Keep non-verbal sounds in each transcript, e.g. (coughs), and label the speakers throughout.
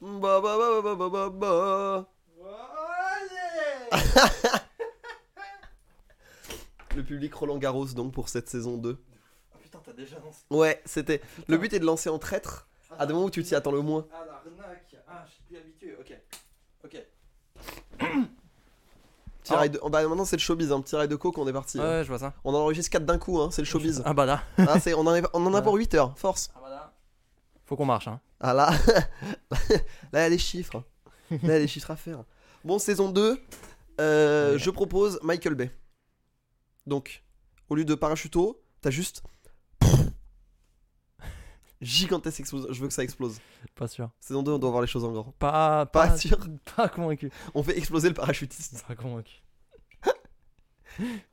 Speaker 1: Ba, ba, ba, ba, ba, ba, ba. Le public Roland Garros donc pour cette saison 2.
Speaker 2: Ah (laughs) putain, t'as déjà lancé.
Speaker 1: Ouais, c'était. Le but est de lancer en traître à des moments où tu t'y attends le moins.
Speaker 2: Ah l'arnaque. Ah, je suis plus habitué. Ok. Ok.
Speaker 1: Petit
Speaker 3: Ah.
Speaker 1: rail de- oh, bah, maintenant c'est le showbiz, un petit rail de coke, on est parti. hein.
Speaker 3: Ouais, je vois ça.
Speaker 1: On en enregistre 4 d'un coup, hein, c'est le showbiz.
Speaker 3: (laughs) Ah bah là.
Speaker 1: Ah, c'est- on, en est- on en a pour 8 heures, force.
Speaker 3: Ah bah là. Faut qu'on marche, hein.
Speaker 1: Ah là, (laughs) là, il y a les chiffres. Là, il y a les chiffres à faire. Bon, saison 2, euh,
Speaker 3: Ouais.
Speaker 1: je propose Michael Bay. Donc, au lieu de parachuto, t'as
Speaker 3: (laughs)
Speaker 1: juste. Gigantesque explosion. Je veux que ça explose.
Speaker 3: Pas sûr.
Speaker 1: Saison 2, on doit voir les choses en grand.
Speaker 3: Pas,
Speaker 1: Pas
Speaker 3: pas,
Speaker 1: sûr.
Speaker 3: (laughs) Pas convaincu.
Speaker 1: On fait exploser le parachutiste.
Speaker 3: Pas convaincu.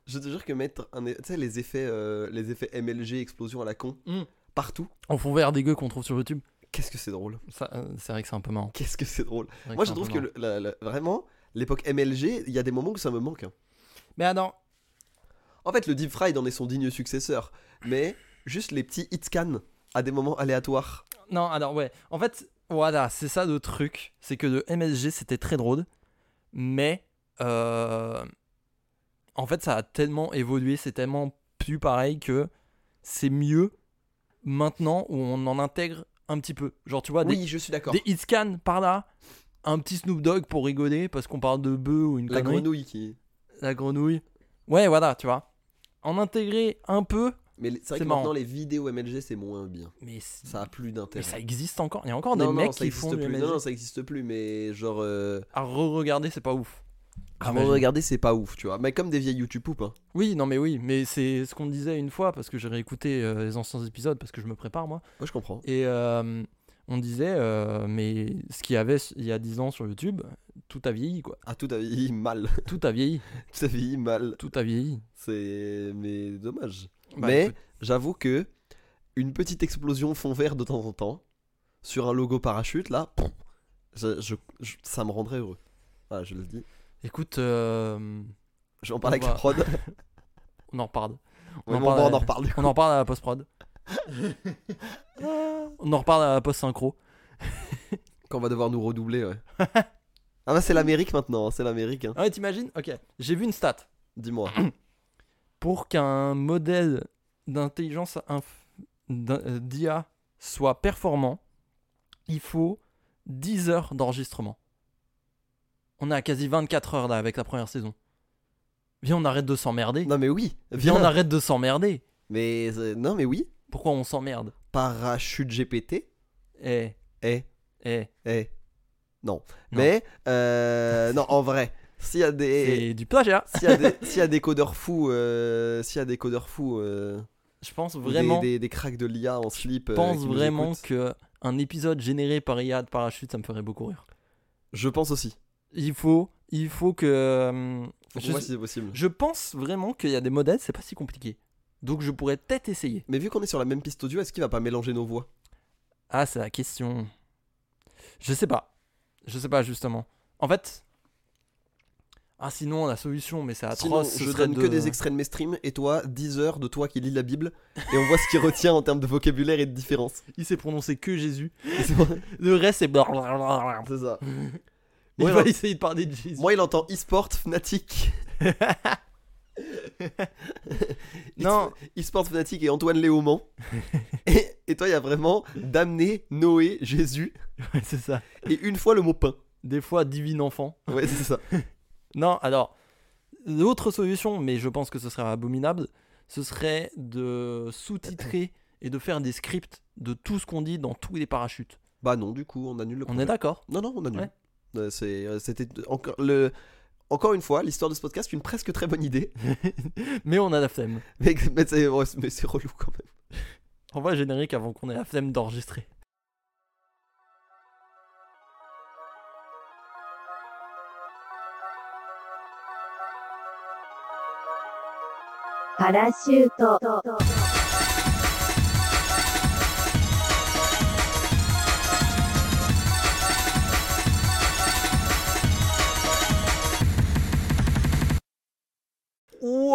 Speaker 1: Je te jure que mettre un. Tu sais, les effets, euh, les effets MLG, explosion à la con,
Speaker 3: Mm.
Speaker 1: partout.
Speaker 3: En fond vert dégueu qu'on trouve sur YouTube.
Speaker 1: Qu'est-ce que c'est drôle.
Speaker 3: Ça, euh, c'est vrai que c'est un peu marrant.
Speaker 1: Qu'est-ce que c'est drôle.
Speaker 3: C'est vrai
Speaker 1: Moi,
Speaker 3: c'est
Speaker 1: je
Speaker 3: un
Speaker 1: trouve
Speaker 3: peu
Speaker 1: que
Speaker 3: marrant.
Speaker 1: le- la- la- vraiment, l'époque MLG, il y a des moments où ça me manque. hein.
Speaker 3: Mais attends.
Speaker 1: En fait, le Deep Fried en est son digne successeur, mais juste les petits hitscans à des moments aléatoires.
Speaker 3: Non, alors ouais. En fait, voilà, c'est ça le truc. C'est que le MSG, c'était très drôle. Mais. euh, en fait, ça a tellement évolué. C'est tellement plus pareil que c'est mieux maintenant où on en intègre un petit peu. Genre, tu vois, Ah, des,
Speaker 1: oui, je suis d'accord.
Speaker 3: des hitscans par là. Un petit Snoop Dogg pour rigoler parce qu'on parle de bœuf ou une
Speaker 1: La
Speaker 3: connerie.
Speaker 1: grenouille qui.
Speaker 3: La grenouille. Ouais, voilà, tu vois. En intégrer un peu,
Speaker 1: Mais les- c'est vrai
Speaker 3: C'est
Speaker 1: que
Speaker 3: marrant.
Speaker 1: maintenant les vidéos MLG c'est moins bien.
Speaker 3: mais, c-
Speaker 1: Ça a plus
Speaker 3: mais
Speaker 1: d'intérêt.
Speaker 3: ça existe encore. Il y a encore des
Speaker 1: non, non,
Speaker 3: mecs
Speaker 1: ça
Speaker 3: qui font
Speaker 1: existe plus.
Speaker 3: du MSG.
Speaker 1: Non, non, ça existe plus, mais genre. euh,
Speaker 3: À re-regarder, c'est pas ouf.
Speaker 1: À
Speaker 3: J'imagine.
Speaker 1: regarder, c'est pas ouf, tu vois. Mais comme des vieilles YouTube poupes. hein.
Speaker 3: Oui, non, mais oui, mais c'est ce qu'on disait une fois parce que j'ai réécouté euh, les anciens épisodes parce que je me prépare moi.
Speaker 1: Moi je comprends.
Speaker 3: Et euh, on disait, euh, mais ce qu'il y avait il y a 10 ans sur YouTube, tout a vieilli quoi.
Speaker 1: Ah, tout a vieilli mal. (laughs)
Speaker 3: Tout a vieilli.
Speaker 1: tout a vieilli mal.
Speaker 3: Tout a vieilli.
Speaker 1: C'est. Mais dommage.
Speaker 3: Bah,
Speaker 1: mais
Speaker 3: écoute,
Speaker 1: j'avoue que une petite explosion fond vert de temps en temps sur un logo parachute là, pouf, je- je- je- ça me rendrait heureux. Voilà, je le dis.
Speaker 3: écoute, euh,
Speaker 1: J'en parle
Speaker 3: On
Speaker 1: avec
Speaker 3: va-
Speaker 1: la
Speaker 3: (laughs)
Speaker 1: prod. Ouais,
Speaker 3: on en reparle.
Speaker 1: bon,
Speaker 3: parle
Speaker 1: bon, on
Speaker 3: à-
Speaker 1: en reparle. du coup.
Speaker 3: On en reparle à
Speaker 1: (laughs)
Speaker 3: la post-prod. on en reparle à la post-synchro.
Speaker 1: Quand on va devoir nous redoubler,
Speaker 3: (laughs)
Speaker 1: ouais. ah bah c'est l'Amérique maintenant, hein, c'est l'Amérique. hein.
Speaker 3: Ah ouais, t'imagines Ok, j'ai vu une stat. (coughs)
Speaker 1: Dis-moi.
Speaker 3: Pour qu'un modèle d'intelligence inf- d'in- euh, d'IA soit performant, il faut 10 heures d'enregistrement. On est à quasi 24 heures là avec la première saison. Viens, on arrête de s'emmerder.
Speaker 1: non mais oui,
Speaker 3: Viens,
Speaker 1: (laughs)
Speaker 3: on
Speaker 1: viens.
Speaker 3: arrête de s'emmerder.
Speaker 1: Mais euh, non mais oui,
Speaker 3: Pourquoi on s'emmerde
Speaker 1: parachute GPT.
Speaker 3: Eh,
Speaker 1: Eh,
Speaker 3: eh,
Speaker 1: eh. Non.
Speaker 3: Non.
Speaker 1: Mais euh, non, en vrai, s'il y a des
Speaker 3: c'est du plagiat.
Speaker 1: s'il y a des s'il y a des codeurs fous euh, s'il y a des codeurs fous euh,
Speaker 3: Je pense
Speaker 1: Ou des-
Speaker 3: vraiment,
Speaker 1: Des, des, cracks de l'IA en slip. euh,
Speaker 3: je pense
Speaker 1: qui nous
Speaker 3: vraiment
Speaker 1: écoutent.
Speaker 3: que un épisode généré par IA de parachute, ça me ferait beaucoup rire.
Speaker 1: Je pense aussi.
Speaker 3: Il faut, il faut que. hum,
Speaker 1: Faut qu'on
Speaker 3: je-
Speaker 1: voit si c'est possible.
Speaker 3: Je pense vraiment qu'il y a des modèles, c'est pas si compliqué. Donc je pourrais peut-être essayer.
Speaker 1: Mais vu qu'on est sur la même piste audio, est-ce qu'il va pas mélanger nos voix
Speaker 3: Ah, c'est la question. Je sais pas. Je sais pas, justement. En fait. Ah, sinon, la solution, mais c'est
Speaker 1: Sinon,
Speaker 3: atroce. ce
Speaker 1: je
Speaker 3: serait
Speaker 1: donne
Speaker 3: de-
Speaker 1: que des extraits de mes streams et toi, 10 heures de toi qui lis la Bible et on voit ce qu'il (laughs) retient en termes de vocabulaire et de différence.
Speaker 3: Il s'est prononcé que (laughs) Jésus.
Speaker 1: C'est bon,
Speaker 3: Le reste, c'est. blablabla.
Speaker 1: c'est ça.
Speaker 3: (laughs) Il
Speaker 1: Moi,
Speaker 3: va
Speaker 1: il-
Speaker 3: essayer de parler de Jésus.
Speaker 1: Moi, il entend e-sport, Fnatic.
Speaker 3: (laughs) Non.
Speaker 1: E-sport, Fnatic et Antoine Léaumont. et, et toi, il y a vraiment Damné, Noé, Jésus
Speaker 3: c'est ça.
Speaker 1: et une fois le mot pain.
Speaker 3: Des fois, divine enfant.
Speaker 1: Ouais, c'est ça.
Speaker 3: Non, alors, l'autre solution, mais je pense que ce serait abominable, ce serait de sous-titrer et de faire des scripts de tout ce qu'on dit dans tous les parachutes.
Speaker 1: Bah non, du coup, on annule le
Speaker 3: On est d'accord
Speaker 1: Non, non, on annule.
Speaker 3: Ouais.
Speaker 1: Euh, c'est- euh, C'était encore le. Encore une fois, l'histoire de ce podcast, une presque très bonne idée, (laughs)
Speaker 3: Mais on a la flemme.
Speaker 1: mais, mais c'est ouais, mais c'est relou quand même.
Speaker 3: On va générique avant qu'on ait la flemme d'enregistrer.
Speaker 4: Parachute.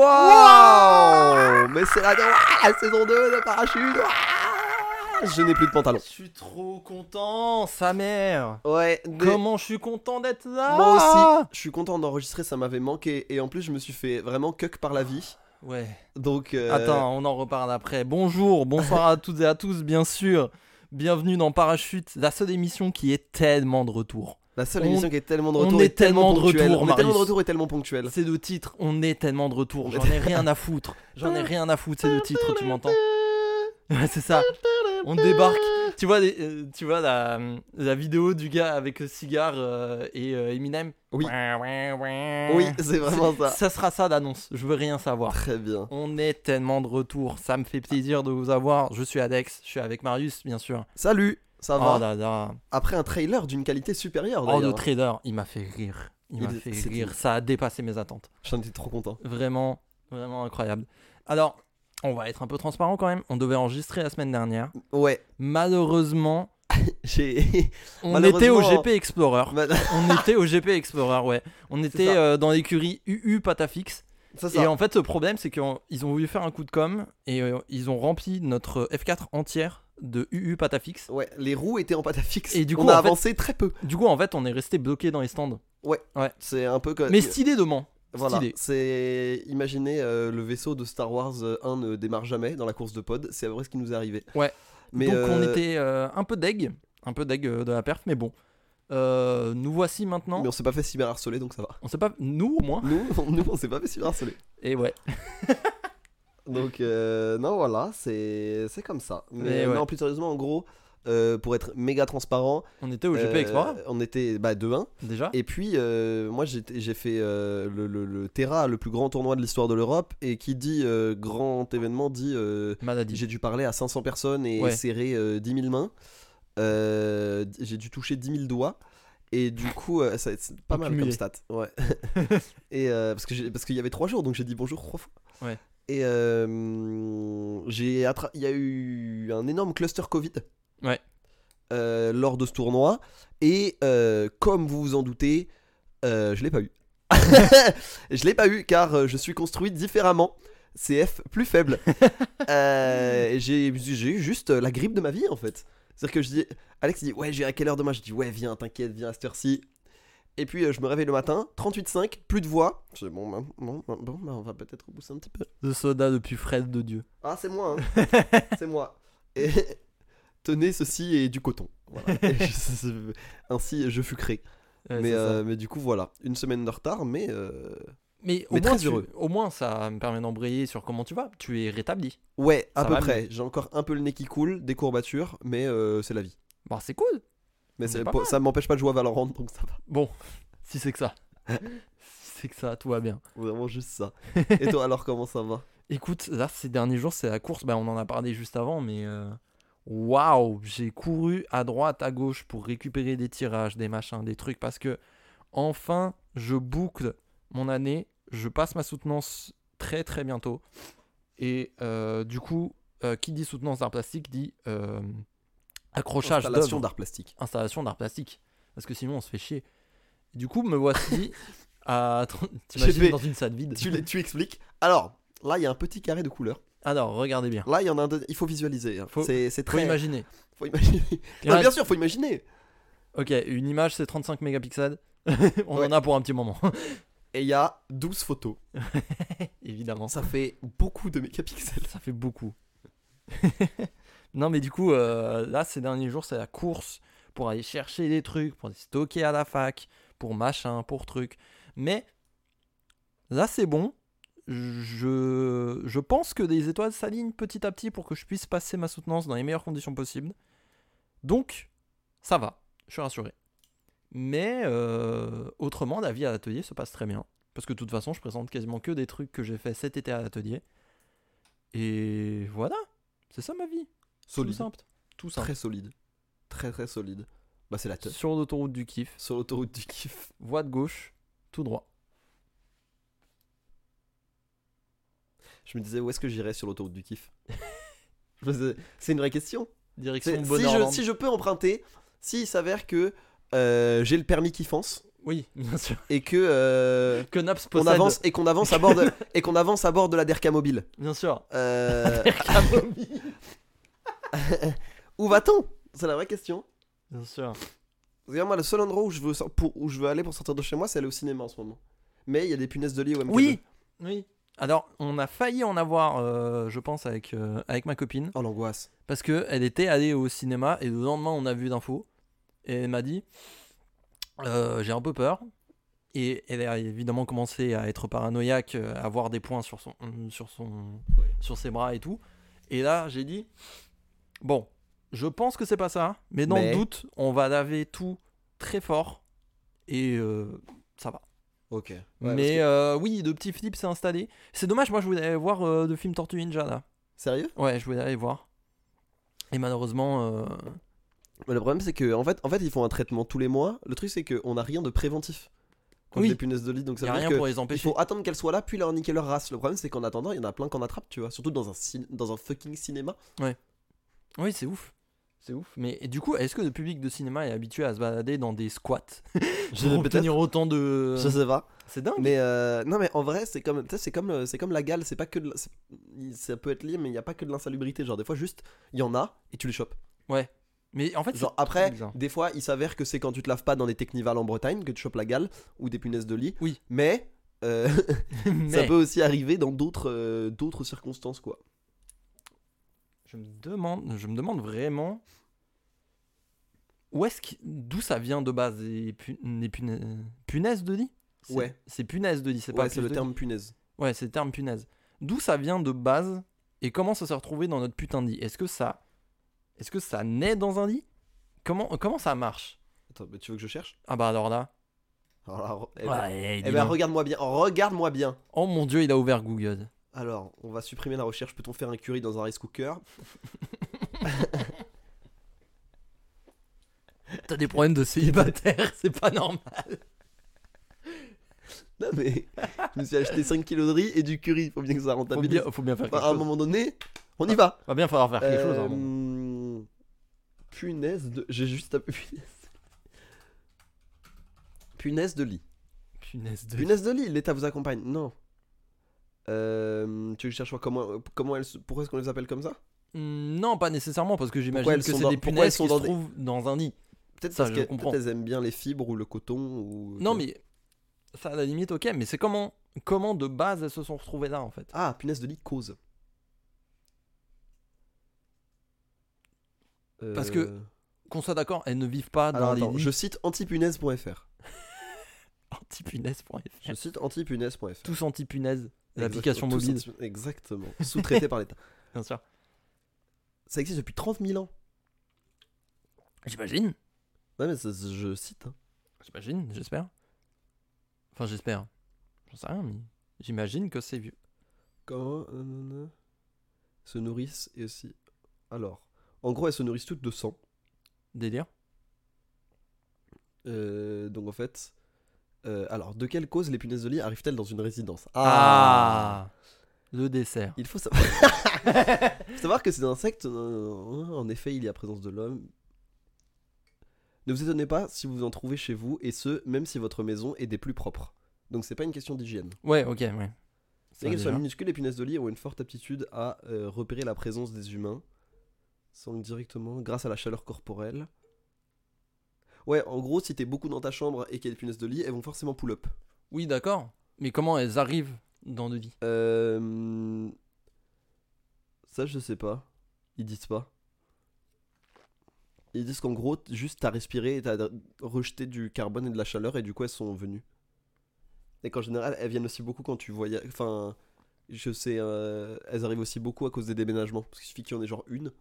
Speaker 1: ah, Waouh Mais c'est la, Ouah, la saison 2 de Parachute ouah Ah, Je n'ai plus de pantalon.
Speaker 3: Je suis trop content, sa mère.
Speaker 1: Ouais, mais Ah
Speaker 3: Comment je suis content d'être là.
Speaker 1: moi aussi, je suis content d'enregistrer, ça m'avait manqué. Et en plus, je me suis fait vraiment cuck par la vie.
Speaker 3: Ouais.
Speaker 1: Donc. euh,
Speaker 3: Attends, on en reparle après. Bonjour, bonsoir à toutes et à tous, bien sûr. Bienvenue dans Parachute, la seule émission qui est tellement de retour.
Speaker 1: La seule
Speaker 3: on-
Speaker 1: émission qui est tellement de
Speaker 3: on
Speaker 1: retour.
Speaker 3: est
Speaker 1: et tellement
Speaker 3: tellement de
Speaker 1: ponctuelle.
Speaker 3: retour,
Speaker 1: On est tellement de
Speaker 3: Marius.
Speaker 1: retour et tellement ponctuel.
Speaker 3: Ces deux titres, on est tellement de retour. J'en ai rien à foutre. J'en ai rien à foutre, ces deux titres,
Speaker 1: (laughs)
Speaker 3: tu m'entends Ouais, C'est ça. On débarque. Tu vois, les- euh, tu vois la, la vidéo du gars avec le cigare euh, et euh, Eminem
Speaker 1: Oui. Oui,
Speaker 3: Oui.
Speaker 1: c'est vraiment ça.
Speaker 3: Ça sera ça l'annonce. Je veux rien savoir.
Speaker 1: Très bien.
Speaker 3: On est tellement de retour, ça me fait plaisir de vous avoir. Je suis Alex, je suis avec Marius, bien sûr.
Speaker 1: Salut, ça va
Speaker 3: Oh là là,
Speaker 1: Après un trailer d'une qualité supérieure
Speaker 3: oh le
Speaker 1: d'ailleurs.
Speaker 3: trader, il m'a fait rire. Il, m'a
Speaker 1: Il-
Speaker 3: fait
Speaker 1: c'est
Speaker 3: rire,
Speaker 1: une-
Speaker 3: ça a dépassé mes attentes.
Speaker 1: J'en étais trop content.
Speaker 3: Vraiment, vraiment incroyable. Alors, on va être un peu transparent quand même. On devait enregistrer la semaine dernière.
Speaker 1: Ouais,
Speaker 3: Malheureusement,
Speaker 1: j'ai. (laughs) Bah,
Speaker 3: on était au
Speaker 1: Malheureusement- (laughs)
Speaker 3: GP Explorer. on était au GP Explorer, ouais. On était
Speaker 1: ça.
Speaker 3: euh, dans l'écurie UU Patafix.
Speaker 1: ça, ça.
Speaker 3: Et en fait, le problème, c'est qu'ils ont voulu faire un coup de com et euh, ils ont rempli notre F4 entière de UU Patafix.
Speaker 1: Ouais, les roues étaient en pâte à fixe.
Speaker 3: Et du
Speaker 1: on
Speaker 3: coup,
Speaker 1: a
Speaker 3: en fait-
Speaker 1: avancé très peu.
Speaker 3: Du coup, en fait, on est resté bloqué dans les stands.
Speaker 1: C'est un peu comme.
Speaker 3: Mais stylé de Mans.
Speaker 1: Voilà,
Speaker 3: stylé.
Speaker 1: c'est. Imaginez euh, le vaisseau de Star Wars euh, 1 ne démarre jamais dans la course de pod, c'est à peu près ce qui nous est arrivé.
Speaker 3: Ouais.
Speaker 1: Mais
Speaker 3: Donc, on
Speaker 1: euh,
Speaker 3: était euh, un peu deg, un peu deg euh, de la perf, mais bon. Euh, nous voici maintenant.
Speaker 1: Mais on s'est pas fait cyber harceler donc ça va.
Speaker 3: On sait pas, nous au moins.
Speaker 1: Nous, on, nous, on s'est pas fait cyber harceler.
Speaker 3: Et ouais.
Speaker 1: Donc, euh, non, voilà, c'est c'est comme ça. Mais
Speaker 3: Mais ouais.
Speaker 1: non, plus sérieusement, en gros, euh, pour être méga transparent,
Speaker 3: On était au GP
Speaker 1: euh,
Speaker 3: Explorer
Speaker 1: on était bah, 2-1.
Speaker 3: déjà.
Speaker 1: Et puis, euh, moi, j'ai j'ai fait euh, le, le- le Terra, le plus grand tournoi de l'histoire de l'Europe. Et qui dit euh, grand événement dit euh,
Speaker 3: Maladie.
Speaker 1: j'ai dû parler à 500 personnes et
Speaker 3: Ouais.
Speaker 1: serrer euh, 10 000 mains. Euh, j'ai dû toucher 10 000 doigts. Et
Speaker 3: (laughs)
Speaker 1: du coup, euh, ça- c'est pas mal
Speaker 3: Accumulé.
Speaker 1: comme stat.
Speaker 3: (laughs)
Speaker 1: Ouais. et euh, parce que j'ai- parce qu'il y avait 3 jours, donc j'ai dit bonjour 3 fois.
Speaker 3: Ouais.
Speaker 1: Et euh, j'ai attra- il y a eu un énorme cluster Covid.
Speaker 3: Ouais.
Speaker 1: Euh, lors de ce tournoi. Et euh, comme vous vous en doutez, euh, je l'ai
Speaker 3: (laughs)
Speaker 1: pas eu. je l'ai pas eu car euh, je suis construit différemment. CF plus
Speaker 3: (laughs)
Speaker 1: faible. Euh, j'ai j'ai eu juste euh, la grippe de ma vie en fait. C'est-à-dire que je dis, Alex il dit ouais, j'ai à quelle heure demain Je dis ouais, viens, t'inquiète, viens à cette heure-ci. Et puis euh, je me réveille le matin, 38,5, plus de voix. Je dis, bon, ben, bon, ben, bon, ben, on va peut-être repousser un petit peu.
Speaker 3: De soda depuis Fred de Dieu.
Speaker 1: Ah, c'est moi, hein.
Speaker 3: (laughs)
Speaker 1: c'est moi. Et (laughs) tenez ceci et du coton.
Speaker 3: (laughs)
Speaker 1: Voilà. Et je- ainsi, je fus créé.
Speaker 3: Ouais,
Speaker 1: mais,
Speaker 3: c'est ça.
Speaker 1: euh, mais du coup, voilà, une semaine de retard, mais euh,
Speaker 3: mais au,
Speaker 1: mais
Speaker 3: moins,
Speaker 1: très
Speaker 3: tu-
Speaker 1: heureux.
Speaker 3: au moins, ça me permet d'embrayer sur comment tu vas. Tu es rétabli.
Speaker 1: ouais, à
Speaker 3: Ça
Speaker 1: peu
Speaker 3: va
Speaker 1: près. J'ai encore un peu le nez qui coule, des courbatures, mais euh, c'est la vie.
Speaker 3: Bah, c'est cool.
Speaker 1: Mais
Speaker 3: C'est
Speaker 1: c'est
Speaker 3: pas
Speaker 1: pas-
Speaker 3: mal.
Speaker 1: ça m'empêche pas de jouer à Valorant, donc ça va.
Speaker 3: Bon, (laughs) si c'est
Speaker 1: (laughs)
Speaker 3: que ça. si c'est que ça, tout va bien.
Speaker 1: Vraiment juste
Speaker 3: (laughs)
Speaker 1: ça. Et toi, alors, comment ça va
Speaker 3: Écoute, là, ces derniers jours, c'est la course. Bah, on en a parlé juste avant, mais. euh, Waouh! J'ai couru à droite, à gauche pour récupérer des tirages, des machins, des trucs, parce que enfin, je boucle mon année. Je passe ma soutenance très très bientôt. Et euh, du coup, euh, qui dit soutenance d'art plastique dit euh, accrochage
Speaker 1: Installation
Speaker 3: d'œuvre.
Speaker 1: d'art plastique.
Speaker 3: installation d'art plastique. Parce que sinon, on se fait chier. Du coup, me
Speaker 1: (laughs)
Speaker 3: voici à.
Speaker 1: J'ai
Speaker 3: T'imagines
Speaker 1: fait-
Speaker 3: dans une salle vide
Speaker 1: tu, les- tu expliques. Alors, là, il y a un petit carré de couleur.
Speaker 3: Alors, regardez bien.
Speaker 1: Là, il y en a un. deux- Il faut visualiser. hein.
Speaker 3: Faut-
Speaker 1: c'est c'est
Speaker 3: Faut
Speaker 1: très.
Speaker 3: imaginer.
Speaker 1: Faut
Speaker 3: (laughs)
Speaker 1: imaginer. (laughs)
Speaker 3: Il y
Speaker 1: Non,
Speaker 3: en a-
Speaker 1: Bah, bien sûr, faut imaginer.
Speaker 3: Ok, une image, c'est 35 mégapixels. (laughs) on
Speaker 1: Ouais.
Speaker 3: en a pour un petit moment, (laughs)
Speaker 1: Et il y a 12 photos.
Speaker 3: évidemment.
Speaker 1: Ça fait beaucoup de mégapixels.
Speaker 3: Ça fait beaucoup. (laughs) non, mais du coup, euh, là, ces derniers jours, c'est la course pour aller chercher des trucs, pour les stocker à la fac, pour machin, pour truc. Mais là, c'est bon. Je, je pense que des étoiles s'alignent petit à petit pour que je puisse passer ma soutenance dans les meilleures conditions possibles. Donc, ça va. Je suis rassuré. Mais euh, autrement, la vie à l'atelier se passe très bien. Parce que de toute façon, je présente quasiment que des trucs que j'ai fait cet été à l'atelier. Et voilà, c'est ça ma vie. Tout
Speaker 1: Solide.
Speaker 3: simple. Tout simple.
Speaker 1: Très solide. Très très solide. Bah c'est la teuf.
Speaker 3: Sur l'autoroute du kiff,
Speaker 1: Sur l'autoroute du kiff.
Speaker 3: voie de gauche, tout droit.
Speaker 1: Je me disais où est-ce que j'irais sur l'autoroute du kiff (laughs) Je sais- C'est une vraie question. C'est-
Speaker 3: Direction
Speaker 1: si, je,
Speaker 3: Bonheur.
Speaker 1: si je peux emprunter, s'il s'avère que euh, j'ai le permis kiffance
Speaker 3: Oui, (laughs) bien sûr.
Speaker 1: et que euh,
Speaker 3: Que Naps
Speaker 1: on
Speaker 3: possède.
Speaker 1: avance et qu'on avance à bord de, (laughs) et qu'on avance à (laughs) Euh, bord de la Derca mobile.
Speaker 3: Bien sûr.
Speaker 1: Euh, Où va-t-on C'est la vraie question.
Speaker 3: Bien sûr.
Speaker 1: Parce que moi, le seul endroit où je veux, sor- pour- où je veux aller pour sortir de chez moi, c'est aller au cinéma en ce moment. Mais il y a des punaises de lit au MK2.
Speaker 3: Oui, oui. Alors, on a failli en avoir, euh, je pense, avec, euh, avec ma copine,
Speaker 1: Oh l'angoisse.
Speaker 3: parce que elle était allée au cinéma et le lendemain, on a vu d'infos et elle m'a dit, euh, j'ai un peu peur. Et elle a évidemment commencé à être paranoïaque, euh, à avoir des points sur son, sur son, sur ses bras et tout. Et là, j'ai dit, bon, je pense que c'est pas ça, mais dans
Speaker 1: Mais-
Speaker 3: le doute, on va laver tout très fort et euh, ça va.
Speaker 1: Ok. Ouais,
Speaker 3: mais
Speaker 1: parce que-
Speaker 3: euh, oui, de petit Philippe s'est installé. C'est dommage, moi je voulais aller voir euh, le film Tortue Ninja là.
Speaker 1: Sérieux
Speaker 3: Ouais, je voulais aller voir. Et malheureusement, euh,
Speaker 1: Mais Le problème, c'est que en fait, en fait, ils font un traitement tous les mois. Le truc, c'est qu'on n'a rien de préventif contre
Speaker 3: Oui.
Speaker 1: les punaises de lit. Donc
Speaker 3: il
Speaker 1: ça
Speaker 3: n'y a
Speaker 1: veut dire
Speaker 3: rien
Speaker 1: que
Speaker 3: pour les
Speaker 1: il
Speaker 3: empêcher.
Speaker 1: faut attendre qu'elles soient là, puis leur niquer leur race. Le problème, c'est qu'en attendant, il y en a plein qu'on attrape, tu vois. Surtout dans un, cin- dans un fucking cinéma.
Speaker 3: Oui, c'est ouf. C'est ouf. Mais et du coup, est-ce que le public de cinéma est habitué à se balader dans des squats (laughs)
Speaker 1: Je-
Speaker 3: pour
Speaker 1: peut-être.
Speaker 3: obtenir autant de.
Speaker 1: Je sais pas.
Speaker 3: C'est dingue.
Speaker 1: Mais euh, non, mais en vrai, c'est comme, tu sais, c'est comme, le- c'est comme la gale. C'est pas que, de la- c'est- il- ça peut être lié, mais il n'y a pas que de l'insalubrité. Genre des fois, juste, il y en a et tu les chopes.
Speaker 3: Mais en fait, (laughs)
Speaker 1: Genre
Speaker 3: c'est très
Speaker 1: après,
Speaker 3: bizarre.
Speaker 1: des fois, il s'avère que c'est quand tu te laves pas dans des technivals en Bretagne que tu chopes la gale ou des punaises de lit.
Speaker 3: Oui.
Speaker 1: Mais euh, (laughs) ça
Speaker 3: Mais-
Speaker 1: peut aussi arriver dans d'autres, euh, d'autres circonstances, quoi.
Speaker 3: Je me demande, je me demande vraiment où est-ce qui- d'où ça vient de base les, pu- les puna- punaises de lit. C'est-
Speaker 1: Ouais.
Speaker 3: C'est punaise de lit, c'est pas
Speaker 1: Ouais, c'est
Speaker 3: puce
Speaker 1: le
Speaker 3: de
Speaker 1: terme punaise.
Speaker 3: lit. Ouais, c'est le terme punaise. D'où ça vient de base et comment ça s'est retrouvé dans notre putain de lit Est-ce que ça, est-ce que ça naît dans un lit Comment euh, comment ça marche
Speaker 1: Attends, mais tu veux que je cherche
Speaker 3: Ah bah alors là.
Speaker 1: Alors, eh ben-
Speaker 3: Ouais,
Speaker 1: eh
Speaker 3: dis
Speaker 1: ben,
Speaker 3: donc.
Speaker 1: regarde-moi bien. Regarde-moi bien.
Speaker 3: Oh mon dieu, il a ouvert Google.
Speaker 1: Alors, on va supprimer la recherche. Peut-on faire un curry dans un rice cooker
Speaker 3: T'as des problèmes de célibataire, (laughs) c'est pas normal.
Speaker 1: Non,
Speaker 3: (laughs)
Speaker 1: mais je me suis acheté 5 kilos de riz et du curry. Faut bien que ça
Speaker 3: Faut
Speaker 1: rentabilise.
Speaker 3: bien, faut bien faire quelque
Speaker 1: Enfin, à Bah, un
Speaker 3: chose.
Speaker 1: moment donné, on y va.
Speaker 3: Va bien falloir faire quelque chose. hein, à un moment.
Speaker 1: Euh, Punaise de. J'ai juste tapé punaise. (laughs) Punaise de lit.
Speaker 3: Punaise de lit.
Speaker 1: Punaise de lit, l'État vous accompagne. Non. Euh, tu veux que je cherche quoi, comment, comment elles, se- pourquoi est-ce qu'on les appelle comme ça
Speaker 3: Mm, Non, pas nécessairement, parce que j'imagine
Speaker 1: Pourquoi elles
Speaker 3: que
Speaker 1: sont
Speaker 3: c'est
Speaker 1: dans-
Speaker 3: des
Speaker 1: pourquoi
Speaker 3: punaises
Speaker 1: elles sont
Speaker 3: qui
Speaker 1: dans
Speaker 3: se
Speaker 1: des-
Speaker 3: trouvent dans un lit.
Speaker 1: Peut-être
Speaker 3: Ça,
Speaker 1: parce
Speaker 3: je
Speaker 1: que
Speaker 3: comprends.
Speaker 1: peut-être elles aiment bien les fibres ou le coton ou.
Speaker 3: Non, mais ça, à la limite, ok, mais c'est comment, comment de base elles se sont retrouvées là, en fait.
Speaker 1: Ah, punaise de lit cause.
Speaker 3: Parce que-
Speaker 1: Euh,
Speaker 3: Qu'on soit d'accord, elles ne vivent pas Ah, dans
Speaker 1: Alors
Speaker 3: les
Speaker 1: attends,
Speaker 3: lits
Speaker 1: je cite antipunaise.fr.
Speaker 3: anti-punaises.fr.
Speaker 1: Je cite antipunaise.fr.
Speaker 3: Tous anti-punaises, l'application
Speaker 1: Exactement, tous
Speaker 3: mobile,
Speaker 1: anti- Exactement. Sous-traité par l'État.
Speaker 3: bien sûr.
Speaker 1: Ça existe depuis 30 000 ans.
Speaker 3: J'imagine,
Speaker 1: Non mais ça- ça- je cite. hein.
Speaker 3: j'imagine, j'espère. Enfin, j'espère. J'en sais rien, mais j'imagine que c'est vieux.
Speaker 1: Comment euh, euh, euh, se nourrissent et aussi. Alors, en gros, elles se nourrissent toutes de sang.
Speaker 3: Délire.
Speaker 1: Euh, donc en fait, euh, alors de quelle cause les punaises de lit arrivent-elles dans une résidence
Speaker 3: Ah, Le dessert.
Speaker 1: Il faut savoir, (laughs) Faut savoir que ces insectes, euh, en effet, il y a présence de l'homme. Ne vous étonnez pas si vous en trouvez chez vous, et ce, même si votre maison est des plus propres. Donc c'est pas une question d'hygiène.
Speaker 3: Ouais, ok, ouais. Ça,
Speaker 1: Bien qu'elles soient
Speaker 3: déjà.
Speaker 1: minuscules, les punaises de lit ont une forte aptitude à euh, repérer la présence des humains, sans que directement, grâce à la chaleur corporelle. Ouais, en gros, si t'es beaucoup dans ta chambre et qu'il y a des punaises de lit, elles vont forcément pull-up.
Speaker 3: Oui, d'accord. Mais comment elles arrivent dans le lit
Speaker 1: Euh... Ça, je sais pas. Ils disent pas. Ils disent qu'en gros, t- juste t'as respiré et t'as d- rejeté du carbone et de la chaleur et du coup elles sont venues. Et qu'en général, elles viennent aussi beaucoup quand tu voyages. Enfin, je sais, euh, elles arrivent aussi beaucoup à cause des déménagements. Parce qu'il suffit qu'il y en ait genre une.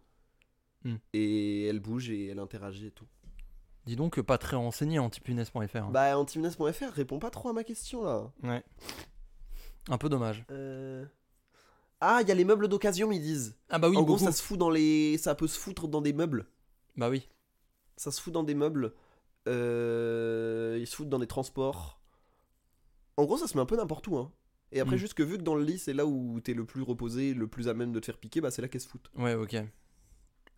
Speaker 3: Hmm.
Speaker 1: Et elle bouge et elle interagit et tout.
Speaker 3: Dis donc, pas très renseigné antipunaise.fr. hein.
Speaker 1: Bah, antimunas.fr répond pas trop à ma question là.
Speaker 3: Ouais. Un peu dommage.
Speaker 1: Euh... Ah, il y a les meubles d'occasion, ils disent.
Speaker 3: Ah bah oui,
Speaker 1: en gros,
Speaker 3: beaucoup.
Speaker 1: ça se fout dans les, ça peut se foutre dans des meubles.
Speaker 3: Bah oui.
Speaker 1: Ça se fout dans des meubles. Euh, Ils se foutent dans des transports. En gros, ça se met un peu n'importe où. Hein. Et après,
Speaker 3: Mm.
Speaker 1: juste que vu que dans le lit, c'est là où t'es le plus reposé, le plus à même de te faire piquer, bah c'est là qu'elles se foutent.
Speaker 3: Ouais, ok.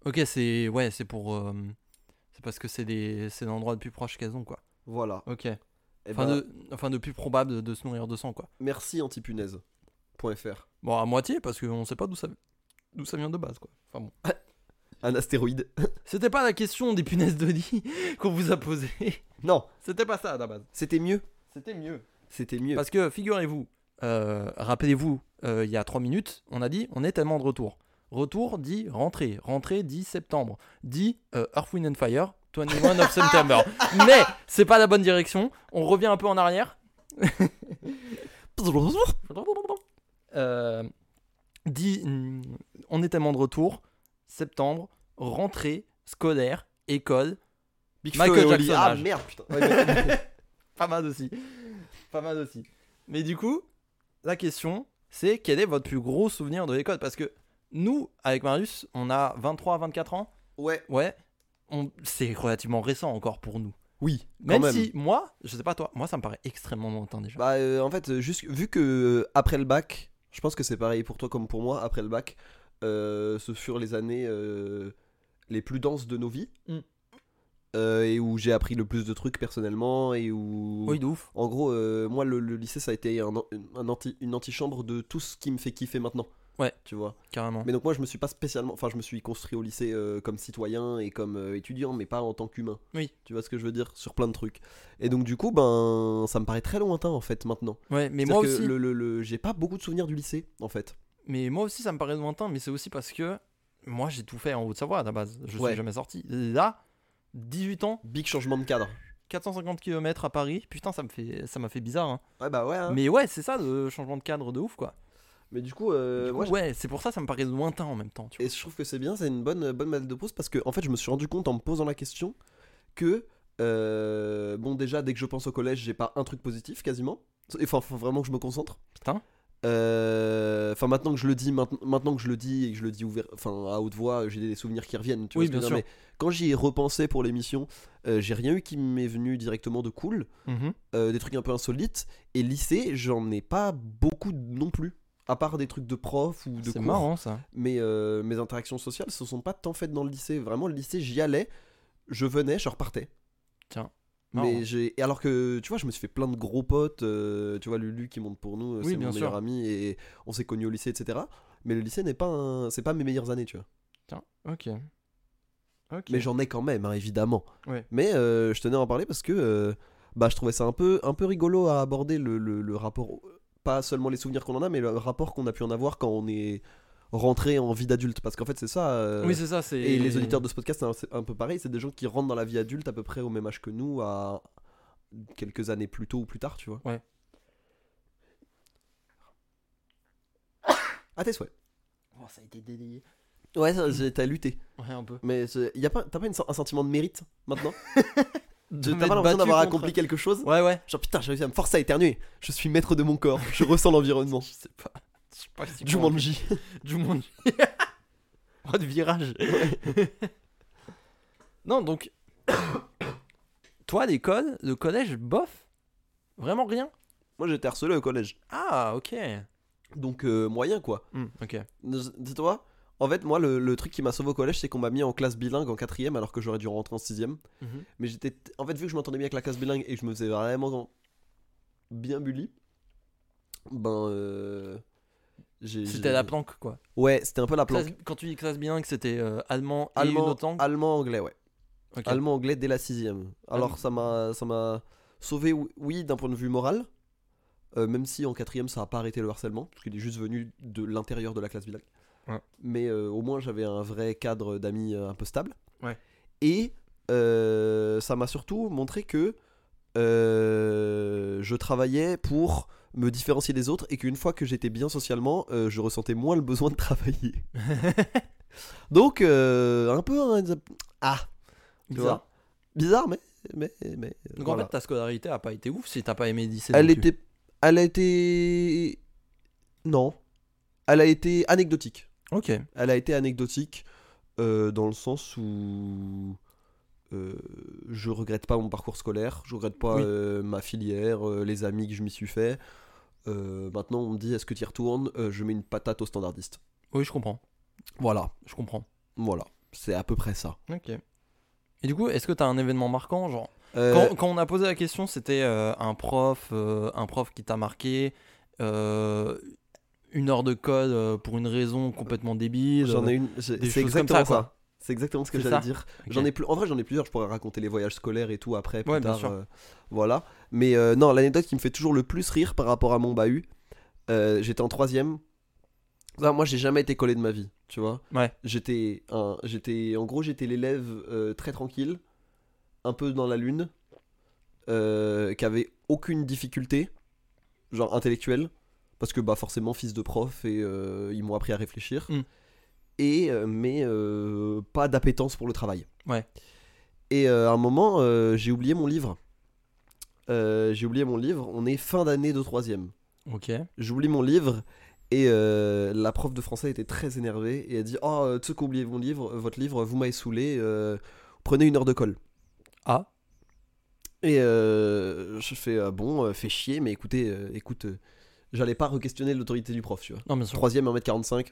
Speaker 3: Ok, c'est ouais, c'est pour. euh, C'est parce que c'est des... c'est l'endroit le plus proche qu'elles ont, quoi.
Speaker 1: Voilà.
Speaker 3: Ok.
Speaker 1: Eh
Speaker 3: enfin,
Speaker 1: ben,
Speaker 3: de... enfin, le plus probable de- de se nourrir de sang, quoi.
Speaker 1: Merci antipunaise.fr.
Speaker 3: Bon, à moitié, parce qu'on sait pas d'où ça... d'où ça vient de base, quoi. Enfin bon.
Speaker 1: un astéroïde. (laughs)
Speaker 3: C'était pas la question des punaises de lit (laughs) qu'on vous a posée. (laughs)
Speaker 1: Non,
Speaker 3: C'était pas ça à la base.
Speaker 1: c'était mieux.
Speaker 3: C'était mieux.
Speaker 1: C'était mieux.
Speaker 3: Parce que figurez-vous, euh, rappelez-vous, euh, il y a 3 minutes, on a dit on est tellement de retour. Retour dit rentrée, rentrée dit septembre, dit euh, Earth, Wind and Fire, 21 of September. Mais c'est pas la bonne direction, on revient un peu en arrière. Euh, dit hum, on est tellement de retour, septembre, rentrée, scolaire, école,
Speaker 1: Big
Speaker 3: Michael
Speaker 1: Flo et
Speaker 3: Jackson,
Speaker 1: Ah
Speaker 3: âge.
Speaker 1: merde, putain. Ouais, mais-
Speaker 3: (laughs) Pas mal aussi. Pas mal aussi. Mais du coup, la question, c'est quel est votre plus gros souvenir de l'école Parce que nous, avec Marius, on a 23 à 24 ans.
Speaker 1: ouais.
Speaker 3: Ouais. On... C'est relativement récent encore pour nous.
Speaker 1: Oui,
Speaker 3: Même,
Speaker 1: quand même.
Speaker 3: si, moi, je sais pas toi, moi ça me paraît extrêmement longtemps déjà.
Speaker 1: Bah, euh, en fait, euh, juste, vu que euh, après le bac, je pense que c'est pareil pour toi comme pour moi, après le bac, euh, ce furent les années euh, les plus denses de nos vies.
Speaker 3: Mm.
Speaker 1: Euh, et où j'ai appris le plus de trucs personnellement et où
Speaker 3: oui, de ouf.
Speaker 1: en gros euh, moi le, le lycée ça a été un, un anti- une antichambre de tout ce qui me fait kiffer maintenant
Speaker 3: Ouais.
Speaker 1: tu vois
Speaker 3: Carrément.
Speaker 1: mais donc moi je me suis pas spécialement enfin je me suis construit au lycée euh, comme citoyen et comme euh, étudiant mais pas en tant qu'humain
Speaker 3: Oui.
Speaker 1: tu vois ce que je veux dire sur plein de trucs et donc du coup ben ça me paraît très lointain en fait maintenant
Speaker 3: Ouais, mais
Speaker 1: c'est-à-dire
Speaker 3: moi
Speaker 1: que
Speaker 3: aussi.
Speaker 1: le- le- le- j'ai pas beaucoup de souvenirs du lycée, en fait.
Speaker 3: Mais moi aussi, ça me paraît lointain, mais c'est aussi parce que moi, j'ai tout fait en Haute-Savoie à la base. Je
Speaker 1: Ouais.
Speaker 3: suis jamais sorti. Là, 18 ans,
Speaker 1: Big changement de cadre.
Speaker 3: 450 km à Paris. Putain, ça me fait, ça m'a fait bizarre. hein.
Speaker 1: Ouais, bah ouais. hein. Mais,
Speaker 3: Mais ouais, c'est ça le changement de cadre de ouf quoi.
Speaker 1: du coup, euh,
Speaker 3: Du coup,
Speaker 1: moi, je-
Speaker 3: ouais, c'est pour ça ça me paraît lointain en même temps, tu vois.
Speaker 1: et je trouve que c'est bien, c'est une bonne, bonne malle de pause parce que, en fait, je me suis rendu compte en me posant la question que, euh, bon, déjà, dès que je pense au collège, j'ai pas un truc positif quasiment. Enfin, faut vraiment que je me concentre.
Speaker 3: Putain.
Speaker 1: Euh, Enfin, maintenant que je le dis, maintenant, maintenant que je le dis et que je le dis ouvert, enfin à haute voix, j'ai des souvenirs qui reviennent. Tu vois
Speaker 3: Oui,
Speaker 1: ce que je veux
Speaker 3: bien
Speaker 1: dire, Mais quand j'y ai repensé pour l'émission, euh, j'ai rien eu qui m'est venu directement de cool.
Speaker 3: Mhm.
Speaker 1: euh, des trucs un peu insolites. Et lycée, j'en ai pas beaucoup non plus. À part des trucs de prof ou de
Speaker 3: C'est
Speaker 1: cours.
Speaker 3: marrant ça.
Speaker 1: Mais euh, mes interactions sociales se sont pas tant faites dans le lycée. Vraiment, le lycée, j'y allais, je venais, je repartais.
Speaker 3: Marrant.
Speaker 1: Mais j'ai et alors que tu vois, je me suis fait plein de gros potes, euh, tu vois Lulu qui monte pour nous, euh,
Speaker 3: Oui,
Speaker 1: c'est
Speaker 3: bien
Speaker 1: mon
Speaker 3: sûr.
Speaker 1: meilleur ami et on s'est connus au lycée, etc. Mais le lycée n'est pas un- c'est pas mes meilleures années, tu vois.
Speaker 3: Tiens, ok. Ok.
Speaker 1: Mais j'en ai quand même, hein, évidemment.
Speaker 3: Ouais.
Speaker 1: Mais euh, je tenais à en parler parce que euh, bah, je trouvais ça un peu, un peu rigolo à aborder le, le- le rapport, pas seulement les souvenirs qu'on en a, mais le rapport qu'on a pu en avoir quand on est rentré en vie d'adulte. Parce qu'en fait, c'est ça. euh,
Speaker 3: Oui, c'est ça. C'est...
Speaker 1: et les auditeurs de ce podcast, c'est un- c'est un peu pareil. C'est des gens qui rentrent dans la vie adulte à peu près au même âge que nous, à quelques années plus tôt ou plus tard, tu vois.
Speaker 3: Ouais.
Speaker 1: À Ah, tes souhaits.
Speaker 3: Oh, ça a été délayé.
Speaker 1: Ouais, ça, c'est- t'as lutté.
Speaker 3: Ouais, un peu.
Speaker 1: Mais c'est- y a pas, t'as pas une sen- un sentiment de mérite
Speaker 3: (laughs)
Speaker 1: maintenant
Speaker 3: De
Speaker 1: T'as pas
Speaker 3: m'être
Speaker 1: l'impression d'avoir
Speaker 3: battu contre-
Speaker 1: accompli quelque chose
Speaker 3: Ouais, ouais.
Speaker 1: Genre putain, j'ai réussi à me forcer à éternuer. Je suis maître de mon corps, je ressens l'environnement.
Speaker 3: (laughs) Je sais pas. Je sais pas si.
Speaker 1: Jumanji. (laughs)
Speaker 3: Jumanji. oh, de virage. (laughs) non, donc. (coughs) Toi, l'école, le collège, bof. Vraiment rien.
Speaker 1: Moi j'étais harcelé au collège.
Speaker 3: Ah, ok.
Speaker 1: Donc euh, moyen quoi.
Speaker 3: Hmm, ok.
Speaker 1: Dis-toi, en fait, moi le, le truc qui m'a sauvé au collège, c'est qu'on m'a mis en classe bilingue en quatrième alors que j'aurais dû rentrer en sixième.
Speaker 3: Mhm.
Speaker 1: Mais j'étais. En fait, vu que je m'entendais bien avec la classe bilingue et que je me faisais vraiment bien bully, ben. Euh... j'ai-
Speaker 3: C'était
Speaker 1: j'ai-
Speaker 3: la planque, quoi.
Speaker 1: Ouais, c'était un peu la planque.
Speaker 3: Classe- quand tu dis classe bilingue, c'était euh, allemand, et une
Speaker 1: Allemand,
Speaker 3: autre langue.
Speaker 1: allemand, anglais, ouais.
Speaker 3: Ok. Ah
Speaker 1: Allemand, anglais dès la sixième. Alors
Speaker 3: Allem-
Speaker 1: ça m'a, ça m'a sauvé, ou- oui, d'un point de vue moral. euh, même si en quatrième ça a pas arrêté le harcèlement, parce qu'il est juste venu de l'intérieur de la classe bilingue.
Speaker 3: Ouais.
Speaker 1: Mais euh, au moins j'avais un vrai cadre d'amis euh, un peu stable.
Speaker 3: Ouais.
Speaker 1: Et euh, ça m'a surtout montré que euh, je travaillais pour me différencier des autres et qu'une fois que j'étais bien socialement, euh, je ressentais moins le besoin de
Speaker 3: (laughs)
Speaker 1: travailler. Donc euh, un peu un- ah tu
Speaker 3: Bizarre.
Speaker 1: vois. Bizarre, mais. mais, mais euh,
Speaker 3: Donc
Speaker 1: voilà.
Speaker 3: en fait, ta scolarité a pas été ouf si t'as pas aimé lycée.
Speaker 1: elle
Speaker 3: non plus.
Speaker 1: était. Elle a été. Non. Elle a été anecdotique.
Speaker 3: Ok.
Speaker 1: Elle a été anecdotique euh, dans le sens où. euh, je regrette pas mon parcours scolaire, je regrette pas
Speaker 3: Oui.
Speaker 1: euh, ma filière, euh, les amis que je m'y suis fait. Euh, maintenant, on me dit est-ce que tu y retournes Euh, Je mets une patate au standardiste.
Speaker 3: Oui, je comprends.
Speaker 1: Voilà,
Speaker 3: Je comprends.
Speaker 1: voilà, c'est à peu près ça.
Speaker 3: Ok. Et du coup, est-ce que t'as un événement marquant, genre
Speaker 1: Euh,
Speaker 3: quand, quand on a posé la question, c'était euh, un prof, euh, un prof qui t'a marqué, euh, une heure de code euh, pour une raison complètement débile.
Speaker 1: J'en ai une,
Speaker 3: des
Speaker 1: c'est c'est
Speaker 3: euh, choses comme
Speaker 1: exactement ça.
Speaker 3: ça, quoi.
Speaker 1: C'est exactement ce que
Speaker 3: C'est
Speaker 1: j'allais
Speaker 3: ça.
Speaker 1: dire. J'en ai plus. En vrai, j'en ai plusieurs. Je pourrais raconter les voyages scolaires et tout après, plus
Speaker 3: Ouais, bien
Speaker 1: tard.
Speaker 3: sûr.
Speaker 1: euh, voilà. Mais euh, non, l'anecdote qui me fait toujours le plus rire par rapport à mon bahut, euh, j'étais en troisième. Non, moi, j'ai jamais été collé de ma vie, tu vois.
Speaker 3: Ouais.
Speaker 1: J'étais un, j'étais, en gros, j'étais l'élève euh, très tranquille, un peu dans la lune, euh, qui avait aucune difficulté, genre intellectuelle, parce que bah forcément fils de prof et euh, ils m'ont appris à réfléchir.
Speaker 3: Mm.
Speaker 1: Et euh, mais euh, pas d'appétence pour le travail.
Speaker 3: Ouais.
Speaker 1: Et euh, à un moment, euh, j'ai oublié mon livre. Euh, j'ai oublié mon livre. On est fin d'année de troisième
Speaker 3: Ok.
Speaker 1: j'oublie mon livre et euh, la prof de français était très énervée et elle dit oh euh, tu sais qu'on oubliait mon livre votre livre vous m'avez saoulé euh, prenez une heure de colle
Speaker 3: Ah.
Speaker 1: et euh, je fais ah bon euh, fais chier mais écoutez euh, écoute euh, j'allais pas re-questionner l'autorité du prof tu vois
Speaker 3: Non, bien sûr.
Speaker 1: troisième 1m45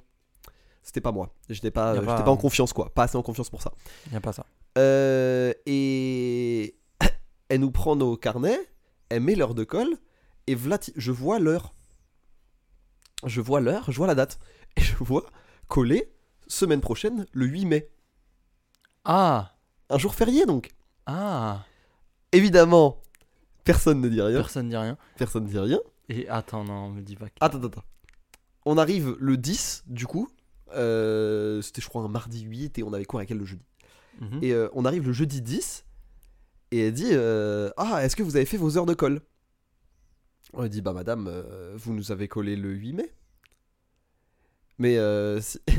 Speaker 1: c'était pas moi j'étais pas,
Speaker 3: Y a
Speaker 1: euh,
Speaker 3: pas-
Speaker 1: j'étais pas en confiance quoi pas assez en confiance pour ça
Speaker 3: Il n'y a pas ça.
Speaker 1: euh, et (coughs) elle nous prend nos carnets, elle met l'heure de colle, et vlati- je vois l'heure. Je vois l'heure, je vois la date. Et je vois coller semaine prochaine, le 8 mai.
Speaker 3: Ah.
Speaker 1: Un jour férié donc.
Speaker 3: Ah.
Speaker 1: Évidemment, personne ne dit rien.
Speaker 3: Personne dit rien.
Speaker 1: Personne ne dit rien.
Speaker 3: Et attends, non, me dis pas. que-
Speaker 1: Attends, attends, attends. On arrive le 10, du coup. Euh, C'était, je crois, un mardi 8 et on avait cours avec elle le jeudi.
Speaker 3: Mhm.
Speaker 1: Et euh, on arrive le jeudi 10 et elle dit euh, Ah, est-ce que vous avez fait vos heures de colle On lui dit Bah, madame, euh, vous nous avez collé le 8 mai. Mais euh, si- (laughs)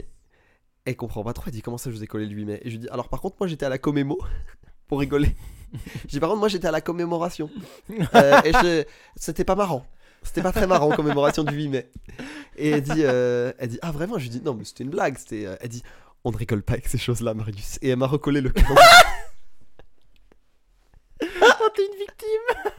Speaker 1: elle comprend pas trop. Elle dit Comment ça, je vous ai collé le 8 mai Et je lui dis Alors, par contre, moi j'étais à la commémo (laughs) pour rigoler. J'ai dit, Par contre, moi j'étais à la commémoration. Euh, et je- c'était pas marrant. C'était pas très marrant, commémoration du 8 mai. Et elle dit, euh, elle dit Ah, vraiment Je lui dis Non, mais c'était une blague. C'était, euh, Elle dit On ne rigole pas avec ces choses-là, Marius. Et elle m'a recollé le (laughs) 15.
Speaker 3: Ah, t'es une victime.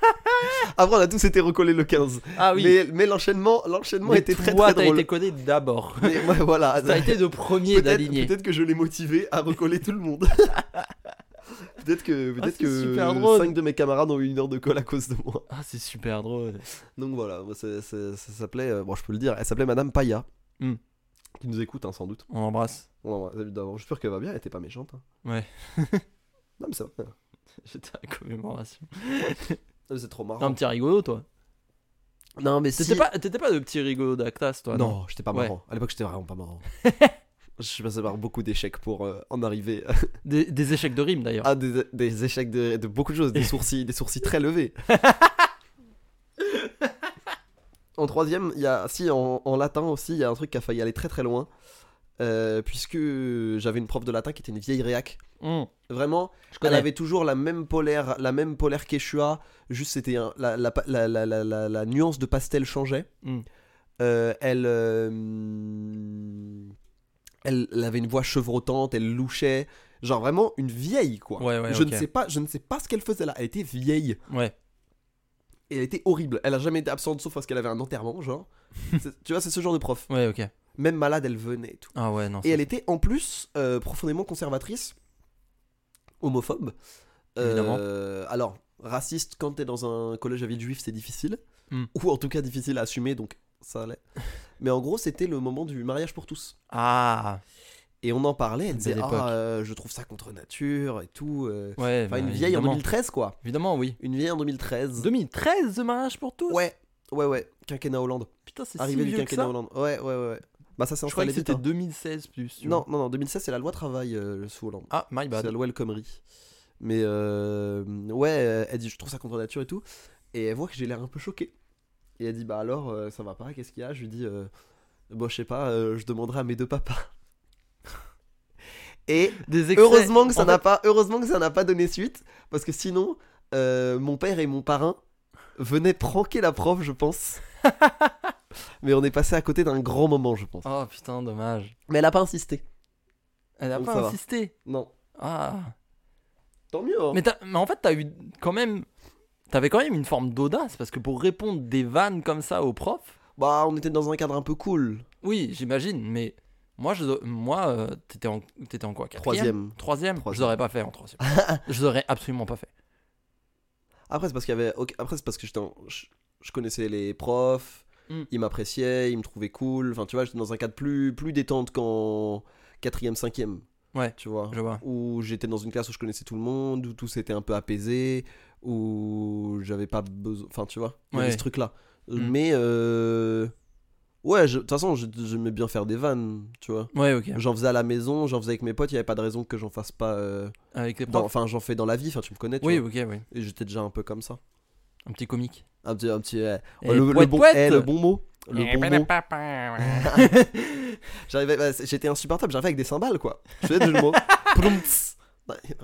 Speaker 1: Après, on a tous été recollés le 15.
Speaker 3: Ah oui.
Speaker 1: Mais, mais l'enchaînement, l'enchaînement
Speaker 3: Mais
Speaker 1: était très
Speaker 3: toi,
Speaker 1: très
Speaker 3: t'as
Speaker 1: drôle.
Speaker 3: été codé d'abord.
Speaker 1: (laughs) Mais ouais, voilà. (laughs)
Speaker 3: T'as été le premier
Speaker 1: peut-être,
Speaker 3: d'aligner.
Speaker 1: peut-être que je l'ai motivé à recoller tout le
Speaker 3: (laughs)
Speaker 1: monde. peut-être que,
Speaker 3: Ah,
Speaker 1: peut-être
Speaker 3: c'est
Speaker 1: que
Speaker 3: super drôle.
Speaker 1: 5 de mes camarades ont eu une heure de colle à cause de moi.
Speaker 3: Ah, c'est super drôle.
Speaker 1: Donc voilà, moi, ça, ça- ça s'appelait, euh, bon, je peux le dire, elle s'appelait Madame Paya.
Speaker 3: Hmm.
Speaker 1: Qui nous écoute, hein, sans doute.
Speaker 3: On l'embrasse. (laughs)
Speaker 1: On l'embrasse, évidemment. J'espère qu'elle va bien, elle était pas méchante. hein.
Speaker 3: Ouais.
Speaker 1: non, mais ça va. Non,
Speaker 3: J'étais à la commémoration.
Speaker 1: mais c'est trop
Speaker 3: T'es un
Speaker 1: marrant.
Speaker 3: petit rigolo, toi.
Speaker 1: Non, mais
Speaker 3: T'étais pas, t'étais pas le petit rigolo d'Actas, toi.
Speaker 1: non, j'étais pas
Speaker 3: Ouais.
Speaker 1: marrant. À l'époque, j'étais vraiment pas (laughs) marrant. Je suis passé par beaucoup d'échecs pour euh, en arriver
Speaker 3: Des, des échecs de rime, d'ailleurs.
Speaker 1: Ah, des, des échecs de, de beaucoup de choses, (laughs) des sourcils, des sourcils très (laughs) levés. en troisième, il y a, si, en, en latin aussi, il y a un truc qui a failli aller très très loin, euh, puisque j'avais une prof de latin qui était une vieille réac.
Speaker 3: Hum,
Speaker 1: Vraiment,
Speaker 3: je
Speaker 1: elle
Speaker 3: connais.
Speaker 1: avait toujours la même polaire, la même polaire quechua, juste c'était un- la, la, la, la, la, la- la nuance de pastel changeait.
Speaker 3: Mm.
Speaker 1: Euh, elle, euh, elle, elle avait une voix chevrotante, elle louchait, genre vraiment une vieille quoi.
Speaker 3: Ouais, ouais,
Speaker 1: je
Speaker 3: ok.
Speaker 1: ne sais pas, je ne sais pas ce qu'elle faisait là. Elle était vieille
Speaker 3: Ouais.
Speaker 1: et elle était horrible. Elle a jamais été absente sauf parce qu'elle avait un enterrement,
Speaker 3: (laughs)
Speaker 1: genre. C'est- tu vois, c'est ce genre de prof.
Speaker 3: Ouais, ok.
Speaker 1: Même malade, elle venait et tout.
Speaker 3: Ah ouais, non.
Speaker 1: Et
Speaker 3: c'est-
Speaker 1: elle était en plus euh, profondément conservatrice, homophobe. Euh, alors, raciste quand t'es dans un collège à ville juif, c'est difficile.
Speaker 3: Hmm.
Speaker 1: Ou en tout cas difficile à assumer, donc ça allait. Mais en gros, c'était le moment du mariage pour tous.
Speaker 3: Ah
Speaker 1: Et on en parlait, elle
Speaker 3: Belle
Speaker 1: disait
Speaker 3: époque.
Speaker 1: Ah, euh, je trouve ça contre nature et tout. euh.
Speaker 3: Ouais.
Speaker 1: Enfin,
Speaker 3: bah,
Speaker 1: une vieille en
Speaker 3: évidemment.
Speaker 1: 2013, quoi.
Speaker 3: Évidemment, oui.
Speaker 1: Une vieille en 2013.
Speaker 3: 2013, The Mariage pour tous
Speaker 1: Ouais, ouais, ouais. Quinquennat Hollande.
Speaker 3: Putain, c'est si
Speaker 1: Arrivée du
Speaker 3: vieux que
Speaker 1: quinquennat
Speaker 3: ça.
Speaker 1: Hollande. Ouais, ouais, ouais. ouais. Bah, ça s'est
Speaker 3: Je croyais
Speaker 1: installé
Speaker 3: que c'était
Speaker 1: vite. hein.
Speaker 3: 2016 plus. tu
Speaker 1: Non,
Speaker 3: vois.
Speaker 1: non, non. 2016, c'est la loi travail euh, sous Hollande.
Speaker 3: Ah, my
Speaker 1: C'est la
Speaker 3: bad.
Speaker 1: loi El Khomri. Mais euh, ouais, euh, elle dit je trouve ça contre nature et tout. Et elle voit que j'ai l'air un peu choqué. Et elle dit bah alors euh, ça va pas, qu'est-ce qu'il y a Je lui dis euh, bon je sais pas, euh, je demanderai à mes deux papas. (laughs) et
Speaker 3: Des excès.
Speaker 1: heureusement que ça
Speaker 3: En
Speaker 1: n'a
Speaker 3: fait-
Speaker 1: pas, heureusement que ça n'a pas donné suite parce que sinon euh, mon père et mon parrain venaient pranker la prof, je
Speaker 3: (laughs)
Speaker 1: pense. Mais on est passé à côté d'un grand moment, je pense.
Speaker 3: Oh putain, dommage.
Speaker 1: Mais elle a pas insisté.
Speaker 3: Elle a
Speaker 1: Donc, ça
Speaker 3: pas
Speaker 1: va.
Speaker 3: insisté.
Speaker 1: Non.
Speaker 3: Ah.
Speaker 1: Tant mieux. hein.
Speaker 3: Mais, t'as- mais en fait, t'as eu quand même. T'avais quand même une forme d'audace parce que pour répondre des vannes comme ça au prof.
Speaker 1: Bah on était dans un cadre un peu cool.
Speaker 3: Oui, j'imagine, mais moi, je, moi euh, t'étais en, t'étais en quoi quatrième
Speaker 1: Troisième.
Speaker 3: Troisième Je
Speaker 1: Troisième.
Speaker 3: l'aurais pas fait
Speaker 1: (laughs)
Speaker 3: en troisième. je l'aurais absolument pas fait.
Speaker 1: Après, c'est parce qu'il y avait. ok, Après, c'est parce que j'étais en- je... je connaissais les profs,
Speaker 3: Mm.
Speaker 1: ils m'appréciaient, ils me trouvaient cool. Enfin, tu vois, j'étais dans un cadre plus, plus détente qu'en 4ème, 5ème.
Speaker 3: Ouais,
Speaker 1: tu vois.
Speaker 3: je vois.
Speaker 1: Où j'étais dans une classe où je connaissais tout le monde, où tout s'était un peu apaisé, où j'avais pas besoin. Enfin, tu vois, il y avait
Speaker 3: Ouais.
Speaker 1: ce truc-là.
Speaker 3: Mm.
Speaker 1: Mais. euh, Ouais, je- de toute façon, je- j'aimais bien faire des vannes, tu vois.
Speaker 3: Ouais, ok.
Speaker 1: J'en faisais à la maison, j'en faisais avec mes potes, il n'y avait pas de raison que j'en fasse pas. euh,
Speaker 3: Avec les
Speaker 1: dans-
Speaker 3: profs.
Speaker 1: Enfin, j'en fais dans la vie, enfin, tu me connais, tu
Speaker 3: Oui,
Speaker 1: vois.
Speaker 3: ok, oui.
Speaker 1: Et j'étais déjà un peu comme ça.
Speaker 3: Un petit comique.
Speaker 1: Un petit. Un petit eh,
Speaker 3: Et
Speaker 1: oh, le, le
Speaker 3: pouet,
Speaker 1: bon,
Speaker 3: pouet.
Speaker 1: eh, le bon mot. Le
Speaker 3: Eh,
Speaker 1: bon
Speaker 3: ben,
Speaker 1: mot.
Speaker 3: papa.
Speaker 1: (laughs) J'arrivais- bah, c'est- J'étais insupportable, j'arrivais avec des cymbales, quoi. Je faisais du jeu de
Speaker 3: (laughs)
Speaker 1: mots. Ploumts.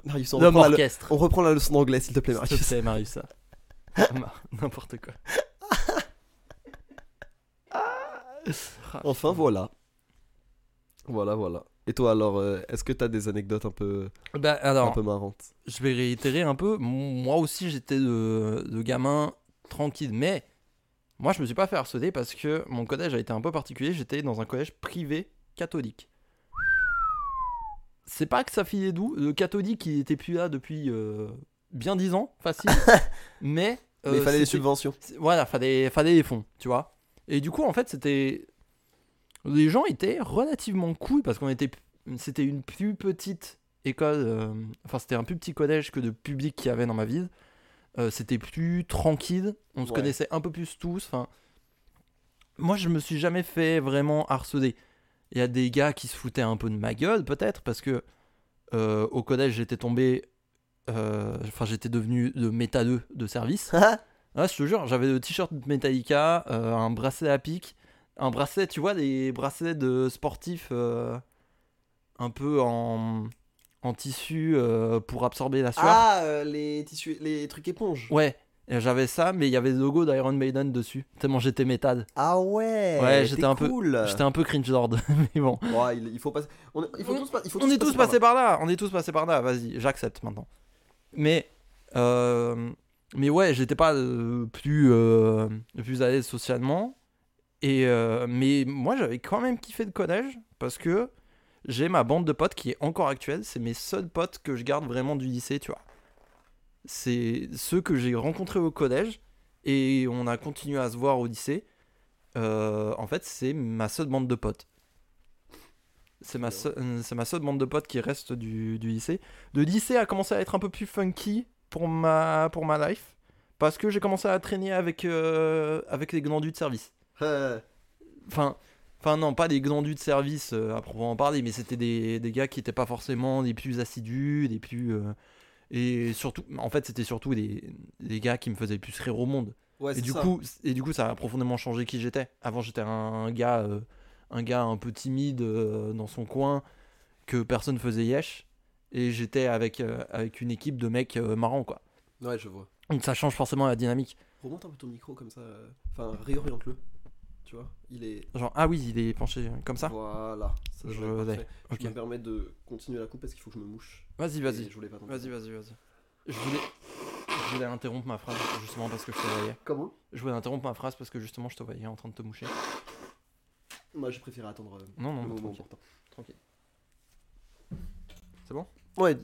Speaker 1: Marius, on
Speaker 3: L'homme
Speaker 1: reprend, la, (laughs)
Speaker 3: orchestre.
Speaker 1: on reprend la leçon d'anglais, s'il te plaît,
Speaker 3: S'il te
Speaker 1: Marius.
Speaker 3: plaît, Marius. ça. Ah,
Speaker 1: (laughs)
Speaker 3: mar- (laughs) N'importe quoi. Ah,
Speaker 1: Enfin,
Speaker 3: putain.
Speaker 1: voilà. Voilà, voilà. Et toi, alors, euh, est-ce que t'as des anecdotes un peu,
Speaker 3: Bah, alors,
Speaker 1: un peu marrantes
Speaker 3: je vais réitérer un peu. M- Moi aussi, j'étais de, de gamin tranquille, mais moi, je me suis pas fait harceler parce que mon collège a été un peu particulier. J'étais dans un collège privé catholique. C'est pas que ça filait d'où. Le catholique, il était plus là depuis euh, bien 10 ans,
Speaker 1: (laughs)
Speaker 3: facile. mais.
Speaker 1: Mais
Speaker 3: euh,
Speaker 1: il fallait des
Speaker 3: c'était-
Speaker 1: subventions.
Speaker 3: C'est- voilà, fallait, fallait les fonds, tu vois. Et du coup, en fait, c'était. Les gens étaient relativement cool parce qu'on était. C'était une plus petite école. euh, Enfin, c'était un plus petit collège que de public qu'il y avait dans ma ville. Euh, c'était plus tranquille. On se
Speaker 1: Ouais.
Speaker 3: connaissait un peu plus tous. Enfin. Moi, je me suis jamais fait vraiment harceler. Il y a des gars qui se foutaient un peu de ma gueule, peut-être, parce que euh, au collège, j'étais tombé. euh, Enfin, j'étais devenu le méta 2 de service. (laughs) Ah, je te jure, j'avais le t-shirt Metallica, euh, un bracelet à pic, un bracelet, tu vois, des bracelets de sportifs euh, un peu en, en tissu euh, pour absorber la sueur.
Speaker 1: ah, euh, les tissus, les trucs éponges.
Speaker 3: Ouais, et j'avais ça, mais il y avait le logo d'Iron Maiden dessus, tellement j'étais métal.
Speaker 1: Ah ouais.
Speaker 3: Ouais,
Speaker 1: t'es
Speaker 3: j'étais un peu-
Speaker 1: Cool.
Speaker 3: J'étais un peu cringe lord, (laughs) mais bon.
Speaker 1: Ouais, il, il faut passer. On, est- il faut
Speaker 3: On-
Speaker 1: tous, pas- il faut
Speaker 3: on
Speaker 1: tous
Speaker 3: est tous
Speaker 1: par là.
Speaker 3: passés par là. on est tous passés par là, vas-y, j'accepte maintenant. Mais, euh, mais ouais, j'étais pas euh, plus, euh, le plus à l'aise socialement. Et, euh, mais moi, j'avais quand même kiffé le collège parce que j'ai ma bande de potes qui est encore actuelle. C'est mes seuls potes que je garde vraiment du lycée, tu vois. C'est ceux que j'ai rencontrés au collège et on a continué à se voir au lycée. Euh, en fait, c'est ma seule bande de potes. C'est ma,
Speaker 1: Bien.
Speaker 3: seule- euh, c'est ma seule bande de potes qui reste du, du lycée. Le lycée a commencé à être un peu plus funky pour ma, pour ma life. Parce que j'ai commencé à traîner avec, euh, avec les glandus de service.
Speaker 1: Euh,
Speaker 3: Enfin, enfin non, pas des glandus de service euh, à proprement parler, mais c'était des, des gars qui n'étaient pas forcément les plus assidus, les plus... euh, et surtout, en fait, c'était surtout des, des gars qui me faisaient le plus rire au monde.
Speaker 1: ouais,
Speaker 3: Et
Speaker 1: c'est
Speaker 3: du,
Speaker 1: ça.
Speaker 3: coup, et du coup, ça a profondément changé qui j'étais. Avant, j'étais un, un gars, euh, un gars un peu timide euh, dans son coin que personne faisait yesh. Et j'étais avec, euh, avec une équipe de mecs euh, marrants, quoi.
Speaker 1: Ouais, je vois.
Speaker 3: Donc ça change forcément la dynamique.
Speaker 1: Remonte un peu ton micro comme ça. euh, Enfin, réoriente-le. Tu vois, il est.
Speaker 3: Genre, ah oui, il est penché euh, comme ça.
Speaker 1: Voilà. Ça
Speaker 3: Je
Speaker 1: devrait être
Speaker 3: l'ai.
Speaker 1: parfait.
Speaker 3: Ok.
Speaker 1: Je me permets de continuer la coupe parce qu'il faut que je me mouche.
Speaker 3: Vas-y, vas-y.
Speaker 1: Et Je voulais pas. t'entendre.
Speaker 3: Vas-y, vas-y, vas-y. Je voulais... je voulais interrompre ma phrase justement parce que je te voyais.
Speaker 1: Comment
Speaker 3: Je voulais interrompre ma phrase parce que justement je te voyais en train de te moucher.
Speaker 1: Moi, j'ai préféré attendre euh,
Speaker 3: Non, non,
Speaker 1: le
Speaker 3: mais
Speaker 1: moment
Speaker 3: tranquille.
Speaker 1: important.
Speaker 3: C'est bon
Speaker 1: Ouais.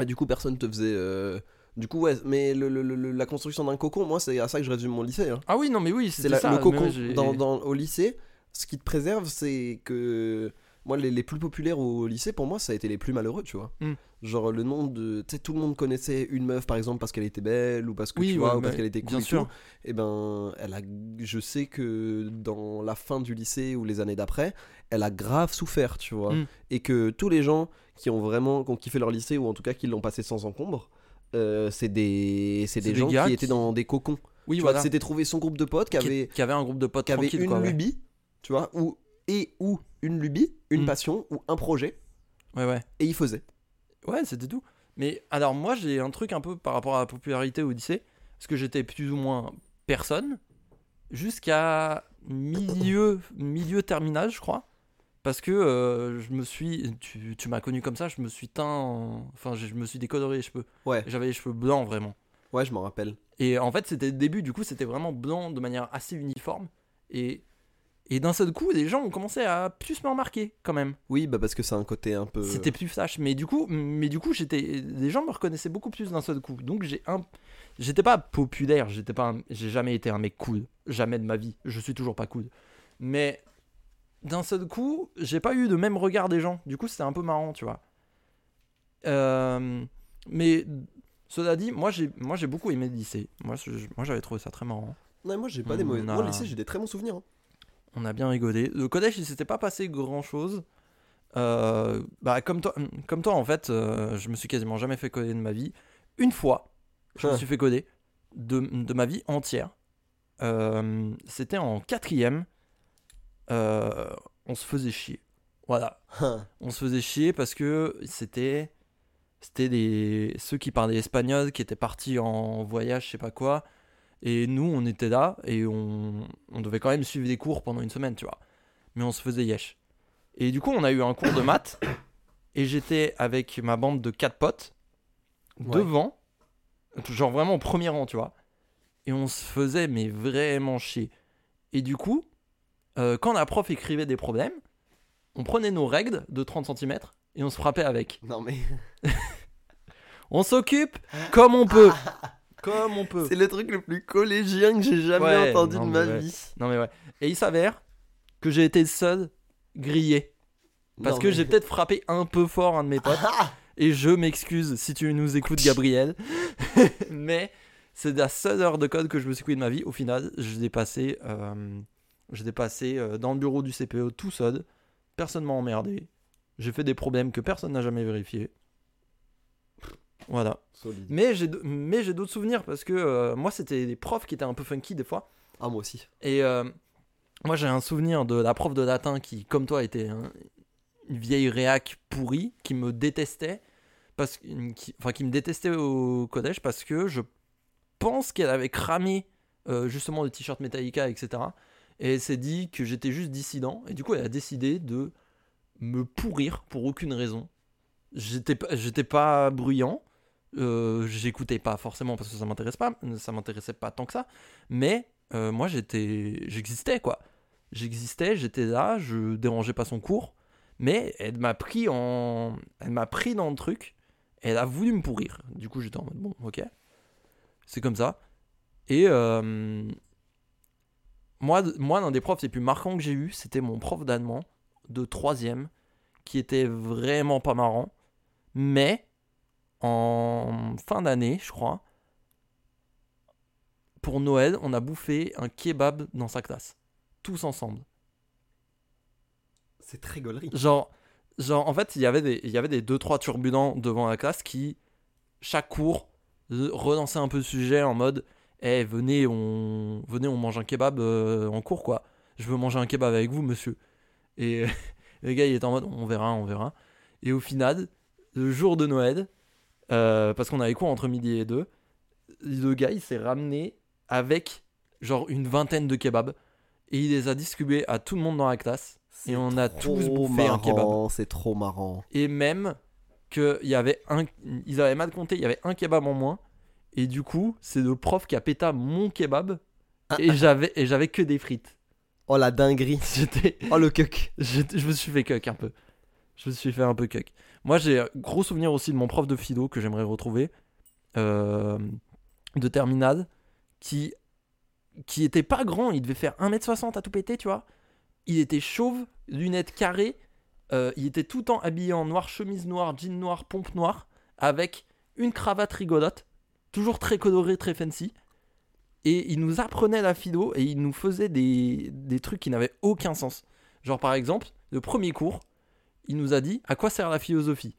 Speaker 1: Et du coup, personne te faisait. euh, Du coup, ouais, mais le- le- le- la construction d'un cocon, moi, c'est à ça que je résume mon lycée. hein.
Speaker 3: Ah oui, non, mais oui,
Speaker 1: C'est
Speaker 3: c'était
Speaker 1: la-
Speaker 3: ça.
Speaker 1: le
Speaker 3: mais
Speaker 1: cocon
Speaker 3: ouais, j'ai-
Speaker 1: dans, dans- au lycée. Ce qui te préserve, c'est que. Moi, les, les plus populaires au lycée, pour moi, ça a été les plus malheureux, tu vois.
Speaker 3: Mm.
Speaker 1: Genre, le nom de. Tu sais, tout le monde connaissait une meuf, par exemple, parce qu'elle était belle, ou parce que
Speaker 3: Oui,
Speaker 1: tu vois,
Speaker 3: ouais,
Speaker 1: ou parce
Speaker 3: mais
Speaker 1: qu'elle était cool.
Speaker 3: bien
Speaker 1: et
Speaker 3: sûr.
Speaker 1: tout. Et ben, elle a. Je sais que dans la fin du lycée ou les années d'après, elle a grave souffert, tu vois.
Speaker 3: Mm.
Speaker 1: Et que tous les gens qui ont vraiment. qui ont kiffé leur lycée, ou en tout cas qui l'ont passé sans encombre, euh, c'est des. C'est
Speaker 3: C'est
Speaker 1: des,
Speaker 3: des
Speaker 1: gens
Speaker 3: gars
Speaker 1: qui
Speaker 3: qui-
Speaker 1: étaient dans des cocons.
Speaker 3: Oui,
Speaker 1: Tu vois,
Speaker 3: voilà.
Speaker 1: qui s'était trouvé son groupe de potes, qui
Speaker 3: Qui-
Speaker 1: avait
Speaker 3: qui avait un groupe de potes
Speaker 1: qui avait
Speaker 3: tranquilles,
Speaker 1: une
Speaker 3: quoi, ouais.
Speaker 1: lubie, tu vois, ou et ou une lubie, une
Speaker 3: Mm.
Speaker 1: passion ou un projet,
Speaker 3: Ouais, ouais.
Speaker 1: et il faisait.
Speaker 3: Ouais, c'était tout. Mais alors, moi, j'ai un truc un peu par rapport à la popularité au lycée. Parce que j'étais plus ou moins personne. Jusqu'à milieu, milieu terminal, je crois. Parce que euh, je me suis. Tu, tu m'as connu comme ça, je me suis teint. en- Enfin, je, je me suis décoloré les cheveux.
Speaker 1: Ouais.
Speaker 3: J'avais les cheveux blancs, vraiment.
Speaker 1: Ouais, je m'en rappelle.
Speaker 3: Et en fait, c'était le début, du coup, c'était vraiment blanc de manière assez uniforme. Et, et d'un seul coup, les gens ont commencé à plus me remarquer, quand même.
Speaker 1: Oui, bah parce que c'est un côté un peu.
Speaker 3: C'était plus flash, mais du coup, mais du coup, j'étais, les gens me reconnaissaient beaucoup plus d'un seul coup. Donc j'ai un, j'étais pas populaire, j'étais pas, un- j'ai jamais été un mec cool, jamais de ma vie. Je suis toujours pas cool. Mais d'un seul coup, j'ai pas eu le même regard des gens. Du coup, c'était un peu marrant, tu vois. Euh, mais cela dit, moi j'ai moi j'ai beaucoup aimé le lycée. Moi je- moi j'avais trouvé ça très marrant.
Speaker 1: Ouais, moi, j'ai pas des mauvais.
Speaker 3: On
Speaker 1: Moi, au
Speaker 3: a-
Speaker 1: lycée, j'ai des très bons souvenirs. hein.
Speaker 3: On a bien rigolé. Le collège, il s'était pas passé grand chose. bah comme toi, comme toi en fait, euh, je me suis quasiment jamais fait coder de ma vie. Une fois, je
Speaker 1: (laughs)
Speaker 3: me
Speaker 1: Hein.
Speaker 3: suis fait coder de, de ma vie entière. Euh, C'était en quatrième. Euh, on se faisait chier. Voilà.
Speaker 1: Hein.
Speaker 3: on se faisait chier parce que c'était c'était des ceux qui parlaient espagnol qui étaient partis en voyage je sais pas quoi et nous on était là et on, on devait quand même suivre des cours pendant une semaine tu vois mais on se faisait yesh et du coup on a eu un cours de maths (coughs) et j'étais avec ma bande de quatre potes
Speaker 1: Ouais.
Speaker 3: devant genre vraiment au premier rang tu vois et on se faisait mais vraiment chier et du coup euh, quand la prof écrivait des problèmes on prenait nos règles de 30 cm et on se frappait avec.
Speaker 1: Non, mais. (laughs)
Speaker 3: On s'occupe comme on peut. Comme on peut.
Speaker 1: C'est le truc le plus collégien que j'ai jamais
Speaker 3: Ouais,
Speaker 1: entendu
Speaker 3: non,
Speaker 1: de
Speaker 3: mais
Speaker 1: ma
Speaker 3: ouais.
Speaker 1: vie.
Speaker 3: Non mais ouais. Et il s'avère que j'ai été le seul grillé. Parce
Speaker 1: (laughs)
Speaker 3: que j'ai peut-être frappé un peu fort un de mes potes. Et je m'excuse si tu nous écoutes, Gabriel. (laughs) mais c'est la seule heure de code que je me suis coupé de ma vie. Au final, je l'ai passé, euh, je l'ai passé euh, dans le bureau du CPE tout seul. Personne m'a emmerdé. J'ai fait des problèmes que personne n'a jamais vérifiés. Voilà.
Speaker 1: Solide.
Speaker 3: Mais j'ai d- mais j'ai d'autres souvenirs parce que euh, moi c'était des profs qui étaient un peu funky des fois
Speaker 1: Ah, moi aussi.
Speaker 3: et euh, moi j'ai un souvenir de la prof de latin qui comme toi était un- une vieille réac pourrie qui me détestait parce que- qui, enfin qui me détestait au collège parce que je pense qu'elle avait cramé euh, justement le t-shirt Metallica etc et elle s'est dit que j'étais juste dissident et du coup elle a décidé de me pourrir pour aucune raison j'étais pas j'étais pas bruyant euh, j'écoutais pas forcément parce que ça m'intéresse pas ça m'intéressait pas tant que ça mais euh, moi j'étais j'existais quoi j'existais j'étais là je dérangeais pas son cours mais elle m'a pris en elle m'a pris dans le truc elle a voulu me pourrir du coup j'étais en mode bon ok c'est comme ça et euh, moi d- moi l'un des profs les plus marquants que j'ai eu c'était mon prof d'allemand de troisième qui était vraiment pas marrant mais en fin d'année je crois pour Noël, on a bouffé un kebab dans sa classe. Tous ensemble.
Speaker 1: C'est très gaulerie.
Speaker 3: Genre, genre en fait, il y avait des, il y avait des deux trois turbulents devant la classe qui, chaque cours, le- relançaient un peu le sujet en mode Eh, venez, on, venez, on mange un kebab euh, en cours, quoi. Je veux manger un kebab avec vous, monsieur. Et (laughs) le gars, il était en mode On verra, on verra. Et au final, le jour de Noël, euh, parce qu'on avait cours entre midi et deux, le gars, il s'est ramené avec genre une vingtaine de kebabs. Et il les a distribués à tout le monde dans la classe. Et on a tous bouffé un kebab.
Speaker 1: C'est trop marrant.
Speaker 3: Et même que il y avait un, ils avaient mal compté, il y avait un kebab en moins. Et du coup, c'est le prof qui a péta mon kebab. Et j'avais, et j'avais que des frites. (laughs)
Speaker 1: Oh la dinguerie.
Speaker 3: J'étais,
Speaker 1: Oh le
Speaker 3: (laughs)
Speaker 1: cuck.
Speaker 3: je, je me suis fait cuck un peu. Je me suis fait un peu cuck. Moi, j'ai un gros souvenir aussi de mon prof de philo que j'aimerais retrouver, euh, de terminale, qui, qui était pas grand. Il devait faire 1m60 à tout péter, tu vois. Il était chauve, lunettes carrées. euh, il était tout le temps habillé en noir, chemise noire, jean noir, pompe noire, avec une cravate rigolote, toujours très colorée, très fancy. Et il nous apprenait la philo et il nous faisait des, des trucs qui n'avaient aucun sens. Genre par exemple, le premier cours, il nous a dit à quoi sert la philosophie.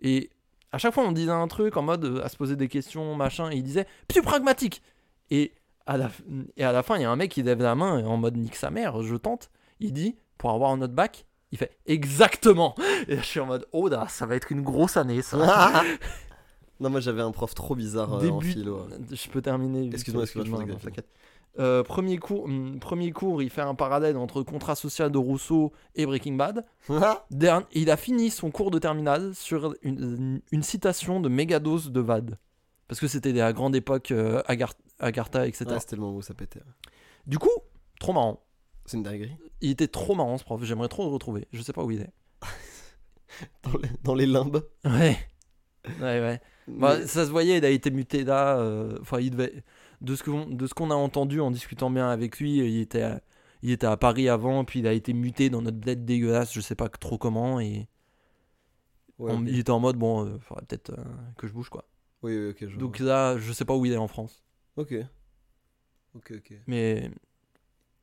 Speaker 3: Et à chaque fois on disait un truc en mode euh, à se poser des questions, machin, et il disait plus pragmatique. Et à la, f- et à la fin, il y a un mec qui lève la main en mode nique sa mère, je tente. Il dit pour avoir un autre bac, il fait exactement. Et je suis en mode oh là, ça va être une grosse année ça.
Speaker 1: (laughs) non moi j'avais un prof trop bizarre euh, en
Speaker 3: Début.
Speaker 1: philo. ouais.
Speaker 3: Je peux terminer. vite
Speaker 1: Excuse-moi,
Speaker 3: fait,
Speaker 1: excuse-moi, je pensais que
Speaker 3: non,
Speaker 1: t'avais
Speaker 3: t'inquiète. Euh, premier cours, hum, premier cours, il fait un parallèle entre contrat social de Rousseau et Breaking Bad.
Speaker 1: (laughs)
Speaker 3: Dern- il a fini son cours de terminale sur une, une citation de Mégados de Vade. Parce que c'était la grande époque euh, Agar- Agartha, etc.
Speaker 1: Ah, c'était le moment où ça pétait.
Speaker 3: Du coup, trop marrant.
Speaker 1: C'est une dinguerie. (laughs)
Speaker 3: Il était trop marrant ce prof, j'aimerais trop le retrouver. Je sais pas où il est.
Speaker 1: Dans les, dans les limbes.
Speaker 3: Ouais. Ouais, ouais. Bah,
Speaker 1: Mais-
Speaker 3: Ça se voyait, il a été muté là. euh, Enfin, il devait. De ce qu'on de ce qu'on a entendu en discutant bien avec lui, il était, il était à Paris avant, puis il a été muté dans notre bled dégueulasse, je sais pas trop comment, et
Speaker 1: Ouais,
Speaker 3: on-
Speaker 1: ok.
Speaker 3: il était en mode, bon, euh, faudrait peut-être euh, que je bouge, quoi.
Speaker 1: Oui, oui, ok. je vois.
Speaker 3: Donc là, je sais pas où il est en France,
Speaker 1: Ok. Ok, ok. (laughs)
Speaker 3: mais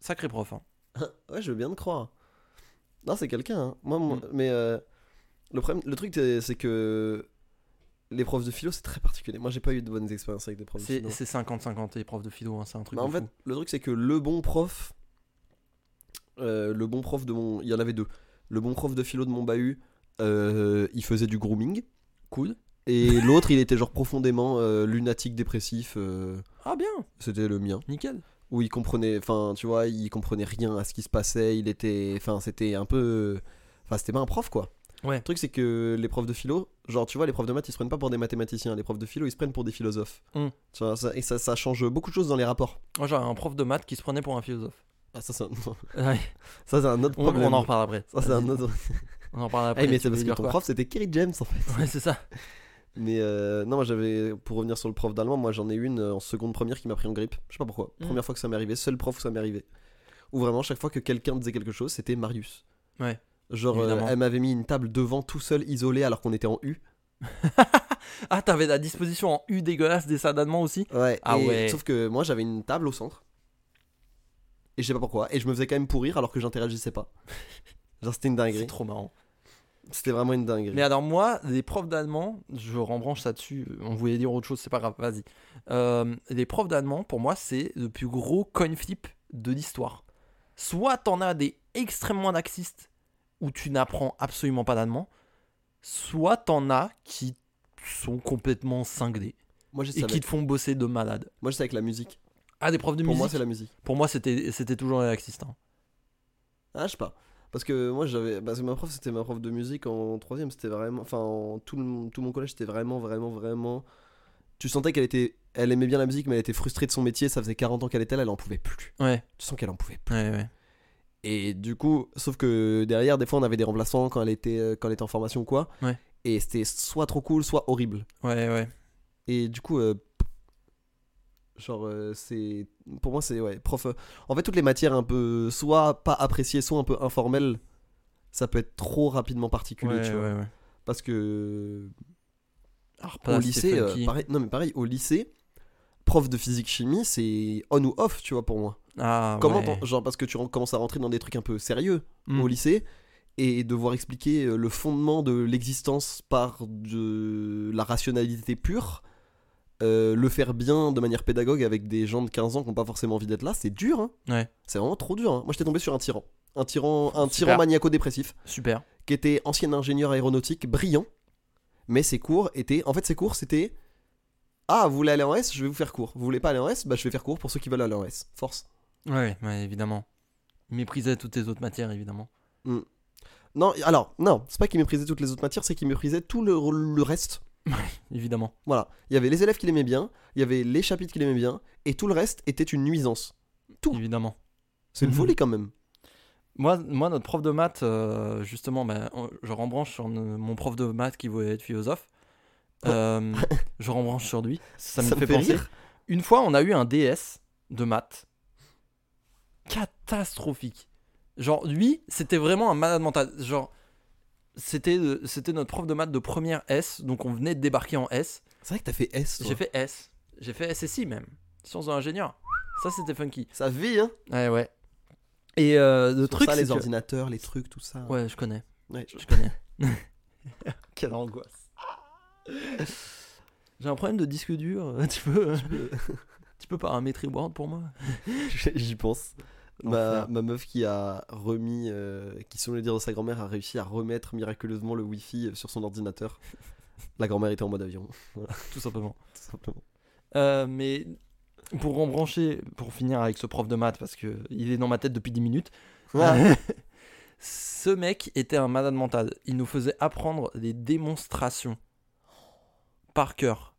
Speaker 3: sacré prof. hein.
Speaker 1: ouais, je veux bien te croire. Non, c'est quelqu'un. hein. Moi, moi-
Speaker 3: Mm.
Speaker 1: mais euh, le problème, le truc, c'est c'est que les profs de philo, c'est très particulier. Moi, j'ai pas eu de bonnes expériences avec des profs de
Speaker 3: C'est
Speaker 1: philo.
Speaker 3: c'est 50-50 les profs de philo, hein, c'est un truc
Speaker 1: Bah,
Speaker 3: de
Speaker 1: en fait,
Speaker 3: fou.
Speaker 1: le truc, c'est que le bon prof, euh, le bon prof de mon, il y en avait deux. Le bon prof de philo de mon bahut, euh, il faisait du grooming,
Speaker 3: Cool. (laughs)
Speaker 1: et l'autre, il était genre profondément euh, lunatique, dépressif. euh,
Speaker 3: Ah bien,
Speaker 1: C'était le mien.
Speaker 3: nickel.
Speaker 1: où il comprenait enfin tu vois il comprenait rien à ce qui se passait il était enfin c'était un peu enfin c'était pas un prof quoi
Speaker 3: Ouais.
Speaker 1: le truc c'est que les profs de philo genre tu vois les profs de maths ils se prennent pas pour des mathématiciens les profs de philo ils se prennent pour des philosophes
Speaker 3: Mm.
Speaker 1: tu vois ça, et ça, ça change beaucoup de choses dans les rapports
Speaker 3: Moi j'avais un prof de maths qui se prenait pour un philosophe.
Speaker 1: ah, ça (laughs) c'est un...
Speaker 3: Ouais,
Speaker 1: ça, c'est un autre
Speaker 3: on,
Speaker 1: problème
Speaker 3: on en reparle après.
Speaker 1: ça c'est
Speaker 3: Vas-y,
Speaker 1: un autre
Speaker 3: On en parle
Speaker 1: Ah,
Speaker 3: après.
Speaker 1: mais
Speaker 3: tu
Speaker 1: c'est parce
Speaker 3: voulais
Speaker 1: que
Speaker 3: dire
Speaker 1: ton
Speaker 3: quoi
Speaker 1: prof c'était Kerry James en fait (laughs)
Speaker 3: (laughs) Ouais, c'est ça.
Speaker 1: mais euh, non moi j'avais pour revenir sur le prof d'allemand moi j'en ai une euh, en seconde première qui m'a pris en grippe je sais pas pourquoi
Speaker 3: Mm.
Speaker 1: première fois que ça m'est arrivé seul prof que ça m'est arrivé où vraiment chaque fois que quelqu'un disait quelque chose c'était Marius
Speaker 3: Ouais.
Speaker 1: Genre, euh,
Speaker 3: Évidemment.
Speaker 1: elle m'avait mis une table devant tout seul, isolée, alors qu'on était en U.
Speaker 3: Ah, t'avais la disposition en U dégueulasse des salles d'allemand aussi
Speaker 1: Ouais.
Speaker 3: Ah
Speaker 1: et-
Speaker 3: ouais.
Speaker 1: Sauf que moi, j'avais une table au centre. Et je sais pas pourquoi. Et je me faisais quand même pourrir alors que j'interagissais
Speaker 3: (laughs)
Speaker 1: pas. Genre, c'était une
Speaker 3: C'est
Speaker 1: dinguerie.
Speaker 3: trop marrant.
Speaker 1: C'était vraiment une dinguerie.
Speaker 3: Mais alors moi, les profs d'allemand, je rembranche ça dessus, on voulait dire autre chose, c'est pas grave, vas-y. Euh, les profs d'allemand, pour moi, c'est le plus gros coin flip de l'histoire. Soit t'en as des extrêmement laxistes, où tu n'apprends absolument pas d'allemand, soit t'en as qui sont complètement cinglés,
Speaker 1: Moi, j'étais
Speaker 3: et qui
Speaker 1: avec...
Speaker 3: te font bosser de malade.
Speaker 1: moi, j'étais avec la musique.
Speaker 3: Ah, des profs de
Speaker 1: Pour moi,
Speaker 3: musique
Speaker 1: c'est la musique.
Speaker 3: Pour moi, c'était c'était toujours les laxistes. hein.
Speaker 1: Ah, je sais pas. Parce que moi, j'avais. Parce que ma prof, c'était ma prof de musique en troisième. C'était vraiment. Enfin, en tout, le- tout mon collège, c'était vraiment, vraiment, vraiment. Tu sentais qu'elle était. Elle aimait bien la musique, mais elle était frustrée de son métier. Ça faisait 40 ans qu'elle était là, elle en pouvait plus.
Speaker 3: Ouais,
Speaker 1: Tu sens qu'elle en pouvait
Speaker 3: ouais, ouais.
Speaker 1: Et du coup, sauf que derrière, des fois, on avait des remplaçants quand elle était, euh, quand elle était en formation ou quoi.
Speaker 3: Ouais.
Speaker 1: Et c'était soit trop cool, soit horrible.
Speaker 3: Ouais, ouais.
Speaker 1: Et du coup, euh, genre, euh, c'est. Pour moi, c'est. Ouais, prof. euh, en fait, toutes les matières un peu. Soit pas appréciées, soit un peu informelles, ça peut être trop rapidement particulier,
Speaker 3: Ouais,
Speaker 1: tu vois.
Speaker 3: ouais, ouais.
Speaker 1: Parce que.
Speaker 3: Alors,
Speaker 1: au
Speaker 3: pas, c'est
Speaker 1: lycée, euh,
Speaker 3: funky.
Speaker 1: pareil, non, mais pareil, au lycée, prof de physique-chimie, c'est on ou off, tu vois, pour moi.
Speaker 3: Ah,
Speaker 1: Comment
Speaker 3: ouais.
Speaker 1: t'en- Genre, parce que tu ren- commences à rentrer dans des trucs un peu sérieux
Speaker 3: Hmm.
Speaker 1: au lycée et devoir expliquer euh, le fondement de l'existence par de la rationalité pure, euh, le faire bien de manière pédagogue avec des gens de 15 ans qui n'ont pas forcément envie d'être là, c'est dur. hein.
Speaker 3: Ouais.
Speaker 1: C'est vraiment trop dur. hein. Moi, j'étais tombé sur un tyran. Un tyran, un tyran
Speaker 3: Super.
Speaker 1: maniaco-dépressif
Speaker 3: Super.
Speaker 1: qui était ancien ingénieur aéronautique, brillant, mais ses cours étaient. En fait, ses cours, c'était. Ah, vous voulez aller en S Je vais vous faire cours. Vous voulez pas aller en S Bah, je vais faire cours pour ceux qui veulent aller en S. Force.
Speaker 3: Ouais, ouais, évidemment. Il méprisait toutes les autres matières, évidemment.
Speaker 1: Non, alors, non, c'est pas qu'il méprisait toutes les autres matières, c'est qu'il méprisait tout le, le reste.
Speaker 3: Évidemment.
Speaker 1: Voilà. Il y avait les élèves qu'il aimait bien, il y avait les chapitres qu'il aimait bien, et tout le reste était une nuisance. Ouh.
Speaker 3: Évidemment.
Speaker 1: C'est une
Speaker 3: Mhm.
Speaker 1: folie quand même.
Speaker 3: Moi, moi, notre prof de maths, euh, justement, bah, on- je rembranche sur ne- mon prof de maths qui voulait être philosophe.
Speaker 1: Oh.
Speaker 3: Euh,
Speaker 1: (laughs)
Speaker 3: je rembranche sur lui. Ça me fait penser.
Speaker 1: rire.
Speaker 3: Une fois, on a eu un DS de maths. Catastrophique. Genre, lui, c'était vraiment un malade mental. Genre, c'était le- c'était notre prof de maths de première S, donc on venait de débarquer en S.
Speaker 1: C'est vrai que t'as fait S. toi.
Speaker 3: J'ai fait S. J'ai fait SSI même. Sciences de l'ingénieur. Ça, c'était funky.
Speaker 1: Ça vit, hein.
Speaker 3: Ouais, ouais. Et euh, le truc,
Speaker 1: ça,
Speaker 3: c'est
Speaker 1: les
Speaker 3: que-
Speaker 1: ordinateurs, les trucs, tout ça.
Speaker 3: Ouais, je connais.
Speaker 1: Ouais.
Speaker 3: Je connais. (laughs) Quelle angoisse. J'ai un problème de disque dur. euh, Tu peux, tu peux paramétrer Word pour moi
Speaker 1: (laughs) J'y pense. Ma,
Speaker 3: L'enfer.
Speaker 1: ma meuf qui a remis, euh, qui selon les dires de sa grand-mère a réussi à remettre miraculeusement le wifi euh, sur son ordinateur. La grand-mère était en mode avion, (laughs) tout
Speaker 3: (laughs) Tout simplement.
Speaker 1: simplement.
Speaker 3: Euh, mais pour rebrancher, pour finir avec ce prof de maths, parce que il est dans ma tête depuis 10 minutes. (laughs) ce mec était un malade mental. Il nous faisait apprendre des démonstrations par cœur.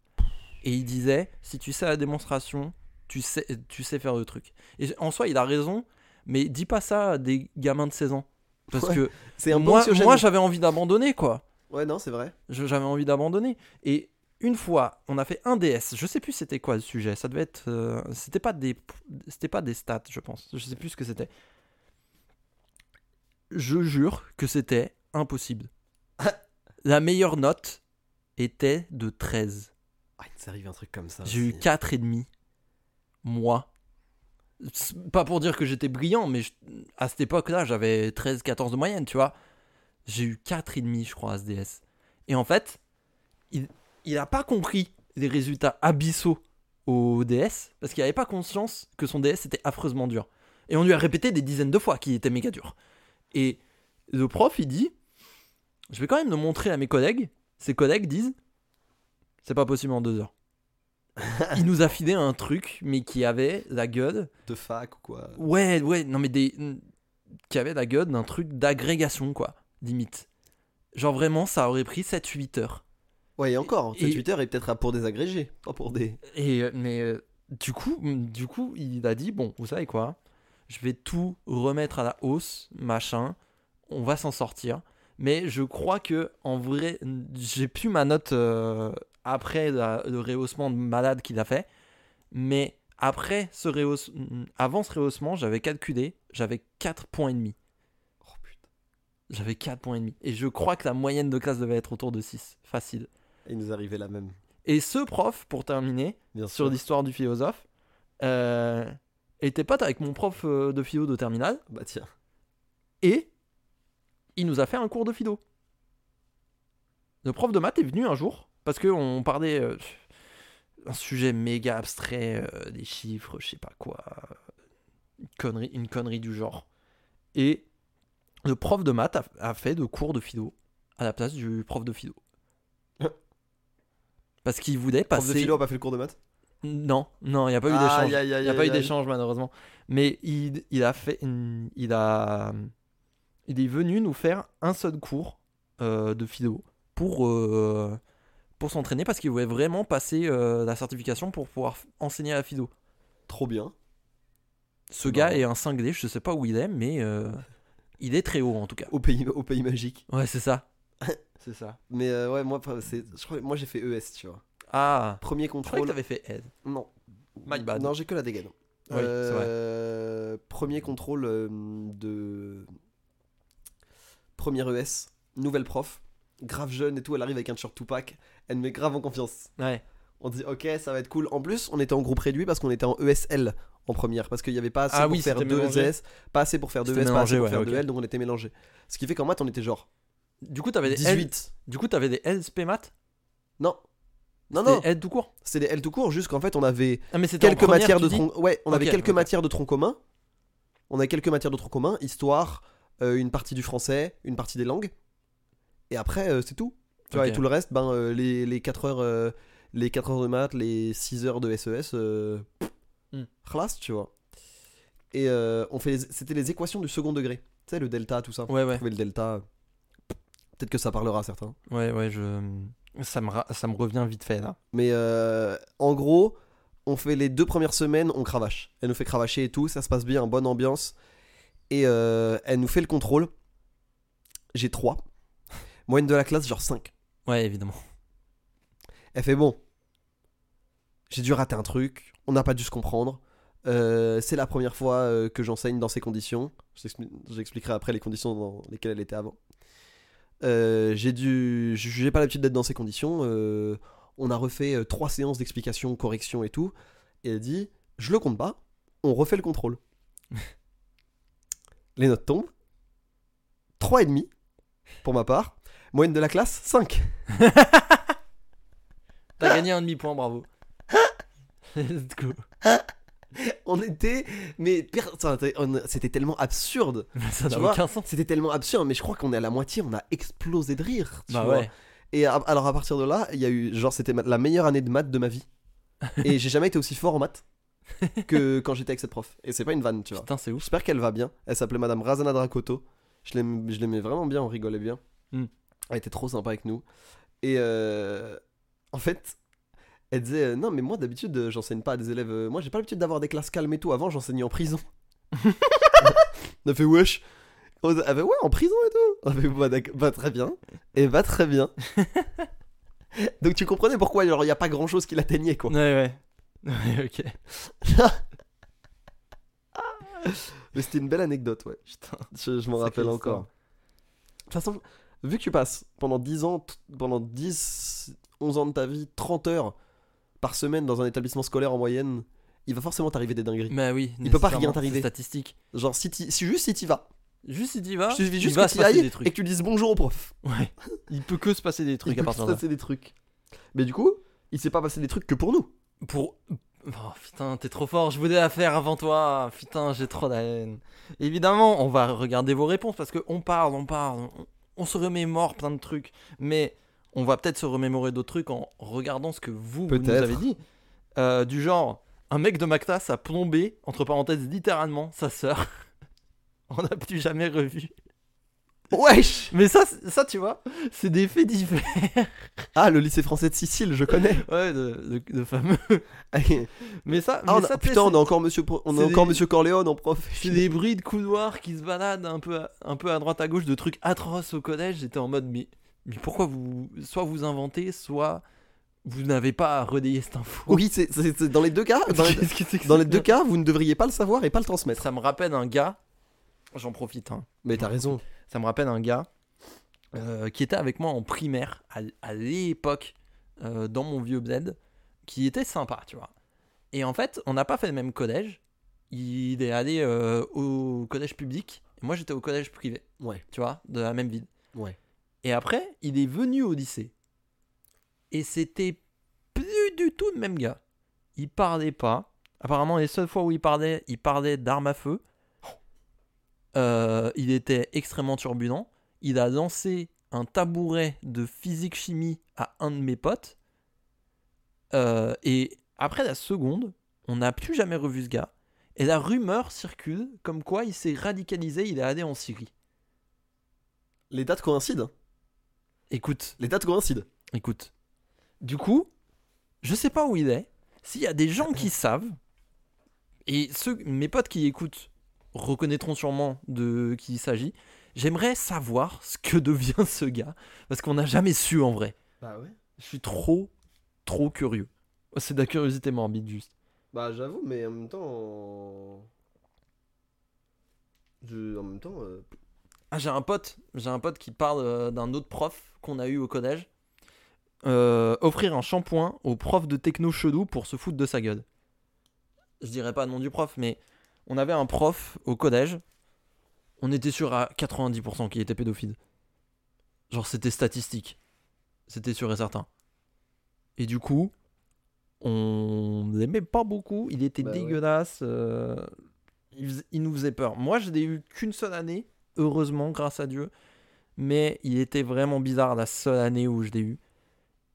Speaker 3: Et il disait, si tu sais la démonstration, tu sais, tu sais faire le truc. Et en soi, il a raison, mais dis pas ça à des gamins de 16 ans. Parce
Speaker 1: Ouais,
Speaker 3: que
Speaker 1: C'est un bon
Speaker 3: moi,
Speaker 1: anxiogène.
Speaker 3: moi j'avais envie d'abandonner, quoi.
Speaker 1: Ouais, non, c'est vrai.
Speaker 3: Je- J'avais envie d'abandonner. Et une fois, on a fait un DS. Je sais plus c'était quoi le sujet. Ça devait être. euh, c'était pas des. C'était pas des stats, je pense. Je sais plus ce que c'était. je jure que c'était impossible. La meilleure note était de 13.
Speaker 1: Ah, il nous arrive un truc comme ça.
Speaker 3: J'ai eu
Speaker 1: aussi.
Speaker 3: 4,5. Moi. C'est Pas pour dire que j'étais brillant, mais je- à cette époque-là, j'avais 13-14 de moyenne, tu vois. J'ai eu 4,5, je crois, à SDS. Et en fait, il n'a pas compris les résultats abyssaux au DS, parce qu'il n'avait pas conscience que son DS était affreusement dur. Et on lui a répété des dizaines de fois qu'il était méga dur. Et le prof, il dit, je vais quand même le montrer à mes collègues. Ses collègues disent, c'est pas possible en deux heures il nous a filé un truc, mais qui avait la gueule.
Speaker 1: De fac ou quoi.
Speaker 3: Ouais, ouais, non, mais des. Qui avait la gueule d'un truc d'agrégation, quoi, limite. Genre vraiment, ça aurait pris 7-8 heures.
Speaker 1: Ouais, et encore,
Speaker 3: Et-
Speaker 1: Twitter est peut-être à- pour des agrégés, pas pour des.
Speaker 3: Et euh, mais euh, du coup, mm, du coup, il a dit bon, vous savez quoi Je vais tout remettre à la hausse, machin. On va s'en sortir. Mais je crois que en vrai, j'ai plus ma note euh, après la- le rehaussement de malade qu'il a fait. Mais après ce rehausse, avant ce rehaussement, j'avais calculé, j'avais 4 points et demi.
Speaker 1: Oh putain.
Speaker 3: J'avais 4 points et demi. Et je crois que la moyenne de classe devait être autour de 6, facile.
Speaker 1: Il nous arrivait la même.
Speaker 3: Et ce prof, pour terminer,
Speaker 1: Bien
Speaker 3: sur
Speaker 1: sûr.
Speaker 3: l'histoire du philosophe, euh, était pote avec mon prof euh, de philo de terminale
Speaker 1: Bah tiens.
Speaker 3: et il nous a fait un cours de philo. Le prof de maths est venu un jour parce qu'on parlait euh, un sujet méga abstrait, euh, des chiffres, je sais pas quoi, une connerie, une connerie du genre. Et le prof de maths a, a fait de cours de philo à la place du prof
Speaker 1: (laughs)
Speaker 3: de philo. Parce qu'il voulait passer.
Speaker 1: Prof de philo Ah, a pas fait le cours de maths
Speaker 3: Non, non, il n'y a pas eu
Speaker 1: Aïe,
Speaker 3: d'échange.
Speaker 1: aïe, aïe,
Speaker 3: Il n'y a
Speaker 1: aïe,
Speaker 3: pas eu
Speaker 1: aïe.
Speaker 3: d'échange malheureusement. Mais il, il a fait, il a, il est venu nous faire un seul cours euh, de philo pour euh, pour s'entraîner parce qu'il voulait vraiment passer euh, la certification pour pouvoir f- enseigner à la philo.
Speaker 1: Trop bien.
Speaker 3: Ce
Speaker 1: Bah
Speaker 3: gars
Speaker 1: ouais.
Speaker 3: est un cinglé, je sais pas où il est, mais euh, il est très haut en tout cas.
Speaker 1: Au pays, au pays magique.
Speaker 3: Ouais,
Speaker 1: (laughs)
Speaker 3: c'est ça. c'est ça.
Speaker 1: Mais euh, ouais, moi, c'est- je crois, moi j'ai fait ES, tu vois.
Speaker 3: Ah,
Speaker 1: Premier
Speaker 3: je croyais que
Speaker 1: contrôle.
Speaker 3: t'avais fait aide.
Speaker 1: Non.
Speaker 3: My bad.
Speaker 1: Non, j'ai que la dégaine.
Speaker 3: Oui, c'est vrai.
Speaker 1: Euh, Premier contrôle euh, de. Premier ES, nouvelle prof, grave jeune et tout, elle arrive avec un t-shirt Tupac, elle me met grave en confiance.
Speaker 3: Ouais.
Speaker 1: On dit ok, ça va être cool. En plus, on était en groupe réduit parce qu'on était en ESL en première, parce qu'il n'y avait pas assez
Speaker 3: Ah
Speaker 1: pour
Speaker 3: oui,
Speaker 1: faire
Speaker 3: c'était
Speaker 1: deux
Speaker 3: mélangé.
Speaker 1: ES, pas assez pour faire deux
Speaker 3: C'était
Speaker 1: ES, pas assez
Speaker 3: mélangé,
Speaker 1: pour
Speaker 3: ouais,
Speaker 1: faire
Speaker 3: ok.
Speaker 1: deux L, donc on était mélangés. Ce qui fait qu'en maths, on était genre
Speaker 3: Du coup, t'avais des L,
Speaker 1: 18.
Speaker 3: du coup, t'avais des LSP maths.
Speaker 1: Non. Non,
Speaker 3: C'était
Speaker 1: Ah non,
Speaker 3: aide tout court.
Speaker 1: c'est des L tout court, juste qu'en fait, on avait
Speaker 3: Ah, mais c'était en
Speaker 1: quelques
Speaker 3: première,
Speaker 1: matières
Speaker 3: tu
Speaker 1: de
Speaker 3: dis
Speaker 1: tronc. Ouais, on avait
Speaker 3: Ok,
Speaker 1: quelques
Speaker 3: ok.
Speaker 1: matières de tronc commun. On a quelques matières de tronc commun, histoire, euh, une partie du français, une partie des langues. Et après, euh, c'est tout. Tu vois, et
Speaker 3: Ok.
Speaker 1: tout le reste, ben, euh, les, les 4 heures, euh, les 4 heures de maths, les 6 heures de SES, euh, pff,
Speaker 3: Hmm.
Speaker 1: classe, tu vois. Et euh, on fait les- c'était les équations du second degré. Tu sais, le delta, tout ça.
Speaker 3: Ouais, ouais.
Speaker 1: Trouver le delta. Peut-être que ça parlera à certains.
Speaker 3: Ouais, ouais, je... euh, ça, me ra- ça me revient vite fait là.
Speaker 1: Mais euh, en gros, on fait les deux premières semaines, on cravache. Elle nous fait cravacher et tout, ça se passe bien, bonne ambiance. Et euh, elle nous fait le contrôle. J'ai 3. Moyenne de la classe, genre 5.
Speaker 3: Ouais, évidemment.
Speaker 1: Elle fait bon. J'ai dû rater un truc, on n'a pas dû se comprendre. Euh, c'est la première fois euh, que j'enseigne dans ces conditions. Je t'expli- J'expliquerai après les conditions dans lesquelles elle était avant. Euh, j'ai dû, je- j'ai pas l'habitude d'être dans ces conditions. Euh, on a refait euh, trois séances d'explication, correction et tout. Et elle dit, je le compte pas. On refait le contrôle. les notes tombent. 3,5 pour ma part. Moyenne de la classe, 5.
Speaker 3: (laughs) T'as gagné un demi-point, (laughs) bravo. Let's go.
Speaker 1: On était, mais per- enfin, t'es- on- c'était tellement absurde,
Speaker 3: Ça n'a
Speaker 1: vois,
Speaker 3: aucun sens.
Speaker 1: c'était tellement absurde, mais je crois qu'on est à la moitié, on a explosé de rire, tu
Speaker 3: Bah
Speaker 1: vois.
Speaker 3: ouais.
Speaker 1: Et à- alors à partir de là, il y a eu, genre, c'était ma- la meilleure année de maths de ma vie. Et j'ai jamais été aussi fort en
Speaker 3: (laughs)
Speaker 1: maths que quand j'étais avec cette prof. Et c'est pas une vanne, tu vois.
Speaker 3: Putain, c'est ouf.
Speaker 1: J'espère qu'elle va bien. Elle s'appelait Madame Razana Dracoto. Je l'aime- je l'aimais vraiment bien, on rigolait bien.
Speaker 3: Hmm.
Speaker 1: Elle était trop sympa avec nous. Et euh, en fait, elle disait euh, Non, mais moi d'habitude, euh, j'enseigne pas à des élèves. euh, moi, j'ai pas l'habitude d'avoir des classes calmes et tout. Avant, j'enseignais en
Speaker 3: (laughs)
Speaker 1: prison. on a fait Wesh. On a- elle fait, Ouais, en prison et tout. On a fait Bah, d'accord. Bah, très bien. Et bah, très
Speaker 3: (laughs)
Speaker 1: bien. Donc, tu comprenais pourquoi il n'y a pas grand chose qui l'atteignait, quoi.
Speaker 3: Ouais, ouais. Ouais, ok.
Speaker 1: Mais c'était une belle anecdote, ouais.
Speaker 3: Putain,
Speaker 1: Je, je m'en
Speaker 3: Sacrée
Speaker 1: rappelle
Speaker 3: histoire.
Speaker 1: encore. De toute façon, vu que tu passes pendant 10 ans, t- pendant 10, 11 ans de ta vie, 30 heures par semaine dans un établissement scolaire en moyenne, il va forcément t'arriver des dingueries.
Speaker 3: Mais Bah oui,
Speaker 1: Il peut pas
Speaker 3: nécessairement,
Speaker 1: rien t'arriver.
Speaker 3: c'est Statistique.
Speaker 1: Genre, si, t'y- si juste si t'y vas,
Speaker 3: Juste si t'y vas,
Speaker 1: il suffit
Speaker 3: Ah, il
Speaker 1: juste
Speaker 3: va
Speaker 1: que
Speaker 3: se
Speaker 1: t'y
Speaker 3: passer
Speaker 1: ailles
Speaker 3: des
Speaker 1: et
Speaker 3: trucs.
Speaker 1: que tu dises bonjour au prof.
Speaker 3: Ouais. Il peut que se passer des trucs
Speaker 1: il
Speaker 3: à
Speaker 1: peut
Speaker 3: partir
Speaker 1: se
Speaker 3: de là.
Speaker 1: passer des trucs. Mais du coup, il s'est pas passé des trucs que pour nous.
Speaker 3: Pour. Oh putain, t'es trop fort, je voulais la faire avant toi. Putain, j'ai trop la haine. Évidemment, on va regarder vos réponses parce qu'on parle, on parle, on, on se remémore plein de trucs. Mais on va peut-être se remémorer d'autres trucs en regardant ce que vous, vous nous
Speaker 1: Peut-être.
Speaker 3: avez dit. Euh, du genre, un mec de Mactas a plombé, entre parenthèses, littéralement, sa sœur. (laughs) on n'a plus jamais revu.
Speaker 1: Wesh
Speaker 3: Mais ça, c'est- ça tu vois, c'est des faits divers. (laughs)
Speaker 1: Ah, le lycée français de Sicile, je connais.
Speaker 3: Ouais, de, de- de fameux.
Speaker 1: ah,
Speaker 3: Mais ça,
Speaker 1: on
Speaker 3: mais
Speaker 1: a-
Speaker 3: ça, tu sais,
Speaker 1: Ah, putain, on
Speaker 3: c'est-
Speaker 1: a encore monsieur, Pro- on a
Speaker 3: c'est
Speaker 1: encore
Speaker 3: des-
Speaker 1: monsieur Corleone en prof.
Speaker 3: C'est des bruits de couloirs qui se baladent un peu, à, un peu à droite à gauche, de trucs atroces au collège. J'étais en mode, mais, mais pourquoi vous. Soit vous inventez, soit vous n'avez pas à relayer cette info. (laughs)
Speaker 1: Oui, c'est c'est- c'est- dans les deux cas, dans les,
Speaker 3: Qu'est-ce que c'est (laughs) que
Speaker 1: dans
Speaker 3: ça
Speaker 1: les deux cas, vous ne devriez pas le savoir et pas le transmettre.
Speaker 3: Ça me rappelle un gars, j'en profite, hein.
Speaker 1: Mais t'as raison.
Speaker 3: ça me rappelle un gars euh, qui était avec moi en primaire à, à l'époque euh, dans mon vieux bled, qui était sympa, tu vois. Et en fait, on n'a pas fait le même collège. Il est allé euh, au collège public, et moi j'étais au collège privé,
Speaker 1: Ouais.
Speaker 3: tu vois, de la même ville.
Speaker 1: Ouais.
Speaker 3: Et après, il est venu au lycée. Et c'était plus du tout le même gars. Il parlait pas. Apparemment, les seules fois où il parlait, il parlait d'armes à feu. Euh, il était extrêmement turbulent. Il a lancé un tabouret de physique-chimie à un de mes potes. Euh, et après la seconde, on n'a plus jamais revu ce gars. Et la rumeur circule comme quoi il s'est radicalisé, il est allé en Syrie.
Speaker 1: Les dates coïncident. hein.
Speaker 3: Écoute,
Speaker 1: Les dates coïncident.
Speaker 3: Écoute. Du coup, je sais pas où il est. S'il y a des gens qui savent, et ceux, mes potes qui écoutent reconnaîtront sûrement de qui il s'agit, j'aimerais savoir ce que devient ce gars. Parce qu'on n'a jamais su en vrai.
Speaker 1: Bah ouais.
Speaker 3: Je suis trop, trop curieux. Oh, C'est de la curiosité morbide, juste.
Speaker 1: Bah j'avoue, mais en même temps. Je... En même temps. euh,
Speaker 3: Ah, j'ai un pote, j'ai un pote qui parle euh, d'un autre prof qu'on a eu au collège. Euh, offrir un shampoing au prof de techno chelou pour se foutre de sa gueule. Je dirais pas le nom du prof, mais on avait un prof au collège. On était sûr à 90% qu'il était pédophile. Genre c'était statistique. C'était sûr et certain. Et du coup, on l'aimait pas beaucoup. Il était
Speaker 1: Bah ouais.
Speaker 3: dégueulasse. euh, il, fais- il nous faisait peur. Moi, je l'ai eu qu'une seule année, heureusement, grâce à Dieu. Mais il était vraiment bizarre la seule année où je l'ai eu.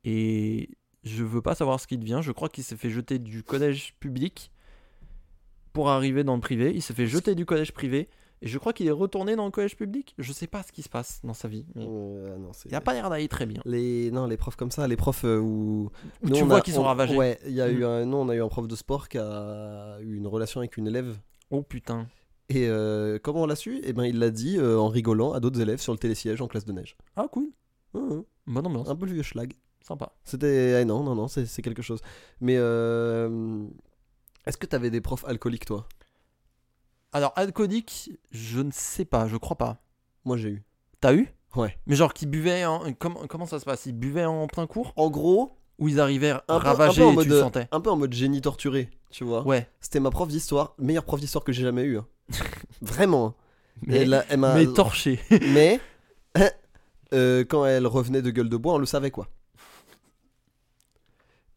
Speaker 3: Et je veux pas savoir ce qu'il devient. Je crois qu'il s'est fait jeter du collège public pour arriver dans le privé. Il s'est fait jeter du collège privé. Et je crois qu'il est retourné dans le collège public. Je sais pas ce qui se passe dans sa vie. mais
Speaker 1: euh, ah non, c'est.
Speaker 3: Il a pas l'air d'aller très bien.
Speaker 1: Les... Non, les profs comme ça, les profs euh, où.
Speaker 3: Ou
Speaker 1: Nous,
Speaker 3: tu
Speaker 1: on
Speaker 3: vois
Speaker 1: a-
Speaker 3: qu'ils sont
Speaker 1: on-
Speaker 3: ravagés.
Speaker 1: Ouais, il y a
Speaker 3: Mm.
Speaker 1: eu un... non, on a eu un prof de sport qui a eu une relation avec une élève.
Speaker 3: Oh putain.
Speaker 1: Et euh, comment on l'a su Eh ben, il l'a dit euh, en rigolant à d'autres élèves sur le télésiège en classe de neige.
Speaker 3: Ah cool.
Speaker 1: Hum,
Speaker 3: Bonne
Speaker 1: hum,
Speaker 3: ambiance.
Speaker 1: un peu vieux schlag.
Speaker 3: Sympa.
Speaker 1: C'était. ah non, non, non, c'est c'est quelque chose. Mais. euh, Est-ce que t'avais des profs alcooliques, toi
Speaker 3: Alors, alcoolique, je ne sais pas. Je crois pas.
Speaker 1: Moi, j'ai eu.
Speaker 3: T'as eu
Speaker 1: Ouais.
Speaker 3: Mais genre qui buvaient, en- comment, comment ça se passe Ils buvaient en plein cours
Speaker 1: En gros,
Speaker 3: ou ils arrivaient
Speaker 1: un peu, un peu
Speaker 3: ravagés
Speaker 1: en
Speaker 3: et
Speaker 1: mode, euh,
Speaker 3: tu le sentais
Speaker 1: un peu en mode génie torturé, tu vois.
Speaker 3: Ouais.
Speaker 1: C'était ma prof d'histoire, meilleure prof d'histoire que j'ai jamais
Speaker 3: (laughs)
Speaker 1: eue. hein. Vraiment. hein. Et
Speaker 3: Mais,
Speaker 1: elle a- elle m'a-
Speaker 3: mais torché.
Speaker 1: (laughs) mais, euh, quand elle revenait de gueule de bois, on le savait quoi.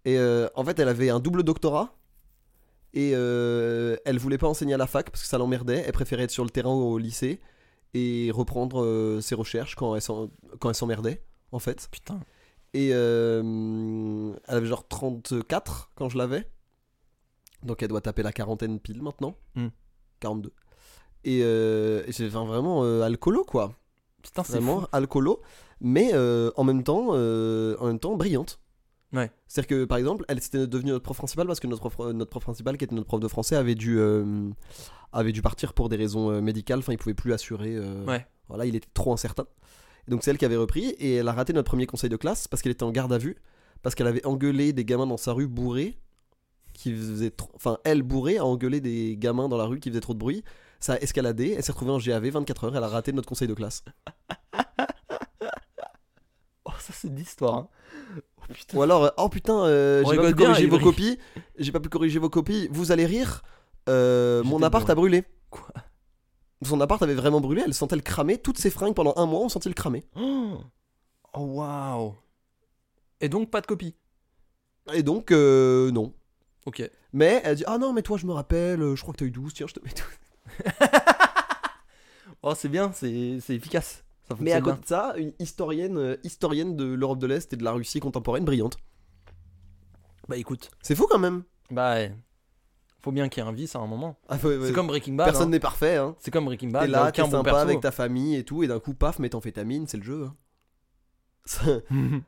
Speaker 1: Et euh, en fait, elle avait un double doctorat. Et euh, elle voulait pas enseigner à la fac parce que ça l'emmerdait. Elle préférait être sur le terrain au lycée et reprendre euh, ses recherches quand elle s'en- quand elle s'emmerdait, en fait.
Speaker 3: Putain.
Speaker 1: Et euh, elle avait genre 34 quand je l'avais. Donc elle doit taper la quarantaine pile maintenant.
Speaker 3: Hmm.
Speaker 1: 42. Et euh, j'ai enfin, vraiment euh, alcoolo quoi.
Speaker 3: Putain, c'est
Speaker 1: Vraiment
Speaker 3: fou.
Speaker 1: alcoolo. Mais euh, en, même temps, euh, en même temps brillante.
Speaker 3: Ouais.
Speaker 1: C'est-à-dire que par exemple, elle était devenue notre prof principale parce que notre prof, euh, notre prof principal, qui était notre prof de français, avait dû, euh, avait dû partir pour des raisons euh, médicales. Enfin, il pouvait plus assurer. euh,
Speaker 3: Ouais.
Speaker 1: Voilà, il était trop incertain. Et Donc c'est elle qui avait repris et elle a raté notre premier conseil de classe parce qu'elle était en garde à vue, parce qu'elle avait engueulé des gamins dans sa rue bourrés qui qui faisait trop... Enfin, elle bourrée a engueulé des gamins dans la rue qui faisaient trop de bruit. Ça a escaladé, elle s'est retrouvée en GAV 24 heures, elle a raté notre conseil de classe.
Speaker 3: Oh, ça, c'est de l'histoire. hein. Oh putain.
Speaker 1: Ou alors, euh, oh putain, euh,
Speaker 3: On
Speaker 1: j'ai pas
Speaker 3: rigole
Speaker 1: pu
Speaker 3: bien,
Speaker 1: corriger
Speaker 3: il
Speaker 1: vos
Speaker 3: rit.
Speaker 1: copies, j'ai pas pu corriger vos copies, vous allez rire, euh, mon
Speaker 3: J'étais
Speaker 1: appart
Speaker 3: bourré.
Speaker 1: a brûlé.
Speaker 3: Quoi
Speaker 1: Son appart avait vraiment brûlé, elle sentait le cramer, toutes ses fringues pendant un mois, on sentait le cramer.
Speaker 3: Oh Oh, waouh. Et donc, pas de copie.
Speaker 1: Et donc, euh, non.
Speaker 3: Ok.
Speaker 1: Mais elle dit Ah non, mais toi, je me rappelle, euh, je crois que t'as eu 12, tiens, je te mets
Speaker 3: (laughs)
Speaker 1: 12.
Speaker 3: Oh, c'est bien, c'est c'est efficace. Ça
Speaker 1: Mais à côté
Speaker 3: fonctionne bien.
Speaker 1: de ça, une historienne, euh, historienne de l'Europe de l'Est et de la Russie contemporaine brillante.
Speaker 3: Bah écoute,
Speaker 1: C'est fou quand même.
Speaker 3: bah ouais. faut bien qu'il y ait un vice à un moment.
Speaker 1: Ah, ouais, ouais.
Speaker 3: C'est comme Bah, Breaking Bad.
Speaker 1: Personne
Speaker 3: hein.
Speaker 1: n'est parfait, hein.
Speaker 3: C'est comme Breaking
Speaker 1: t'es
Speaker 3: Bad.
Speaker 1: là,
Speaker 3: t'as
Speaker 1: t'es
Speaker 3: aucun bon
Speaker 1: sympa
Speaker 3: perso.
Speaker 1: avec ta famille et tout, et d'un coup, paf, méthamphétamine, c'est le jeu. hein. Ça,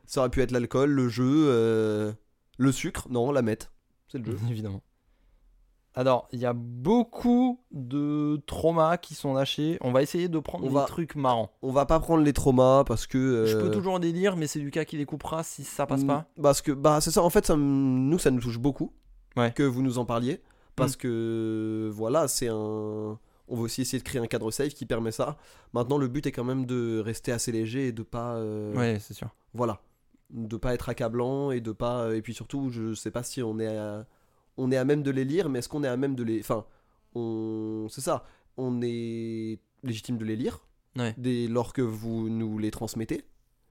Speaker 1: ça aurait pu être l'alcool, le jeu, euh, le sucre, non, la meth. C'est le jeu.
Speaker 3: (laughs) Évidemment. Alors, il y a beaucoup de traumas qui sont lâchés. On va essayer de prendre
Speaker 1: On
Speaker 3: des
Speaker 1: va-
Speaker 3: trucs marrants.
Speaker 1: On va pas prendre les traumas parce que.
Speaker 3: Je peux
Speaker 1: euh,
Speaker 3: toujours en délire, mais c'est Lucas qui les coupera si ça passe
Speaker 1: Mm,
Speaker 3: pas.
Speaker 1: Parce que, bah, c'est ça, en fait, ça, m- nous, ça nous touche beaucoup
Speaker 3: Ouais. Mhm.
Speaker 1: que vous nous en parliez. Parce que, voilà, c'est un. On va aussi essayer de créer un cadre safe qui permet ça. Maintenant, le but est quand même de rester assez léger et de pas. euh,
Speaker 3: Ouais, c'est sûr.
Speaker 1: Voilà. De pas être accablant et de pas. Et puis surtout, je sais pas si on est à, on est à même de les lire, mais est-ce qu'on est à même de les. Enfin, on. C'est ça. On est légitime de les lire
Speaker 3: Ouais.
Speaker 1: dès lors que vous nous les transmettez.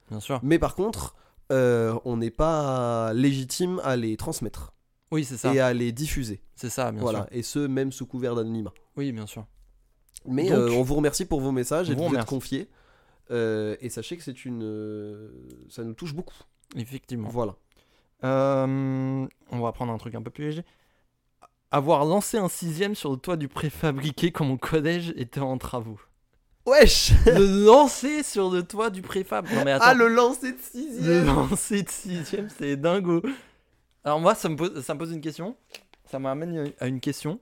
Speaker 3: Bien sûr.
Speaker 1: Mais par contre, euh, on n'est pas légitime à les transmettre
Speaker 3: Oui, c'est ça.
Speaker 1: et à les diffuser.
Speaker 3: C'est ça, bien
Speaker 1: voilà,
Speaker 3: sûr.
Speaker 1: et ce, même sous couvert d'anonymat.
Speaker 3: Oui, bien sûr.
Speaker 1: Mais
Speaker 3: Donc-
Speaker 1: euh, on vous remercie pour vos messages
Speaker 3: On
Speaker 1: et de
Speaker 3: vous
Speaker 1: vous être
Speaker 3: remercie.
Speaker 1: confiés. Euh, et sachez que c'est une. euh, ça nous touche beaucoup.
Speaker 3: Effectivement.
Speaker 1: Voilà.
Speaker 3: Euh, on va prendre un truc un peu plus léger. Avoir lancé un sixième sur le toit du préfabriqué quand mon collège était
Speaker 1: (laughs)
Speaker 3: en travaux.
Speaker 1: Wesh
Speaker 3: le lancer sur le toit du préfab. Non mais attends.
Speaker 1: Ah, le lancer de
Speaker 3: Le
Speaker 1: sixième
Speaker 3: lancer de sixième, c'est dingo. Alors moi, ça me pose, ça me pose une question. Ça m'amène à une question.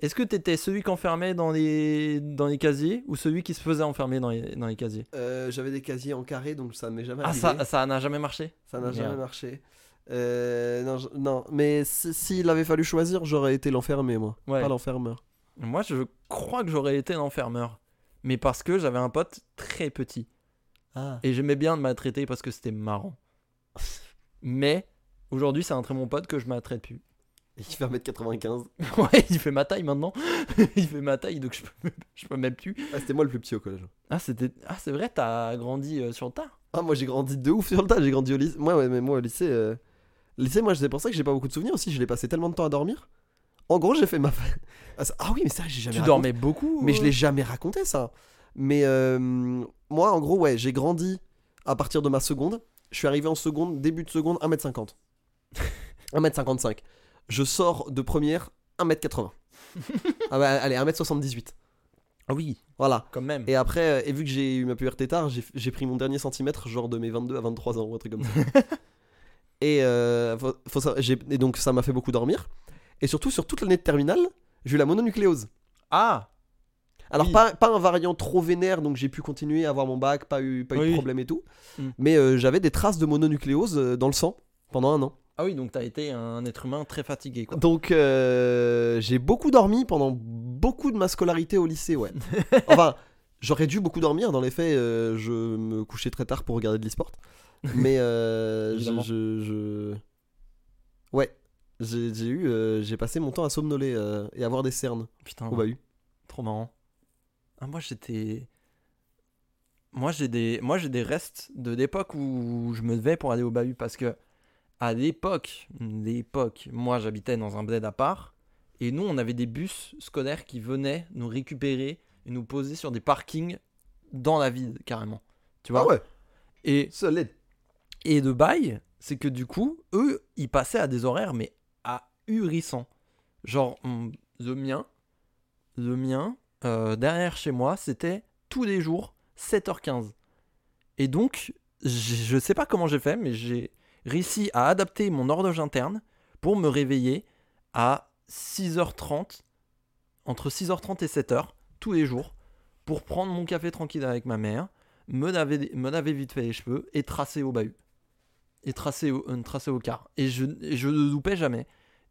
Speaker 3: Est-ce que t'étais celui qu'enfermait dans les, dans les casiers ou celui qui se faisait enfermer dans les, dans les casiers
Speaker 1: Euh, J'avais des casiers en carré, donc ça m'est jamais
Speaker 3: Ah,
Speaker 1: arrivé.
Speaker 3: ça ça n'a jamais marché
Speaker 1: Ça n'a jamais
Speaker 3: Merde.
Speaker 1: marché. Euh, non, je- non, mais si- s'il avait fallu choisir, j'aurais été l'enfermé, moi.
Speaker 3: Ouais.
Speaker 1: Pas l'enfermeur.
Speaker 3: Moi, je crois que j'aurais été l'enfermeur. Mais parce que j'avais un pote très petit.
Speaker 1: Ah.
Speaker 3: Et j'aimais bien de maltraiter parce que c'était marrant. Mais aujourd'hui, c'est un très bon pote que je maltraite plus. (laughs)
Speaker 1: Il fait 1m95.
Speaker 3: Ouais, il fait ma taille maintenant. (laughs) il fait ma taille, donc je peux, je peux même plus.
Speaker 1: Ah, c'était moi le plus petit au collège.
Speaker 3: Ah, c'était... ah c'est vrai, t'as grandi euh, sur le tard.
Speaker 1: Ah, moi j'ai grandi de ouf sur le tas, j'ai grandi au lycée. Moi, ouais, mais moi au lycée. euh, Lycée, moi, c'est pour ça que j'ai pas beaucoup de souvenirs aussi, je l'ai passé tellement de temps à dormir. En gros, j'ai fait ma. ah, ça- ah oui, mais ça, j'ai jamais
Speaker 3: Tu
Speaker 1: raconté.
Speaker 3: dormais beaucoup
Speaker 1: Mais je l'ai
Speaker 3: euh
Speaker 1: jamais raconté ça. Mais euh, moi, en gros, ouais, j'ai grandi à partir de ma seconde. Je suis arrivé en seconde, début de seconde, 1m50. 1m55. Je sors de première, 1m80. ah bah, allez, 1m78.
Speaker 3: Ah oui,
Speaker 1: Voilà.
Speaker 3: quand même.
Speaker 1: Et après, euh, et vu que j'ai eu ma puberté tard, j'ai- j'ai pris mon dernier centimètre genre de mes 22 à 23 ans ou un truc comme ça. et, euh, faut- faut savoir- j'ai- et donc ça m'a fait beaucoup dormir. Et surtout, sur toute l'année de terminale, j'ai eu la mononucléose.
Speaker 3: Ah
Speaker 1: Alors
Speaker 3: Oui.
Speaker 1: pas, pas un variant trop vénère, donc j'ai pu continuer à avoir mon bac, pas eu, pas eu
Speaker 3: Oui.
Speaker 1: de problème et tout.
Speaker 3: Mm.
Speaker 1: Mais euh, j'avais des traces de mononucléose euh, dans le sang pendant un an.
Speaker 3: Ah oui, donc t'as été un être humain très fatigué, quoi.
Speaker 1: Donc euh, j'ai beaucoup dormi pendant beaucoup de ma scolarité au lycée,
Speaker 3: (laughs)
Speaker 1: ouais. Enfin, j'aurais dû beaucoup dormir, dans les faits, euh, je me couchais très tard pour regarder de l'e-sport. Mais
Speaker 3: (laughs)
Speaker 1: euh, je,
Speaker 3: Évidemment.
Speaker 1: je- je- Ouais, j'ai j'ai eu, euh, j'ai passé mon temps à somnoler euh, et avoir des cernes
Speaker 3: Putain,
Speaker 1: au bahut.
Speaker 3: trop marrant. Ah, moi, j'étais... Moi, j'ai des... Moi, j'ai des restes de l'époque où je me devais pour aller au bahut, parce que à l'époque, l'époque, moi, j'habitais dans un bled à part, et nous, on avait des bus scolaires qui venaient nous récupérer et nous poser sur des parkings dans la ville, carrément. Tu vois
Speaker 1: Ah ouais,
Speaker 3: Et
Speaker 1: solide.
Speaker 3: Et de bail, c'est que du coup, eux, ils passaient à des horaires, mais ahurissants. Genre, on- le mien, le mien, euh, derrière chez moi, c'était tous les jours, 7h15. Et donc, j'ai- je sais pas comment j'ai fait, mais j'ai réussi à adapter mon horloge interne pour me réveiller à 6h30, entre 6h30 et 7h, tous les jours, pour prendre mon café tranquille avec ma mère, me laver, me laver vite fait les cheveux et tracer au bahut et tracé au, euh, tracé au quart. Et je, et je ne loupais jamais.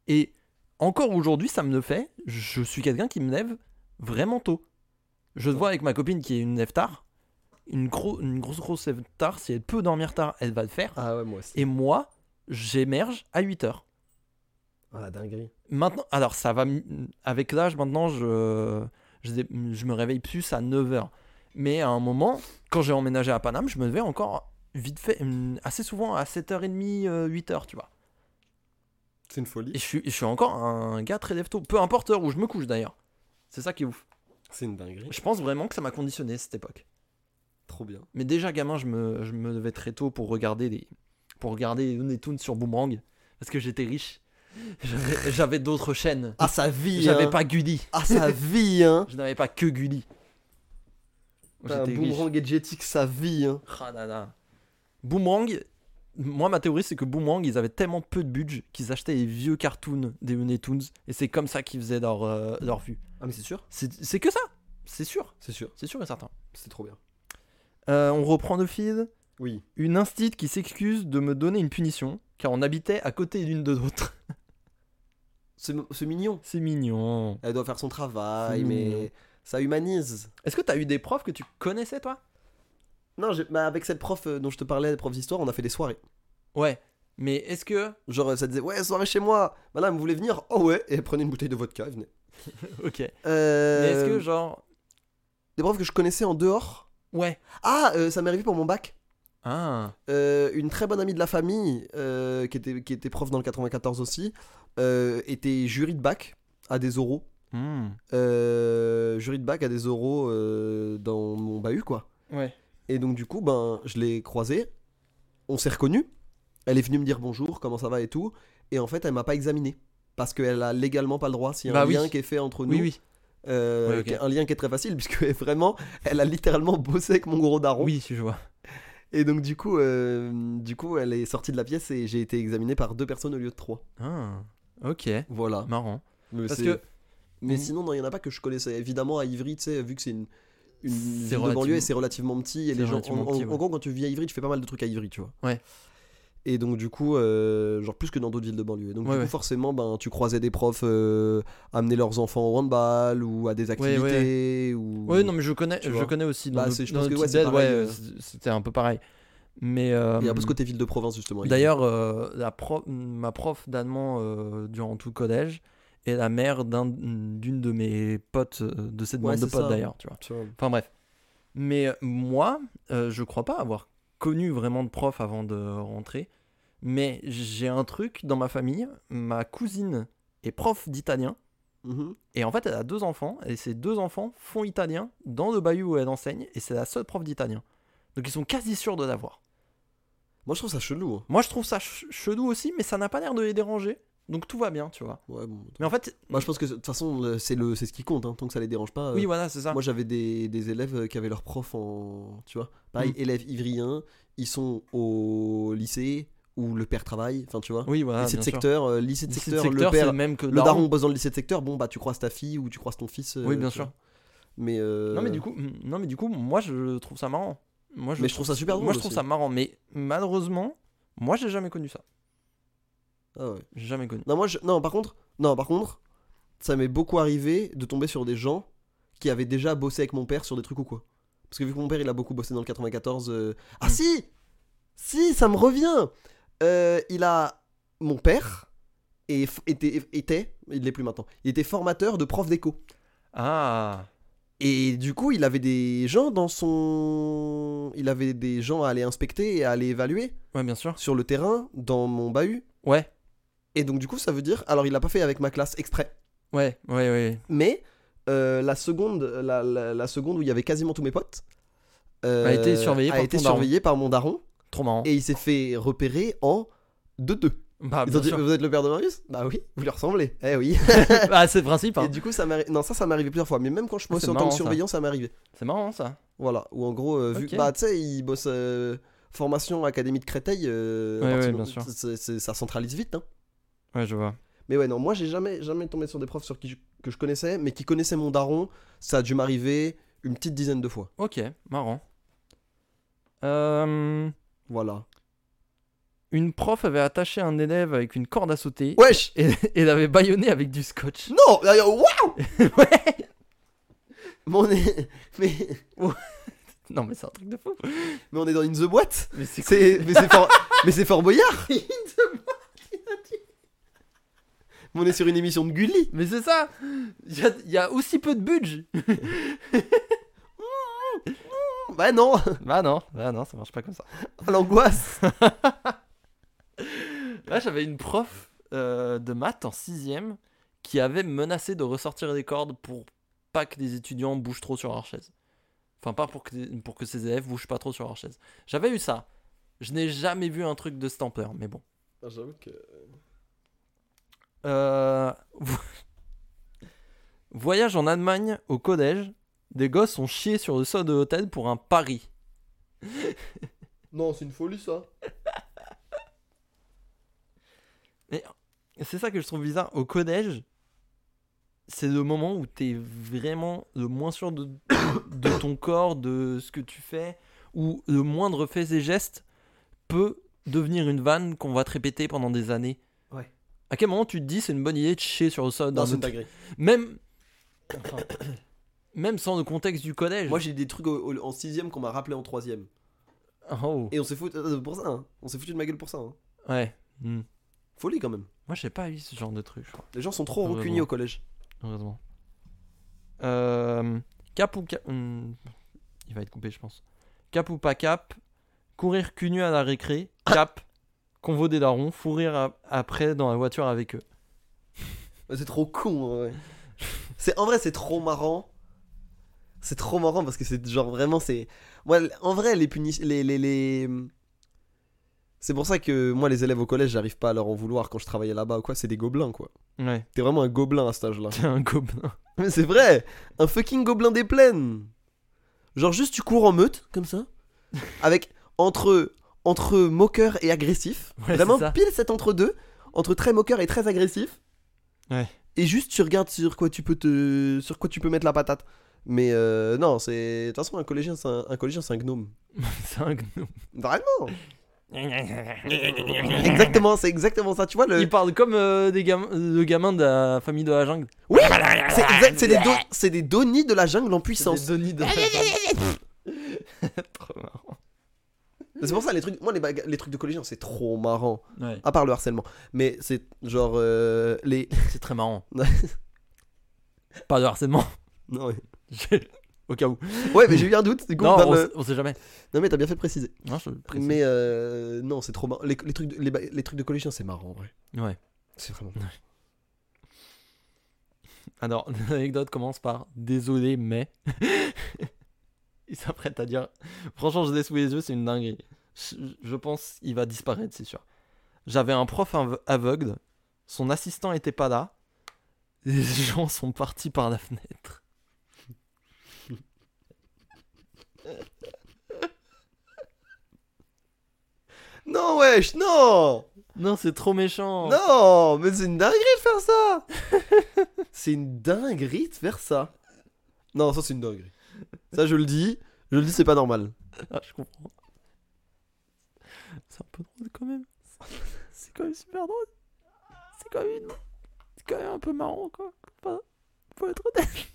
Speaker 3: Et encore aujourd'hui, ça me le fait. Je suis quelqu'un qui me lève vraiment tôt. Je le vois avec ma copine qui est une lève tard. Une, gro- une grosse, grosse lève tard. Si elle peut dormir tard, elle va le faire.
Speaker 1: Ah ouais, moi aussi.
Speaker 3: Et moi, j'émerge à 8 heures.
Speaker 1: Ah la dinguerie.
Speaker 3: Maintenant, alors ça va. m- Avec l'âge, maintenant, je, je, dé- je me réveille plus à 9h. Mais à un moment, quand j'ai emménagé à Paname, je me levais encore vite fait, hum, assez souvent à 7h30, euh, 8h, tu vois.
Speaker 1: C'est une folie.
Speaker 3: Et je suis, je suis encore un gars très lève tôt, peu importe l'heure où je me couche d'ailleurs. C'est ça qui est ouf.
Speaker 1: C'est une dinguerie.
Speaker 3: Je pense vraiment que ça m'a conditionné cette époque.
Speaker 1: Trop bien.
Speaker 3: Mais déjà, gamin, je me, je me levais très tôt pour regarder les, pour regarder les Tunes sur Boomerang. Parce que j'étais riche. J'avais- J'avais d'autres chaînes.
Speaker 1: Ah sa vie.
Speaker 3: J'avais
Speaker 1: hein.
Speaker 3: pas Gulli.
Speaker 1: Ah (laughs) sa vie hein.
Speaker 3: Je n'avais pas que Gulli.
Speaker 1: Putain,
Speaker 3: J'étais riche.
Speaker 1: Boomerang et Jetix sa vie hein.
Speaker 3: Ah là là. Boomerang, moi ma théorie c'est que Boomerang ils avaient tellement peu de budget qu'ils achetaient les vieux cartoons des Looney Tunes et c'est comme ça qu'ils faisaient leur, euh, leur vue.
Speaker 1: Ah mais c'est sûr.
Speaker 3: C'est c'est que ça C'est sûr,
Speaker 1: C'est sûr.
Speaker 3: c'est sûr et certain.
Speaker 1: C'est trop bien.
Speaker 3: Euh, on reprend le fil.
Speaker 1: Oui.
Speaker 3: Une instite qui s'excuse de me donner une punition car on habitait à côté l'une de l'autre. (laughs)
Speaker 1: C'est c'est mignon.
Speaker 3: C'est mignon.
Speaker 1: Elle doit faire son travail
Speaker 3: C'est
Speaker 1: mais
Speaker 3: mignon.
Speaker 1: ça humanise.
Speaker 3: Est-ce que t'as eu des profs que tu connaissais toi
Speaker 1: Non, j'ai- bah, avec cette prof euh, dont je te parlais, prof d'histoire, on a fait des soirées.
Speaker 3: Ouais. Mais est-ce que.
Speaker 1: Genre, euh, ça disait, ouais, soirée chez moi. Madame, vous voulez venir Oh ouais. Et elle prenait une bouteille de vodka, elle venait.
Speaker 3: Ok.
Speaker 1: Euh,
Speaker 3: Mais est-ce que genre.
Speaker 1: Des profs que je connaissais en dehors.
Speaker 3: Ouais.
Speaker 1: Ah, euh, ça m'est arrivé pour mon bac.
Speaker 3: Ah.
Speaker 1: Euh, une très bonne amie de la famille, euh, qui, était, qui était prof dans le 94 aussi, euh, était jury de bac à des oraux.
Speaker 3: Hmm.
Speaker 1: Euh, jury de bac à des oraux euh, dans mon bahut, quoi.
Speaker 3: Ouais.
Speaker 1: Et donc, du coup, ben, je l'ai croisée. On s'est reconnus. Elle est venue me dire bonjour, comment ça va et tout. Et en fait, elle m'a pas examiné. Parce qu'elle a légalement pas le droit. S'il y a un
Speaker 3: Bah oui.
Speaker 1: lien qui est fait entre nous,
Speaker 3: Oui, oui.
Speaker 1: euh,
Speaker 3: Ouais, ok.
Speaker 1: qui est un lien qui est très facile, puisque (laughs) vraiment, elle a littéralement bossé avec mon gros daron.
Speaker 3: Oui, je vois.
Speaker 1: Et donc, du coup, euh, du coup, elle est sortie de la pièce et j'ai été examiné par deux personnes au lieu de trois.
Speaker 3: Ah, ok,
Speaker 1: Voilà.
Speaker 3: marrant.
Speaker 1: Mais
Speaker 3: Parce
Speaker 1: c'est-
Speaker 3: que
Speaker 1: Mais
Speaker 3: Mm.
Speaker 1: sinon, non, il n'y en a pas que je connaissais. Évidemment, à Ivry, tu sais, vu que c'est une, une
Speaker 3: C'est
Speaker 1: ville de
Speaker 3: relativement-
Speaker 1: banlieue et c'est relativement petit. Et
Speaker 3: c'est
Speaker 1: les gens, en,
Speaker 3: relativement
Speaker 1: en-
Speaker 3: petit, ouais.
Speaker 1: en gros, quand tu vis à Ivry, tu fais pas mal de trucs à Ivry, tu vois.
Speaker 3: Ouais.
Speaker 1: Et donc, du coup, euh, genre plus que dans d'autres villes de banlieue. Donc,
Speaker 3: Ouais,
Speaker 1: du coup,
Speaker 3: ouais.
Speaker 1: forcément, ben, tu croisais des profs euh, amener leurs enfants au handball ou à des
Speaker 3: ouais,
Speaker 1: activités.
Speaker 3: ouais.
Speaker 1: Ou...
Speaker 3: ouais, non, mais je connais,
Speaker 1: Tu
Speaker 3: je
Speaker 1: vois.
Speaker 3: connais aussi. Dans
Speaker 1: Bah,
Speaker 3: nos-
Speaker 1: c'est- je
Speaker 3: dans
Speaker 1: pense
Speaker 3: nos
Speaker 1: que, ouais,
Speaker 3: petites
Speaker 1: c'est
Speaker 3: ailes,
Speaker 1: pareil,
Speaker 3: euh,
Speaker 1: euh.
Speaker 3: c- c'était un peu pareil. Mais euh,
Speaker 1: Il y a un peu ce côté ville de province, justement. à Ivry.
Speaker 3: d'ailleurs, euh, la pro- ma prof d'allemand euh, durant tout le collège est la mère d'un- d'une de mes potes euh, de cette
Speaker 1: Ouais,
Speaker 3: bande de
Speaker 1: c'est
Speaker 3: potes
Speaker 1: ça.
Speaker 3: d'ailleurs, tu vois.
Speaker 1: Tu vois.
Speaker 3: Enfin bref. Mais euh, moi, euh, je crois pas avoir connu vraiment de prof avant de rentrer. Mais j'ai un truc dans ma famille. Ma cousine est prof d'italien.
Speaker 1: Mhm.
Speaker 3: Et en fait, elle a deux enfants, et ces deux enfants font italien dans le bahut où elle enseigne, et c'est la seule prof d'italien. Donc ils sont quasi sûrs de l'avoir.
Speaker 1: Moi, je trouve ça chelou. hein.
Speaker 3: Moi, je trouve ça ch- chelou aussi, mais ça n'a pas l'air de les déranger. Donc tout va bien, tu vois.
Speaker 1: Ouais, bon.
Speaker 3: Mais en fait,
Speaker 1: Moi, Bah, je pense que de toute façon, le- c'est le, c'est ce qui compte, hein, tant que ça les dérange pas. euh,
Speaker 3: oui, voilà, c'est ça.
Speaker 1: Moi, j'avais des, des élèves euh, qui avaient leur prof en. Tu vois Pareil,
Speaker 3: Mhm.
Speaker 1: élèves ivriens, ils sont au lycée où le père travaille, enfin, tu vois
Speaker 3: oui, voilà.
Speaker 1: lycée, de
Speaker 3: bien sûr.
Speaker 1: secteur, euh, lycée de
Speaker 3: Lycée
Speaker 1: secteur, le
Speaker 3: c'est
Speaker 1: père.
Speaker 3: le même que
Speaker 1: Le daron bosse dans le lycée de secteur, bon, bah, tu croises ta fille ou tu croises ton fils. euh,
Speaker 3: Oui, bien
Speaker 1: tu
Speaker 3: sûr.
Speaker 1: vois. Mais. euh,
Speaker 3: Non mais du coup, mm, non mais du coup, moi je trouve ça marrant. Moi je,
Speaker 1: Mais je trouve ça super drôle.
Speaker 3: moi je trouve
Speaker 1: aussi.
Speaker 3: ça marrant, mais malheureusement, moi j'ai jamais connu ça.
Speaker 1: Ah ouais.
Speaker 3: J'ai jamais connu.
Speaker 1: Non, moi, je- non, par contre, non, par contre, ça m'est beaucoup arrivé de tomber sur des gens qui avaient déjà bossé avec mon père sur des trucs ou quoi. Parce que vu que mon père, il a beaucoup bossé dans le 94. euh, Ah
Speaker 3: Mm.
Speaker 1: si, si, ça me revient. Euh, il a mon père et f- était, était, il l'est plus maintenant. Il était formateur de prof d'éco.
Speaker 3: Ah,
Speaker 1: Et du coup, il avait des gens dans son, il avait des gens à aller inspecter et à aller évaluer
Speaker 3: ouais, bien sûr.
Speaker 1: sur le terrain dans mon bahut.
Speaker 3: Ouais,
Speaker 1: Et donc du coup, ça veut dire, alors il l'a pas fait avec ma classe exprès.
Speaker 3: ouais, ouais, ouais.
Speaker 1: Mais euh, la, seconde, la, la- la seconde où il y avait quasiment tous mes potes euh,
Speaker 3: A été surveillé par
Speaker 1: été
Speaker 3: ton daron.
Speaker 1: surveillé par mon daron
Speaker 3: Trop marrant.
Speaker 1: et il s'est fait repérer en 2-2.
Speaker 3: Bah,
Speaker 1: Ils
Speaker 3: bien
Speaker 1: ont dit
Speaker 3: sûr.
Speaker 1: Vous êtes le père de Marius Bah oui, vous lui ressemblez. Eh
Speaker 3: (laughs)
Speaker 1: oui.
Speaker 3: Bah, c'est le principe. hein.
Speaker 1: et du coup, ça m'arri- non, ça, ça m'est arrivé plusieurs fois. Mais même quand je
Speaker 3: Ah,
Speaker 1: bossais
Speaker 3: c'est
Speaker 1: en tant
Speaker 3: marrant,
Speaker 1: que
Speaker 3: ça.
Speaker 1: surveillant, ça, m'est arrivé.
Speaker 3: C'est marrant ça.
Speaker 1: Voilà, ou en gros, euh, vu
Speaker 3: Ok.
Speaker 1: que bah, tu sais, ils bossent euh, formation Académie de Créteil, euh, à
Speaker 3: Ouais,
Speaker 1: partir
Speaker 3: ouais,
Speaker 1: du
Speaker 3: bien
Speaker 1: moment-
Speaker 3: sûr.
Speaker 1: c'est- c'est- ça centralise vite. hein.
Speaker 3: Ouais, je vois.
Speaker 1: Mais ouais, non, moi j'ai jamais, jamais tombé sur des profs sur qui je- que je connaissais, mais qui connaissaient mon daron. Ça a dû m'arriver une petite dizaine de fois.
Speaker 3: Ok, marrant. Euh,
Speaker 1: Voilà.
Speaker 3: Une prof avait attaché un élève avec une corde à sauter (laughs)
Speaker 1: Wesh
Speaker 3: et, et l'avait bâillonné avec du scotch. (laughs)
Speaker 1: Non d'ailleurs, Waouh
Speaker 3: ouais
Speaker 1: mais, on est... mais...
Speaker 3: Non, mais c'est un truc de fou.
Speaker 1: mais on est dans une The Boîte
Speaker 3: Mais c'est
Speaker 1: C'est... Mais c'est fort... mais c'est Fort Boyard Mais on est sur une émission de Gulli
Speaker 3: Mais c'est ça Il y a, il y a aussi peu de budget
Speaker 1: Bah non
Speaker 3: (laughs)
Speaker 1: (laughs)
Speaker 3: Bah non, bah non, ça marche pas comme ça.
Speaker 1: L'angoisse
Speaker 3: Là, j'avais une prof euh, de maths en 6ème qui avait menacé de ressortir des cordes pour pas que les étudiants bougent trop sur leur chaise. Enfin, pas pour que, pour que ses élèves bougent pas trop sur leur chaise. J'avais eu ça. Je n'ai jamais vu un truc de cette ampleur, mais bon.
Speaker 1: Ah, J'avoue que...
Speaker 3: Euh, vo- (laughs) Voyage en Allemagne au collège. Des gosses ont chié sur le sol de l'hôtel pour un pari.
Speaker 1: Non, c'est une folie ça
Speaker 3: Et C'est ça que je trouve bizarre. Au collège, c'est le moment où t'es vraiment le moins sûr de, (coughs) de ton corps, de ce que tu fais, où le moindre fait et geste peut devenir une vanne qu'on va te répéter pendant des années.
Speaker 1: Ouais.
Speaker 3: À quel moment tu te dis c'est une bonne idée de chier sur le sol d'un
Speaker 1: Non, c'est une
Speaker 3: autre-
Speaker 1: dinguerie.
Speaker 3: Même. enfin, (coughs) même sans le contexte du collège.
Speaker 1: Moi j'ai des trucs au- au- en 6ème qu'on m'a rappelé en 3ème.
Speaker 3: Oh.
Speaker 1: Et on s'est foutu euh, pour ça, hein. on s'est foutu de ma gueule pour ça. hein.
Speaker 3: Ouais. Hmm.
Speaker 1: Folie quand même.
Speaker 3: Moi, j'ai pas eu ce genre de truc, je crois.
Speaker 1: Les gens sont trop
Speaker 3: Vraiment.
Speaker 1: recugnés au collège.
Speaker 3: Heureusement. Euh, cap ou cap hum, Il va être coupé, je pense. Cap ou pas cap Courir cul nu à la récré Cap Convo des darons Fourrir a- après dans la voiture avec eux.
Speaker 1: Ouais, C'est trop con. hein, ouais. c'est en vrai c'est trop marrant. C'est trop marrant parce que c'est genre vraiment c'est moi l- en vrai les punis les les, les... C'est pour ça que moi les élèves au collège j'arrive pas à leur en vouloir quand je travaillais là-bas ou quoi, c'est des gobelins quoi.
Speaker 3: Ouais, (laughs)
Speaker 1: T'es vraiment un gobelin à cet âge-là.
Speaker 3: t'es un gobelin.
Speaker 1: (laughs) Mais c'est vrai, un fucking gobelin des plaines. Genre juste tu cours en meute comme ça avec entre entre moqueur et agressif,
Speaker 3: Ouais,
Speaker 1: vraiment
Speaker 3: c'est ça.
Speaker 1: pile cet entre deux, entre très moqueur et très agressif.
Speaker 3: Ouais.
Speaker 1: Et juste tu regardes sur quoi tu peux te sur quoi tu peux mettre la patate. Mais euh, non, c'est de toute façon un collégien c'est un, un collégien c'est un gnome.
Speaker 3: (laughs) C'est un gnome. (laughs)
Speaker 1: Vraiment Exactement, c'est exactement ça, tu vois le
Speaker 3: Il parle comme euh, des gam- le gamin de la famille de la jungle.
Speaker 1: Oui, c'est exact, c'est des do- c'est des donnies de la jungle en puissance.
Speaker 3: Des Donnie de la jungle. (laughs) Trop marrant.
Speaker 1: C'est pour ça les trucs moi les, baga- les trucs de collégiens c'est trop marrant.
Speaker 3: Ouais,
Speaker 1: À part le harcèlement. Mais c'est genre euh, les. (laughs)
Speaker 3: Ah, c'est très marrant. (laughs) Pas de harcèlement.
Speaker 1: Non, ouais.
Speaker 3: Au cas où.
Speaker 1: Ouais, mais j'ai eu un doute. Du coup,
Speaker 3: Non,
Speaker 1: on va
Speaker 3: on,
Speaker 1: me-
Speaker 3: s- on sait jamais.
Speaker 1: non, mais t'as bien fait de préciser.
Speaker 3: Non, je le précise.
Speaker 1: Mais euh, non, c'est trop marrant. Les, les trucs de, les, ba- les trucs de collégiens, c'est marrant, ouais.
Speaker 3: Ouais.
Speaker 1: C'est vraiment.
Speaker 3: Alors, (laughs) l'anecdote commence par désolé, mais. (laughs) il s'apprête à dire Franchement, je l'ai sous les yeux, c'est une dinguerie. Je, je pense il va disparaître, c'est sûr. J'avais un prof av- aveugle, son assistant était pas là, les (laughs) gens sont partis par la fenêtre.
Speaker 1: (laughs) Non, wesh, non
Speaker 3: Non, c'est trop méchant.
Speaker 1: Non, mais c'est une dinguerie de faire ça (laughs) C'est une dinguerie de faire ça. Non, ça, c'est une dinguerie. Ça, je le dis. Je le dis, c'est pas normal.
Speaker 3: Ah, je comprends. C'est un peu drôle quand même. C'est quand même super drôle. C'est quand même, une- c'est quand même un peu marrant quoi. Faut, faut être honnête.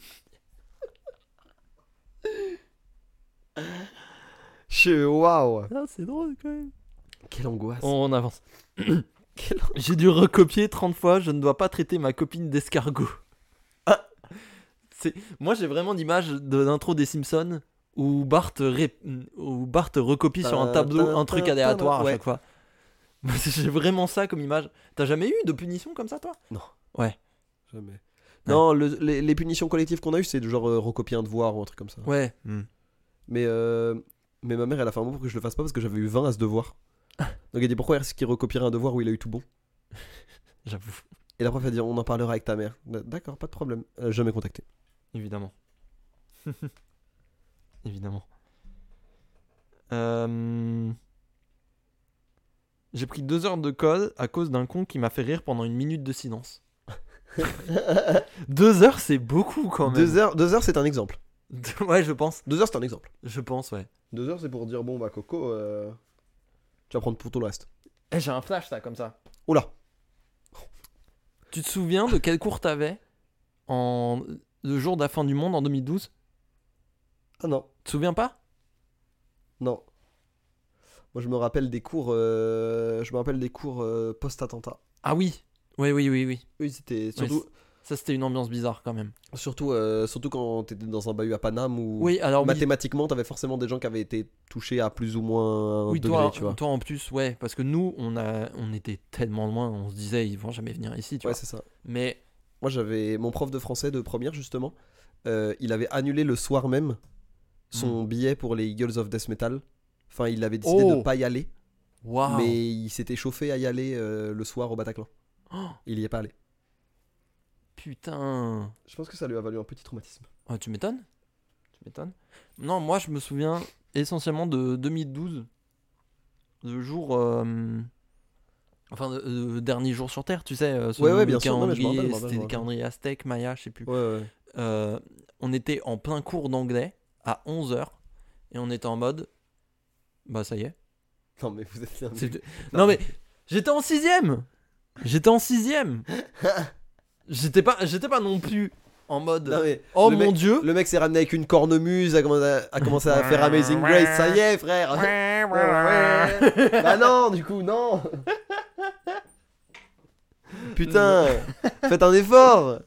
Speaker 1: Je. Waouh
Speaker 3: Ah, c'est drôle quand même.
Speaker 1: Quelle angoisse.
Speaker 3: On avance.
Speaker 1: Quelle
Speaker 3: J'ai dû recopier 30 fois, je ne dois pas traiter ma copine d'escargot. Ah. C'est- Moi j'ai vraiment l'image de l'intro des Simpsons où Bart, ré- où Bart recopie sur un
Speaker 1: Tin,
Speaker 3: tableau
Speaker 1: tin,
Speaker 3: un truc
Speaker 1: tin,
Speaker 3: aléatoire
Speaker 1: tin,
Speaker 3: à chaque fois. (laughs) Moi, J'ai vraiment ça comme image. T'as jamais eu de punition comme ça toi
Speaker 1: Jamais. Non, le- les, les punitions collectives qu'on a eues, c'est de genre euh, recopier un devoir ou un truc comme ça.
Speaker 3: Ouais.
Speaker 1: Mais, euh, mais ma mère, elle a fait un mot pour que je le fasse pas parce que j'avais eu 20 à ce devoir.
Speaker 3: Ah.
Speaker 1: Donc elle dit pourquoi est-ce qu'il recopierait un devoir où il a eu tout bon
Speaker 3: J'avoue,
Speaker 1: Et la prof a dit on en parlera avec ta mère. Bah, D'accord, pas de problème. Euh, jamais contacté.
Speaker 3: évidemment. (laughs) évidemment. Euh, J'ai pris deux heures de code à cause d'un con qui m'a fait rire pendant une minute de (laughs) silence. deux heures, c'est beaucoup quand même.
Speaker 1: Deux heures, deux heures c'est un exemple.
Speaker 3: ouais, je pense.
Speaker 1: Deux heures, c'est un exemple.
Speaker 3: Je pense, ouais.
Speaker 1: Deux heures, c'est pour dire bon, bah Coco, tu vas euh, prendre pour tout le reste.
Speaker 3: Eh, j'ai un flash là, comme ça.
Speaker 1: Oh là
Speaker 3: Tu te souviens de quel cours t'avais en le jour de la fin du monde en 2012
Speaker 1: Ah non,
Speaker 3: Tu te souviens pas
Speaker 1: non. Moi, je me rappelle des cours, euh, je me rappelle des cours euh, post-attentat.
Speaker 3: Ah oui. Oui, oui, oui, oui.
Speaker 1: Eux, c'était surtout,
Speaker 3: Ça, c'était une ambiance bizarre quand même.
Speaker 1: surtout, euh, surtout quand t'étais dans un bahut à Paname où
Speaker 3: Oui, alors oui,
Speaker 1: mathématiquement, t'avais forcément des gens qui avaient été touchés à plus ou moins un
Speaker 3: oui,
Speaker 1: degré,
Speaker 3: toi,
Speaker 1: tu vois.
Speaker 3: toi en plus, ouais, parce que nous, on, a, on était tellement loin, on se disait, ils vont jamais venir ici, tu
Speaker 1: Ouais,
Speaker 3: vois.
Speaker 1: c'est ça.
Speaker 3: Mais
Speaker 1: Moi, j'avais mon prof de français de première, justement. euh, il avait annulé le soir même son billet pour les Eagles of Death Metal. Enfin, il avait décidé
Speaker 3: Hmm. Oh. Ah.
Speaker 1: de pas y aller,
Speaker 3: waouh
Speaker 1: mais il s'était chauffé à y aller euh, le soir au Bataclan.
Speaker 3: Oh,
Speaker 1: Il y est pas allé.
Speaker 3: putain
Speaker 1: Je pense que ça lui a valu un petit traumatisme.
Speaker 3: Ah, Tu m'étonnes Tu m'étonnes Non, moi, je me souviens essentiellement de 2012, le jour. euh, Enfin, le, le dernier jour sur Terre, tu sais, euh, selon
Speaker 1: Ouais, ouais,
Speaker 3: le
Speaker 1: bien sûr. Non, mais je me rappelle,
Speaker 3: calendrier,
Speaker 1: je me rappelle, je
Speaker 3: c'était
Speaker 1: me
Speaker 3: le calendrier aztèque, maya, je sais plus.
Speaker 1: Ouais, ouais.
Speaker 3: Euh, on était en plein cours d'anglais à 11h et on était en mode bah ça y est.
Speaker 1: Non, mais vous êtes.
Speaker 3: C'est- Non mais j'étais en sixième J'étais en sixième J'étais pas, j'étais pas non plus en mode
Speaker 1: Non, mais
Speaker 3: oh
Speaker 1: le
Speaker 3: mon
Speaker 1: mec-
Speaker 3: dieu
Speaker 1: Le mec s'est ramené avec une cornemuse, a commencé à, a commencé à faire Amazing Grace. Ça y est, (laughs) frère. bah non, du coup, non.
Speaker 3: (laughs)
Speaker 1: Putain, faites un effort.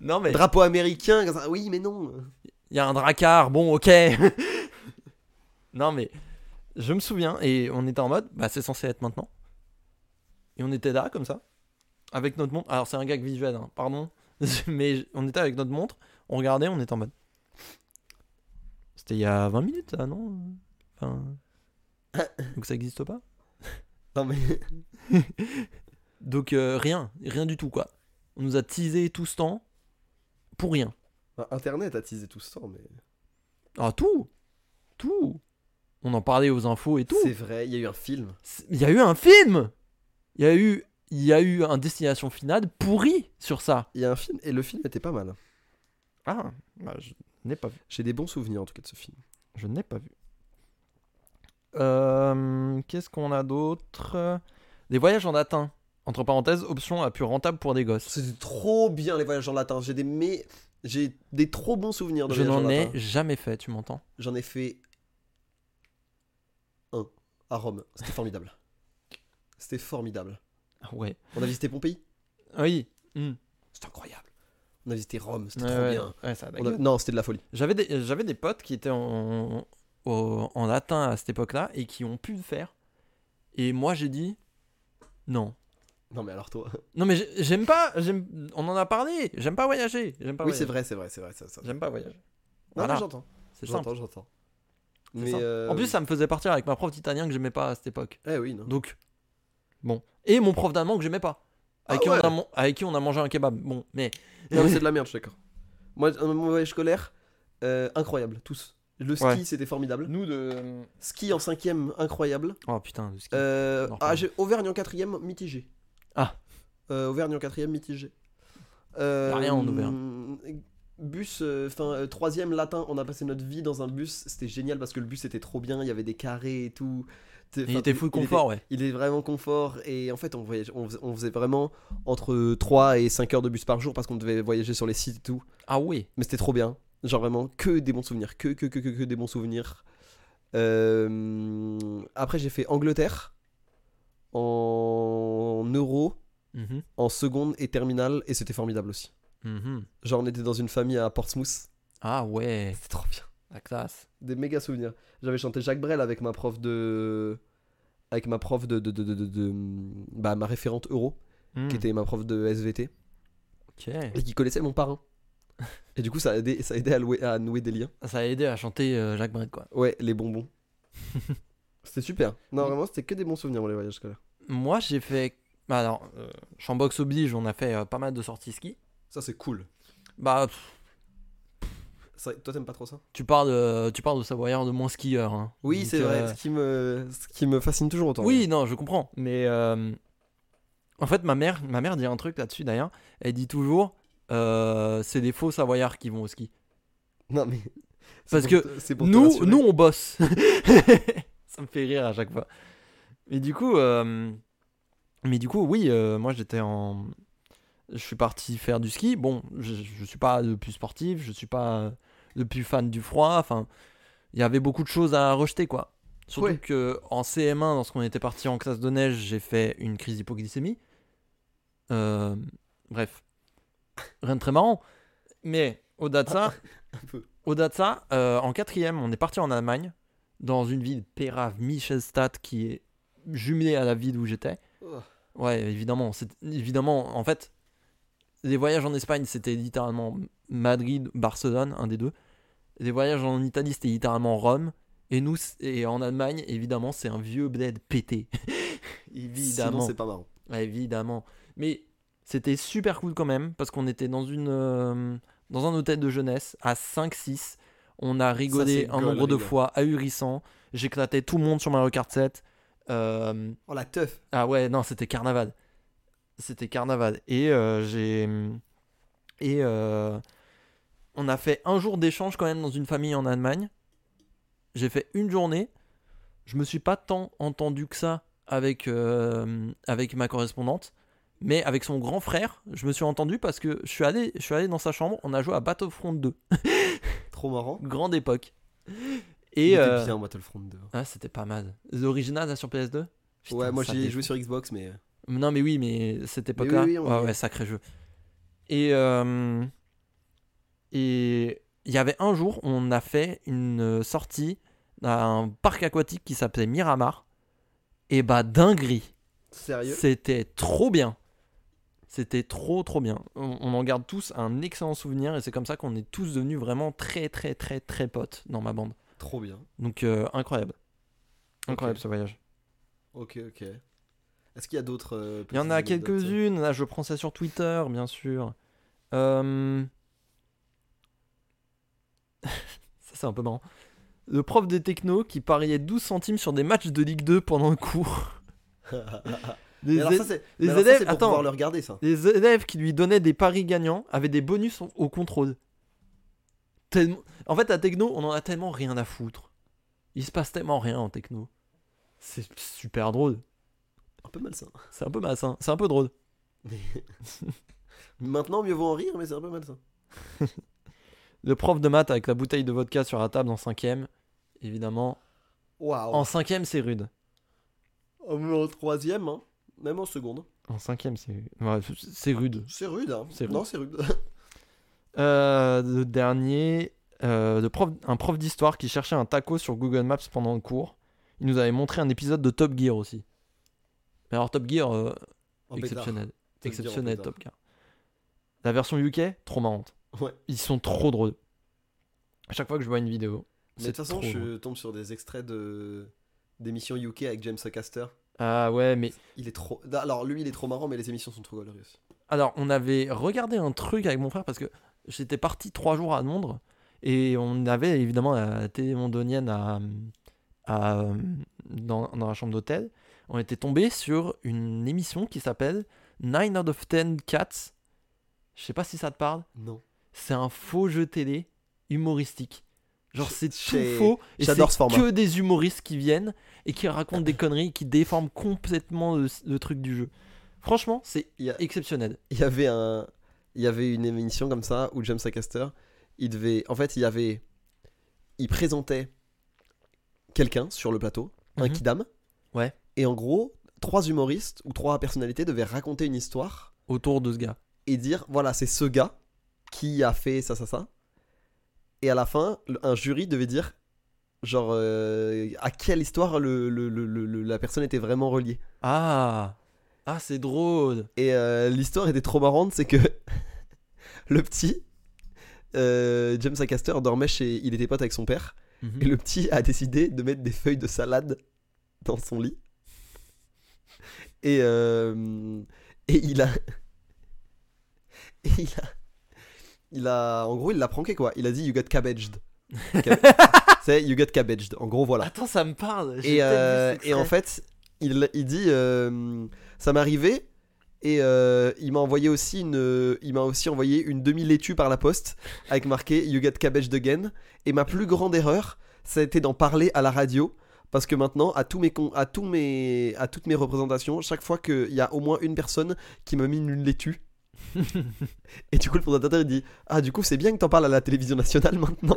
Speaker 3: Non mais
Speaker 1: Drapeau américain, comme ça. oui, mais non.
Speaker 3: il y a un dracard, bon ok (laughs) Non mais je me souviens et on était en mode bah c'est censé être maintenant. Et on était là comme ça avec notre montre. Alors c'est un gag visuel, hein, pardon. (laughs) Mais on était avec notre montre, on regardait, on était en mode. C'était il y a 20 minutes, ah non Enfin. Donc ça n'existe pas.
Speaker 1: Non mais (laughs)
Speaker 3: Donc euh, rien, rien du tout quoi. On nous a teasé tout ce temps pour rien.
Speaker 1: Bah, Internet a teasé tout ça, mais
Speaker 3: Ah tout Tout On en parlait aux infos et tout.
Speaker 1: c'est vrai. Il y a eu un film.
Speaker 3: C'est- Il y a eu un film Il y a eu, il y a eu un Destination Finale pourri sur ça.
Speaker 1: Il y a un film et le film était pas mal.
Speaker 3: Ah, je n'ai pas vu.
Speaker 1: J'ai des bons souvenirs en tout cas de ce film.
Speaker 3: Je n'ai pas vu. Euh, Qu'est-ce qu'on a d'autre Des voyages en latin. Entre parenthèses, option la plus rentable pour des gosses.
Speaker 1: C'était trop bien les voyages en latin. J'ai des mais j'ai des trop bons souvenirs de
Speaker 3: Je
Speaker 1: voyages en
Speaker 3: n'en ai
Speaker 1: latin.
Speaker 3: jamais fait, tu m'entends
Speaker 1: J'en ai fait un à Rome. C'était formidable. C'était formidable.
Speaker 3: Ah Ouais.
Speaker 1: On a visité Pompéi.
Speaker 3: Oui.
Speaker 1: C'était incroyable. On a visité Rome. C'était
Speaker 3: Ouais,
Speaker 1: trop
Speaker 3: ouais. Bah,
Speaker 1: bien.
Speaker 3: Ouais, ça a de la
Speaker 1: On a-
Speaker 3: gueule.
Speaker 1: Non, c'était de la folie.
Speaker 3: J'avais des, j'avais des potes qui étaient en, au- en latin à cette époque-là et qui ont pu le faire. Et moi, j'ai dit non.
Speaker 1: Non mais alors toi.
Speaker 3: Non mais j'ai- j'aime pas, j'aime- on en a parlé, j'aime pas voyager, j'aime pas
Speaker 1: oui,
Speaker 3: voyager.
Speaker 1: c'est vrai, c'est vrai, c'est vrai. Ça, ça. Non,
Speaker 3: J'aime pas voyager.
Speaker 1: mais
Speaker 3: Voilà.
Speaker 1: j'entends.
Speaker 3: C'est simple.
Speaker 1: J'entends, j'entends.
Speaker 3: c'est
Speaker 1: Mais
Speaker 3: simple.
Speaker 1: euh,
Speaker 3: En plus ça me faisait partir avec ma prof d'italien que j'aimais pas à cette époque.
Speaker 1: eh oui, non.
Speaker 3: Donc bon, et mon prof d'allemand que j'aimais pas. Avec,
Speaker 1: Ah
Speaker 3: qui
Speaker 1: ouais.
Speaker 3: on a, mon- avec qui on a mangé un kebab. Bon, mais
Speaker 1: (laughs) Non, mais
Speaker 3: (laughs)
Speaker 1: c'est de la merde, je suis d'accord. Moi, un- mon voyage scolaire, euh, incroyable, tous. Le ski,
Speaker 3: Ouais.
Speaker 1: c'était formidable.
Speaker 3: nous de
Speaker 1: Ski en cinquième, incroyable.
Speaker 3: Oh putain, le ski.
Speaker 1: Euh,
Speaker 3: Non,
Speaker 1: ah,
Speaker 3: pardon.
Speaker 1: j'ai- Auvergne en quatrième, mitigé.
Speaker 3: Ah.
Speaker 1: Euh, Auvergne en quatrième, mitigé. Euh,
Speaker 3: Y'a rien en Auvergne.
Speaker 1: hum, Bus, enfin, troisième latin, on a passé notre vie dans un bus. C'était génial parce que le bus était trop bien, il y avait des carrés et tout. T'es-
Speaker 3: il
Speaker 1: enfin,
Speaker 3: était full
Speaker 1: il
Speaker 3: confort, ouais.
Speaker 1: il est vraiment confort et en fait on, voyage, on, fais- on faisait vraiment entre 3 et 5 heures de bus par jour parce qu'on devait voyager sur les sites et tout.
Speaker 3: Ah oui.
Speaker 1: Mais c'était trop bien. Genre vraiment que des bons souvenirs, que, que, que, que, que des bons souvenirs. Euh, Après j'ai fait Angleterre en euro,
Speaker 3: Mhm.
Speaker 1: en seconde et terminale et c'était formidable aussi.
Speaker 3: Mhm.
Speaker 1: Genre on était dans une famille à Portsmouth,
Speaker 3: Ah ouais,
Speaker 1: c'était trop bien.
Speaker 3: la classe.
Speaker 1: Des méga souvenirs. J'avais chanté Jacques Brel avec ma prof de... Avec ma prof de... de, de, de, de- de- bah ma référente euro qui
Speaker 3: Hmm.
Speaker 1: était ma prof de SVT
Speaker 3: Ok.
Speaker 1: et qui connaissait mon (laughs) parrain. Et du coup, ça a aidé, ça a aidé à, louer- à nouer des liens.
Speaker 3: Ça a aidé à chanter euh, Jacques Brel quoi.
Speaker 1: Ouais, les
Speaker 3: (laughs)
Speaker 1: bonbons. c'était super. Non,
Speaker 3: Oui.
Speaker 1: vraiment, c'était que des bons souvenirs pour les voyages scolaires.
Speaker 3: Moi j'ai fait bah, alors euh, Chambox oblige, on a fait euh, pas mal de sorties ski.
Speaker 1: Ça, c'est cool.
Speaker 3: Bah pff,
Speaker 1: Ça- toi, t'aimes pas trop ça
Speaker 3: tu parles de tu parles de savoyard de moins skieur hein.
Speaker 1: Oui,
Speaker 3: Donc,
Speaker 1: c'est
Speaker 3: euh,
Speaker 1: vrai. Ce qui, me, ce qui me fascine toujours autant.
Speaker 3: Oui, non, je comprends mais euh, en fait ma mère ma mère dit un truc là-dessus d'ailleurs, elle dit toujours euh, c'est des faux savoyards qui vont au ski.
Speaker 1: Non,
Speaker 3: (laughs)
Speaker 1: mais. c'est
Speaker 3: Parce
Speaker 1: pour
Speaker 3: que
Speaker 1: te- c'est pour te
Speaker 3: Nous (laughs)
Speaker 1: rassurer.
Speaker 3: nous on bosse. Ça me fait rire à chaque fois. Mais du coup, euh, mais du coup, oui, euh, moi j'étais en, je suis parti faire du ski. Bon, je, je suis pas le plus sportif, je suis pas le plus fan du froid. Enfin, il y avait beaucoup de choses à rejeter, quoi. Surtout
Speaker 1: Ouais.
Speaker 3: que en CM1, lorsqu'on était parti en classe de neige, j'ai fait une crise d'hypoglycémie. Euh, bref, rien de très marrant. Mais au-delà de ça,
Speaker 1: (laughs) Un peu.
Speaker 3: au-delà de ça, euh, en quatrième, on est parti en Allemagne, dans une ville Pérave, Michelstadt, qui est jumelée à la ville où j'étais.
Speaker 1: Oh.
Speaker 3: Ouais, évidemment. c'est- Évidemment, en fait, les voyages en Espagne, c'était littéralement Madrid, Barcelone, un des deux. Les voyages en Italie, c'était littéralement Rome. Et nous, c- et en Allemagne, évidemment, c'est un vieux bled pété. (laughs)
Speaker 1: Sinon,
Speaker 3: évidemment.
Speaker 1: c'est pas marrant.
Speaker 3: Ouais, évidemment. Mais c'était super cool quand même, parce qu'on était dans, une, euh, dans un hôtel de jeunesse à 5-6. On a rigolé
Speaker 1: c'est
Speaker 3: un
Speaker 1: une
Speaker 3: nombre de
Speaker 1: gaulerie, là.
Speaker 3: fois ahurissant. J'éclatais tout le monde sur Mario Kart 7. Euh,
Speaker 1: Oh la teuf.
Speaker 3: ah ouais, non, c'était carnaval. C'était carnaval. Et euh, j'ai. Et euh, on a fait un jour d'échange quand même dans une famille en Allemagne. J'ai fait une journée. Je me suis pas tant entendu que ça avec, euh, avec ma correspondante. Mais avec son grand frère, je me suis entendu parce que je suis allé, je suis allé dans sa chambre. On a joué à Battlefront 2.
Speaker 1: Trop marrant.
Speaker 3: Grande époque.
Speaker 1: Il
Speaker 3: Et.
Speaker 1: était
Speaker 3: euh,
Speaker 1: bien Battlefront 2.
Speaker 3: ah, c'était pas mal. L'original, là, sur PS2 Putain,
Speaker 1: ouais, moi
Speaker 3: ça
Speaker 1: j'ai
Speaker 3: dé-
Speaker 1: joué sur Xbox, mais. euh,
Speaker 3: non, mais oui, mais cette époque-là.
Speaker 1: oui, oui, on
Speaker 3: ouais,
Speaker 1: y est.
Speaker 3: ouais, sacré jeu. Et. euh, et. Il y avait un jour, on a fait une sortie à un parc aquatique qui s'appelait Miramar. Et bah, dinguerie.
Speaker 1: Sérieux
Speaker 3: C'était trop bien. C'était trop, trop bien. On, on en garde tous un excellent souvenir. Et c'est comme ça qu'on est tous devenus vraiment très, très, très, très potes dans ma bande.
Speaker 1: Trop bien.
Speaker 3: Donc, euh, incroyable. Incroyable
Speaker 1: Ok.
Speaker 3: ce voyage.
Speaker 1: Ok, ok. Est-ce qu'il y a d'autres. euh,
Speaker 3: Il y en
Speaker 1: petites
Speaker 3: a
Speaker 1: anecdotes, (laughs) euh,
Speaker 3: quelques-unes. Là, je prends ça sur Twitter, bien sûr. Euh, (laughs) ça, c'est un peu marrant. Le prof de techno qui pariait 12 centimes sur des matchs de Ligue 2 pendant
Speaker 1: (laughs)
Speaker 3: le cours. Les,
Speaker 1: Mais alors,
Speaker 3: é-
Speaker 1: ça, c'est.
Speaker 3: les
Speaker 1: mais alors, ça,
Speaker 3: élèves-
Speaker 1: c'est pour
Speaker 3: attends.
Speaker 1: pouvoir le regarder, ça.
Speaker 3: les élèves qui lui donnaient des paris gagnants avaient des bonus au- au contrôle. Tellement- En fait, à techno, on en a tellement rien à foutre. Il se passe tellement rien en techno. C'est super drôle.
Speaker 1: Un peu malsain.
Speaker 3: (laughs) C'est un peu malsain. C'est un peu drôle.
Speaker 1: Mais- (laughs) Maintenant, mieux vaut en rire, mais c'est un peu malsain.
Speaker 3: Le prof de maths avec la bouteille de vodka sur la table en cinquième, évidemment.
Speaker 1: Waouh.
Speaker 3: En cinquième, c'est rude.
Speaker 1: Au moins En troisième, hein. même en seconde.
Speaker 3: En cinquième, c'est ouais, c'est- c'est rude.
Speaker 1: C'est rude, hein.
Speaker 3: C'est rude.
Speaker 1: Non, c'est rude. (laughs)
Speaker 3: Euh, le dernier, euh, le prof, un prof d'histoire qui cherchait un taco sur Google Maps pendant le cours. Il nous avait montré un épisode de Top Gear aussi. Mais alors Top Gear, euh,
Speaker 1: En Oh, pétard.
Speaker 3: exceptionnel.
Speaker 1: Top Gear en
Speaker 3: Exceptionnel
Speaker 1: pétard.
Speaker 3: Top Gear. La version UK, trop marrante.
Speaker 1: Ouais.
Speaker 3: Ils sont trop drôles. À chaque fois que je vois une vidéo,
Speaker 1: Mais de
Speaker 3: c'est
Speaker 1: toute façon,
Speaker 3: trop
Speaker 1: je
Speaker 3: drôle.
Speaker 1: tombe sur des extraits de d'émissions UK avec James Acaster.
Speaker 3: Ah ouais, mais
Speaker 1: Il est trop. Alors lui, il est trop marrant, mais les émissions sont trop glorieuses.
Speaker 3: Alors, on avait regardé un truc avec mon frère parce que j'étais parti trois jours à Londres et on avait évidemment la télé londonienne à, à- dans, dans la chambre d'hôtel. On était tombé sur une émission qui s'appelle 9 out of 10 cats. Je sais pas si ça te parle.
Speaker 1: Non.
Speaker 3: C'est un faux jeu télé humoristique. Genre,
Speaker 1: Ch-
Speaker 3: c'est tout
Speaker 1: chez-
Speaker 3: faux. Et c'est
Speaker 1: j'adore ce format.
Speaker 3: que des humoristes qui viennent et qui racontent des conneries, qui déforment complètement le- le truc du jeu. Franchement, c'est
Speaker 1: Il y, a-
Speaker 3: exceptionnel.
Speaker 1: il y avait un, il y avait une émission comme ça où James Acaster, il devait, en fait, il y avait, il présentait quelqu'un sur le plateau, un
Speaker 3: Mhm.
Speaker 1: kidam.
Speaker 3: Ouais.
Speaker 1: Et en gros, trois humoristes ou trois personnalités devaient raconter une histoire
Speaker 3: autour de ce gars.
Speaker 1: et dire voilà, c'est ce gars qui a fait ça, ça, ça. Et à la fin, le- un jury devait dire genre euh, à quelle histoire le, le- le- le- le- la personne était vraiment reliée.
Speaker 3: Ah Ah, c'est drôle
Speaker 1: Et euh, l'histoire était trop marrante, c'est que (laughs) le petit euh, James Acaster dormait chez, il était pote avec son père,
Speaker 3: Mhm.
Speaker 1: et le petit a décidé de mettre des feuilles de salade dans son lit. Et, euh, et il a. Et il a. Il a. En gros, il l'a pranké quoi. Il a dit You got cabbaged. Cab- C'est You got cabbaged. En gros, voilà.
Speaker 3: Attends, ça me parle j'ai
Speaker 1: Et,
Speaker 3: peut-être vu
Speaker 1: euh,
Speaker 3: cet
Speaker 1: et en
Speaker 3: extrait.
Speaker 1: fait, il, il dit euh, Ça m'est arrivé. Et euh, il m'a envoyé aussi une, il m'a aussi envoyé une demi laitue par la poste avec marqué You got cabbage again. Et ma plus grande erreur, ça a été d'en parler à la radio Parce que maintenant, à, tous mes con- à, tous mes... à toutes mes représentations, chaque fois qu'il y a au moins une personne qui m'a mis une
Speaker 3: (laughs)
Speaker 1: laitue, et du coup le présentateur il dit Ah, du coup, c'est bien que t'en parles à la télévision nationale maintenant.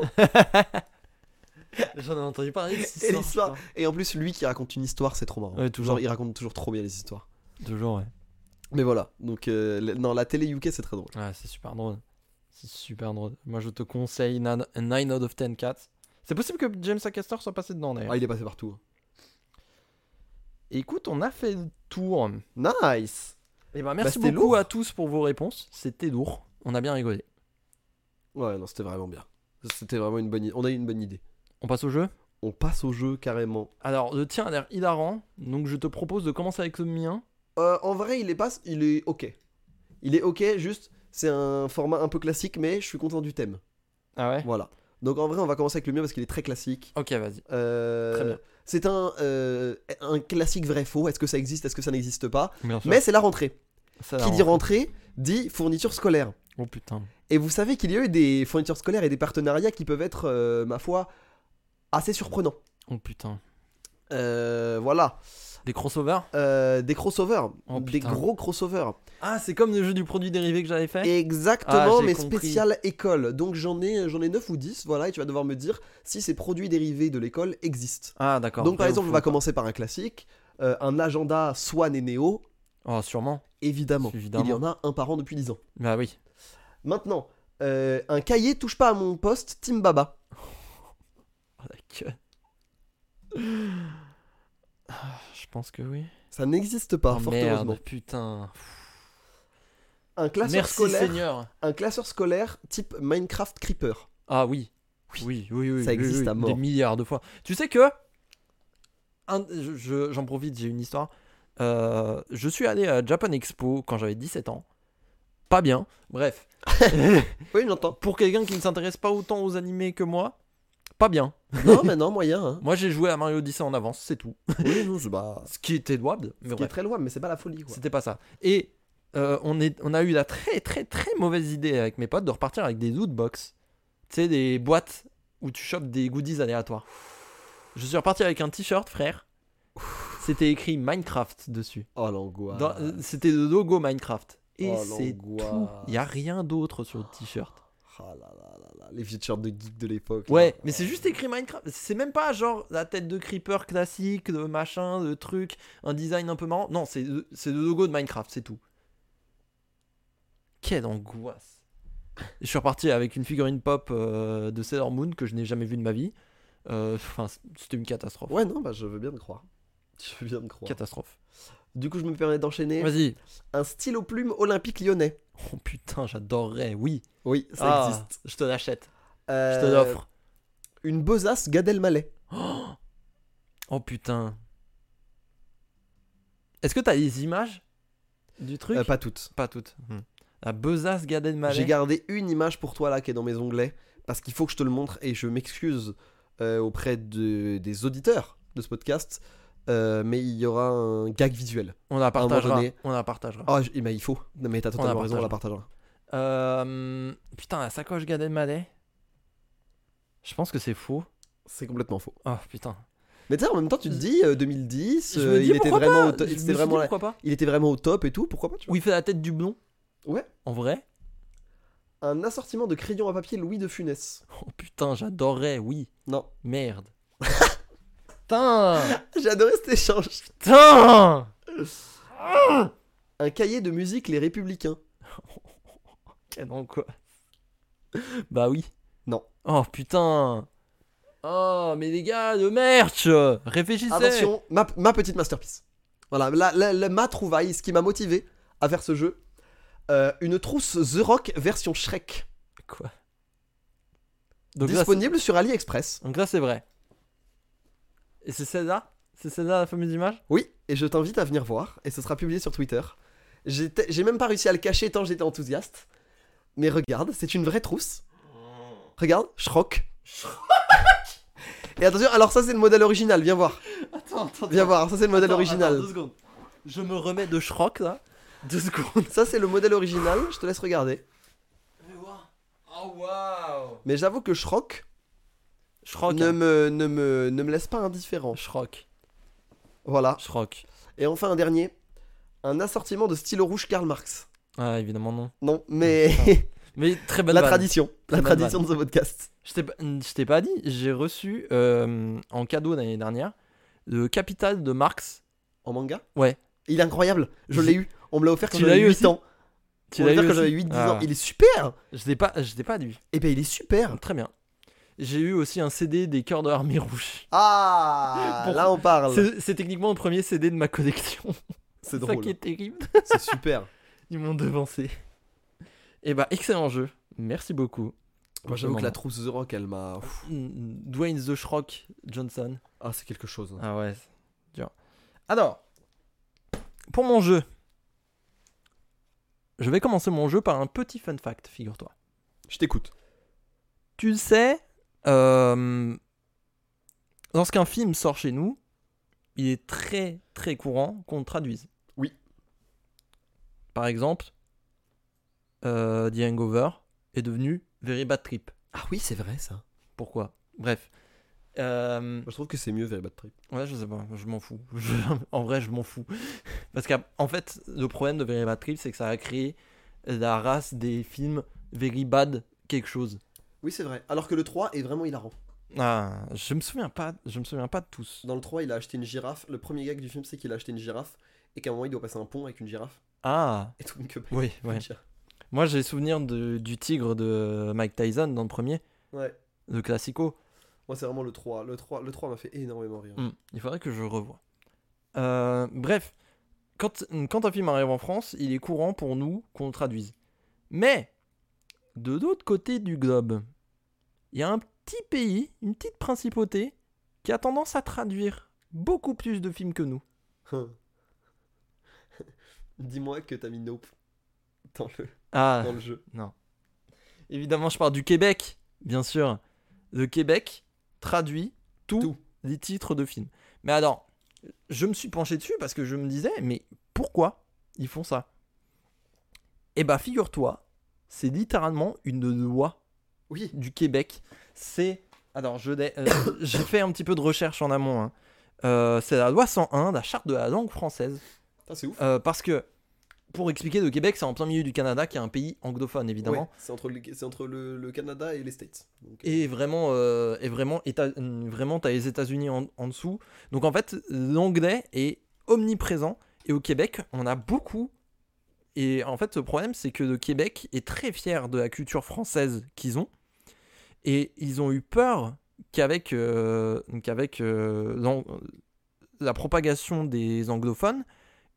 Speaker 3: J'en ai entendu parler. de cette
Speaker 1: Et
Speaker 3: histoire,
Speaker 1: l'histoire. Et en plus, lui qui raconte une histoire, c'est trop marrant.
Speaker 3: Ouais, toujours.
Speaker 1: Genre, il raconte toujours trop bien les histoires.
Speaker 3: putain. Toujours, ouais.
Speaker 1: Mais voilà, donc euh, le- non, la télé UK c'est très drôle.
Speaker 3: Ouais, c'est super drôle. C'est super drôle. Moi, je te conseille 9 out of 10 cats. C'est possible que James Acaster soit passé dedans, d'ailleurs.
Speaker 1: Ah, il est passé partout.
Speaker 3: Et Écoute, on a fait le tour.
Speaker 1: Nice
Speaker 3: Et ben, merci
Speaker 1: Bah, c'était
Speaker 3: beaucoup
Speaker 1: lourd.
Speaker 3: à tous pour vos réponses. C'était lourd. On a bien rigolé.
Speaker 1: Ouais, non, c'était vraiment bien. C'était vraiment une bonne idée. On a eu une bonne idée.
Speaker 3: On passe au jeu
Speaker 1: On passe au jeu carrément.
Speaker 3: Alors, le tien a l'air hilarant. Donc, je te propose de commencer avec le mien.
Speaker 1: Euh, en vrai, il est pas, il est ok. Il est ok, juste c'est un format un peu classique, mais je suis content du thème.
Speaker 3: Ah ouais
Speaker 1: Voilà. Donc en vrai, on va commencer avec le mien parce qu'il est très classique.
Speaker 3: Ok, vas-y.
Speaker 1: Euh,
Speaker 3: Très bien.
Speaker 1: C'est un euh, un classique vrai faux. Est-ce que ça existe Est-ce que ça n'existe pas
Speaker 3: Bien sûr.
Speaker 1: Mais c'est la rentrée.
Speaker 3: Ça
Speaker 1: Qui
Speaker 3: va,
Speaker 1: dit
Speaker 3: hein.
Speaker 1: rentrée dit fourniture scolaire.
Speaker 3: Oh putain.
Speaker 1: Et vous savez qu'il y a eu des fournitures scolaires et des partenariats qui peuvent être, euh, ma foi, assez surprenants.
Speaker 3: Oh putain.
Speaker 1: Euh, voilà.
Speaker 3: Des crossovers
Speaker 1: Euh, des crossovers.
Speaker 3: Oh,
Speaker 1: des
Speaker 3: putain.
Speaker 1: gros crossovers.
Speaker 3: Ah, c'est comme le jeu du produit dérivé que j'avais fait Ah,
Speaker 1: Exactement,
Speaker 3: j'ai
Speaker 1: mais
Speaker 3: compris.
Speaker 1: spécial école. Donc j'en ai, j'en ai 9 ou 10, voilà, et tu vas devoir me dire si ces produits dérivés de l'école existent.
Speaker 3: Ah, d'accord.
Speaker 1: Donc par
Speaker 3: Vrai ou
Speaker 1: exemple, on
Speaker 3: faux
Speaker 1: va commencer par un classique, euh, un agenda Swan et Neo,
Speaker 3: Oh, sûrement.
Speaker 1: évidemment.
Speaker 3: Évidemment.
Speaker 1: Il y en a un par an depuis 10 ans.
Speaker 3: Bah oui.
Speaker 1: Maintenant, euh, un cahier touche pas à mon poste, Team Baba.
Speaker 3: Oh la gueule. Ah, Je pense que oui.
Speaker 1: Ça n'existe pas,
Speaker 3: oh,
Speaker 1: fort
Speaker 3: merde,
Speaker 1: heureusement.
Speaker 3: putain.
Speaker 1: Un classeur
Speaker 3: Merci
Speaker 1: scolaire,
Speaker 3: Seigneur.
Speaker 1: un classeur scolaire type Minecraft Creeper.
Speaker 3: Ah oui. Oui, oui, oui.
Speaker 1: Ça
Speaker 3: oui,
Speaker 1: existe
Speaker 3: oui,
Speaker 1: à mort.
Speaker 3: Des milliards de fois. Tu sais que. un- je- je- J'en profite, j'ai une histoire. Euh, je suis allé à Japan Expo quand j'avais 17 ans. Pas bien. Bref.
Speaker 1: Oui,
Speaker 3: (laughs)
Speaker 1: j'entends.
Speaker 3: Pour quelqu'un qui ne s'intéresse pas autant aux animés que moi, pas bien.
Speaker 1: Non, mais non, moyen. hein.
Speaker 3: Moi j'ai joué à Mario Odyssey en avance, c'est tout.
Speaker 1: (laughs) Oui, non, c'est pas.
Speaker 3: Ce qui était louable. Mais
Speaker 1: Ce qui est
Speaker 3: bref.
Speaker 1: très louable, mais c'est pas la folie. Quoi.
Speaker 3: C'était pas ça. Et euh, on, est, on a eu la très très très mauvaise idée avec mes potes de repartir avec des loot box. Tu sais, des boîtes où tu chopes des goodies aléatoires. Je suis reparti avec un t-shirt, frère. C'était écrit Minecraft dessus.
Speaker 1: Oh l'angoisse.
Speaker 3: Dans- euh, C'était le logo Minecraft. Et
Speaker 1: Oh,
Speaker 3: c'est tout.
Speaker 1: l'angoisse.
Speaker 3: Il n'y a rien d'autre sur le t-shirt.
Speaker 1: Ah là là là là, les vieux t-shirts de geek de l'époque.
Speaker 3: Ouais,
Speaker 1: là.
Speaker 3: mais c'est juste écrit Minecraft. C'est même pas genre la tête de creeper classique, de machin, de truc, un design un peu marrant. Non, c'est c'est le logo de Minecraft, c'est tout. Quelle angoisse. Je suis reparti avec une figurine pop euh, de Sailor Moon que je n'ai jamais vue de ma vie. Euh, Enfin, c'était une catastrophe.
Speaker 1: Ouais, non, bah je veux bien te croire. Je veux bien te croire.
Speaker 3: Catastrophe.
Speaker 1: Du coup, je me permets d'enchaîner.
Speaker 3: Vas-y.
Speaker 1: Un stylo plume olympique lyonnais.
Speaker 3: Oh putain, j'adorerais, oui.
Speaker 1: Oui, ça
Speaker 3: Ah,
Speaker 1: existe.
Speaker 3: Je te l'achète. Je te
Speaker 1: Euh,
Speaker 3: l'offre.
Speaker 1: Une besace Gad Elmaleh.
Speaker 3: Oh putain. Est-ce que t'as des images du truc
Speaker 1: Euh, pas toutes.
Speaker 3: Pas toutes. La besace Gad Elmaleh.
Speaker 1: J'ai gardé une image pour toi là qui est dans mes onglets parce qu'il faut que je te le montre et je m'excuse euh, auprès de- des auditeurs de ce podcast. euh, mais il y aura un gag visuel.
Speaker 3: On la
Speaker 1: moment
Speaker 3: partagera.
Speaker 1: donné.
Speaker 3: On la partagera.
Speaker 1: Ah, j- mais il faut. Non, mais t'as totalement
Speaker 3: la
Speaker 1: raison, on la partagera.
Speaker 3: Euh, putain, la sacoche Gad Elmaleh. Je pense que c'est faux.
Speaker 1: C'est complètement faux.
Speaker 3: Oh putain.
Speaker 1: Mais tu sais, en même temps, tu te dis euh, 2010,
Speaker 3: Je me
Speaker 1: euh,
Speaker 3: dis,
Speaker 1: il, était
Speaker 3: pourquoi
Speaker 1: vraiment
Speaker 3: pas
Speaker 1: au to-
Speaker 3: Je me
Speaker 1: il,
Speaker 3: suis
Speaker 1: était
Speaker 3: dit,
Speaker 1: vraiment,
Speaker 3: pourquoi pas
Speaker 1: il était vraiment au top et tout. Pourquoi pas tu vois
Speaker 3: Où il fait la tête du blond.
Speaker 1: Ouais.
Speaker 3: En vrai.
Speaker 1: Un assortiment de crayons à papier Louis de Funès.
Speaker 3: Oh putain, j'adorais. Oui.
Speaker 1: Non. (laughs)
Speaker 3: Merde. putain.
Speaker 1: J'ai adoré cet échange.
Speaker 3: Putain.
Speaker 1: Un cahier de musique Les Républicains.
Speaker 3: Canon quoi. Bah oui.
Speaker 1: Non.
Speaker 3: Oh putain. Oh mais les gars, le merch. Réfléchissez.
Speaker 1: Attention, ma, ma petite masterpiece. Voilà, la, la- la- ma trouvaille, ce qui m'a motivé à faire ce jeu. Euh, une trousse The Rock version Shrek.
Speaker 3: Quoi Donc là, c'est-
Speaker 1: disponible sur AliExpress.
Speaker 3: donc là, c'est vrai. Et c'est celle-là C'est celle-là la fameuse image
Speaker 1: Oui, et je t'invite à venir voir, et ce sera publié sur Twitter. J'étais- J'ai même pas réussi à le cacher tant j'étais enthousiaste. Mais regarde, c'est une vraie trousse. Regarde, Shrock. et attention, alors ça c'est le modèle original, viens voir.
Speaker 3: Attends, attends.
Speaker 1: Viens voir, ça c'est le modèle
Speaker 3: Attends,
Speaker 1: original.
Speaker 3: attends, deux secondes. Je me remets de schrock là. Deux secondes.
Speaker 1: ça c'est le modèle original, je te laisse regarder.
Speaker 3: Oh waouh
Speaker 1: Mais j'avoue que Shrock,
Speaker 3: Schrock.
Speaker 1: Ne, me, ne, me, ne me laisse pas indifférent.
Speaker 3: Schrock.
Speaker 1: Voilà.
Speaker 3: Schrock.
Speaker 1: Et enfin, un dernier. Un assortiment de stylo rouge Karl Marx.
Speaker 3: Ah, évidemment, non.
Speaker 1: Non, mais (laughs)
Speaker 3: Mais très Ah. bonne
Speaker 1: la
Speaker 3: vanne.
Speaker 1: tradition. La
Speaker 3: Très bonne
Speaker 1: tradition de ce podcast.
Speaker 3: Je t'ai pas- je t'ai pas dit, j'ai reçu euh, en cadeau l'année dernière le Capital de Marx.
Speaker 1: En manga
Speaker 3: Ouais.
Speaker 1: Il est incroyable. Je l'ai eu. On me l'a offert quand
Speaker 3: Tu l'as
Speaker 1: j'avais
Speaker 3: eu
Speaker 1: 8
Speaker 3: aussi
Speaker 1: ans. On me l'a
Speaker 3: l'as
Speaker 1: offert
Speaker 3: eu
Speaker 1: quand
Speaker 3: aussi
Speaker 1: j'avais 8-10 ans.
Speaker 3: Ah.
Speaker 1: Il est super
Speaker 3: Je l'ai pas, je l'ai pas lu.
Speaker 1: Eh ben, il est super
Speaker 3: Très bien. J'ai eu aussi un CD des Cœurs de l'Armée Rouge.
Speaker 1: Ah
Speaker 3: (laughs) Pour-
Speaker 1: Là, on parle.
Speaker 3: C'est c'est techniquement le premier CD de ma collection.
Speaker 1: C'est
Speaker 3: ça
Speaker 1: drôle.
Speaker 3: qui est terrible.
Speaker 1: C'est
Speaker 3: (laughs)
Speaker 1: super.
Speaker 3: Ils m'ont devancé. Et bah, excellent jeu. Merci beaucoup.
Speaker 1: Moi, j'avoue que
Speaker 3: Vraiment.
Speaker 1: la trousse The Rock, elle m'a. Ouf.
Speaker 3: Dwayne The Schrock Johnson.
Speaker 1: Ah, c'est quelque chose.
Speaker 3: Ah ouais, c'est dur. Alors, pour mon jeu, je vais commencer mon jeu par un petit fun fact, figure-toi.
Speaker 1: Je t'écoute.
Speaker 3: Tu le sais, euh, lorsqu'un film sort chez nous, il est très très courant qu'on le traduise.
Speaker 1: Oui.
Speaker 3: Par exemple, euh, The Hangover est devenu Very Bad Trip.
Speaker 1: Ah oui, c'est vrai ça.
Speaker 3: Pourquoi Bref. Euh,
Speaker 1: Je trouve que c'est mieux Very Bad Trip.
Speaker 3: Ouais, je sais pas, je m'en fous. (laughs) Je- en vrai, je m'en fous. Parce qu'en fait, le problème de Very Bad Trip, c'est que ça a créé la race des films Very Bad quelque chose.
Speaker 1: Oui, c'est vrai. Alors que le 3 est vraiment hilarant.
Speaker 3: Ah, je me souviens pas, je me souviens pas de tous.
Speaker 1: Dans le 3, il a acheté une girafe. Le premier gag du film, c'est qu'il a acheté une girafe et qu'à un moment, il doit passer un pont avec une girafe
Speaker 3: Ah,
Speaker 1: et tout une queue.
Speaker 3: oui, ouais. Moi, j'ai souvenir de- du tigre de Mike Tyson dans le premier,
Speaker 1: Ouais.
Speaker 3: le classico.
Speaker 1: Moi, c'est vraiment le 3. Le 3, le 3 m'a fait énormément rire. (laughs)
Speaker 3: Hmm, il faudrait que je revoie. Euh, bref, quand, quand un film arrive en France, il est courant pour nous qu'on le traduise. Mais, de l'autre côté du globe, il y a un petit pays, une petite principauté, qui a tendance à traduire beaucoup plus de films que nous.
Speaker 1: Dis-moi que t'as mis Nope dans le,
Speaker 3: Ah,
Speaker 1: dans le jeu.
Speaker 3: évidemment, je parle du Québec, bien sûr. Le Québec traduit tous
Speaker 1: Tout.
Speaker 3: les titres de films. Mais alors, je me suis penché dessus parce que je me disais, mais pourquoi ils font ça Eh bah, figure-toi, c'est littéralement une loi
Speaker 1: Oui.
Speaker 3: du Québec. C'est. Alors, je l'ai- euh, (coughs) j'ai fait un petit peu de recherche en amont. hein. Euh, c'est la loi 101, la charte de la langue française.
Speaker 1: Putain, c'est ouf.
Speaker 3: Euh, parce que, pour expliquer, le Québec, c'est en plein milieu du Canada, qui est un pays anglophone, évidemment.
Speaker 1: Ouais, c'est entre, le, c'est entre le, le Canada et les States. Donc, euh,
Speaker 3: Et vraiment, euh, et vraiment, Éta- euh, vraiment, t'as les États-Unis en, en dessous. Donc en fait, l'anglais est omniprésent. Et au Québec, on a beaucoup. Et en fait, le problème, c'est que le Québec est très fier de la culture française qu'ils ont. Et ils ont eu peur qu'avec euh, qu'avec euh, l'an- la propagation des anglophones,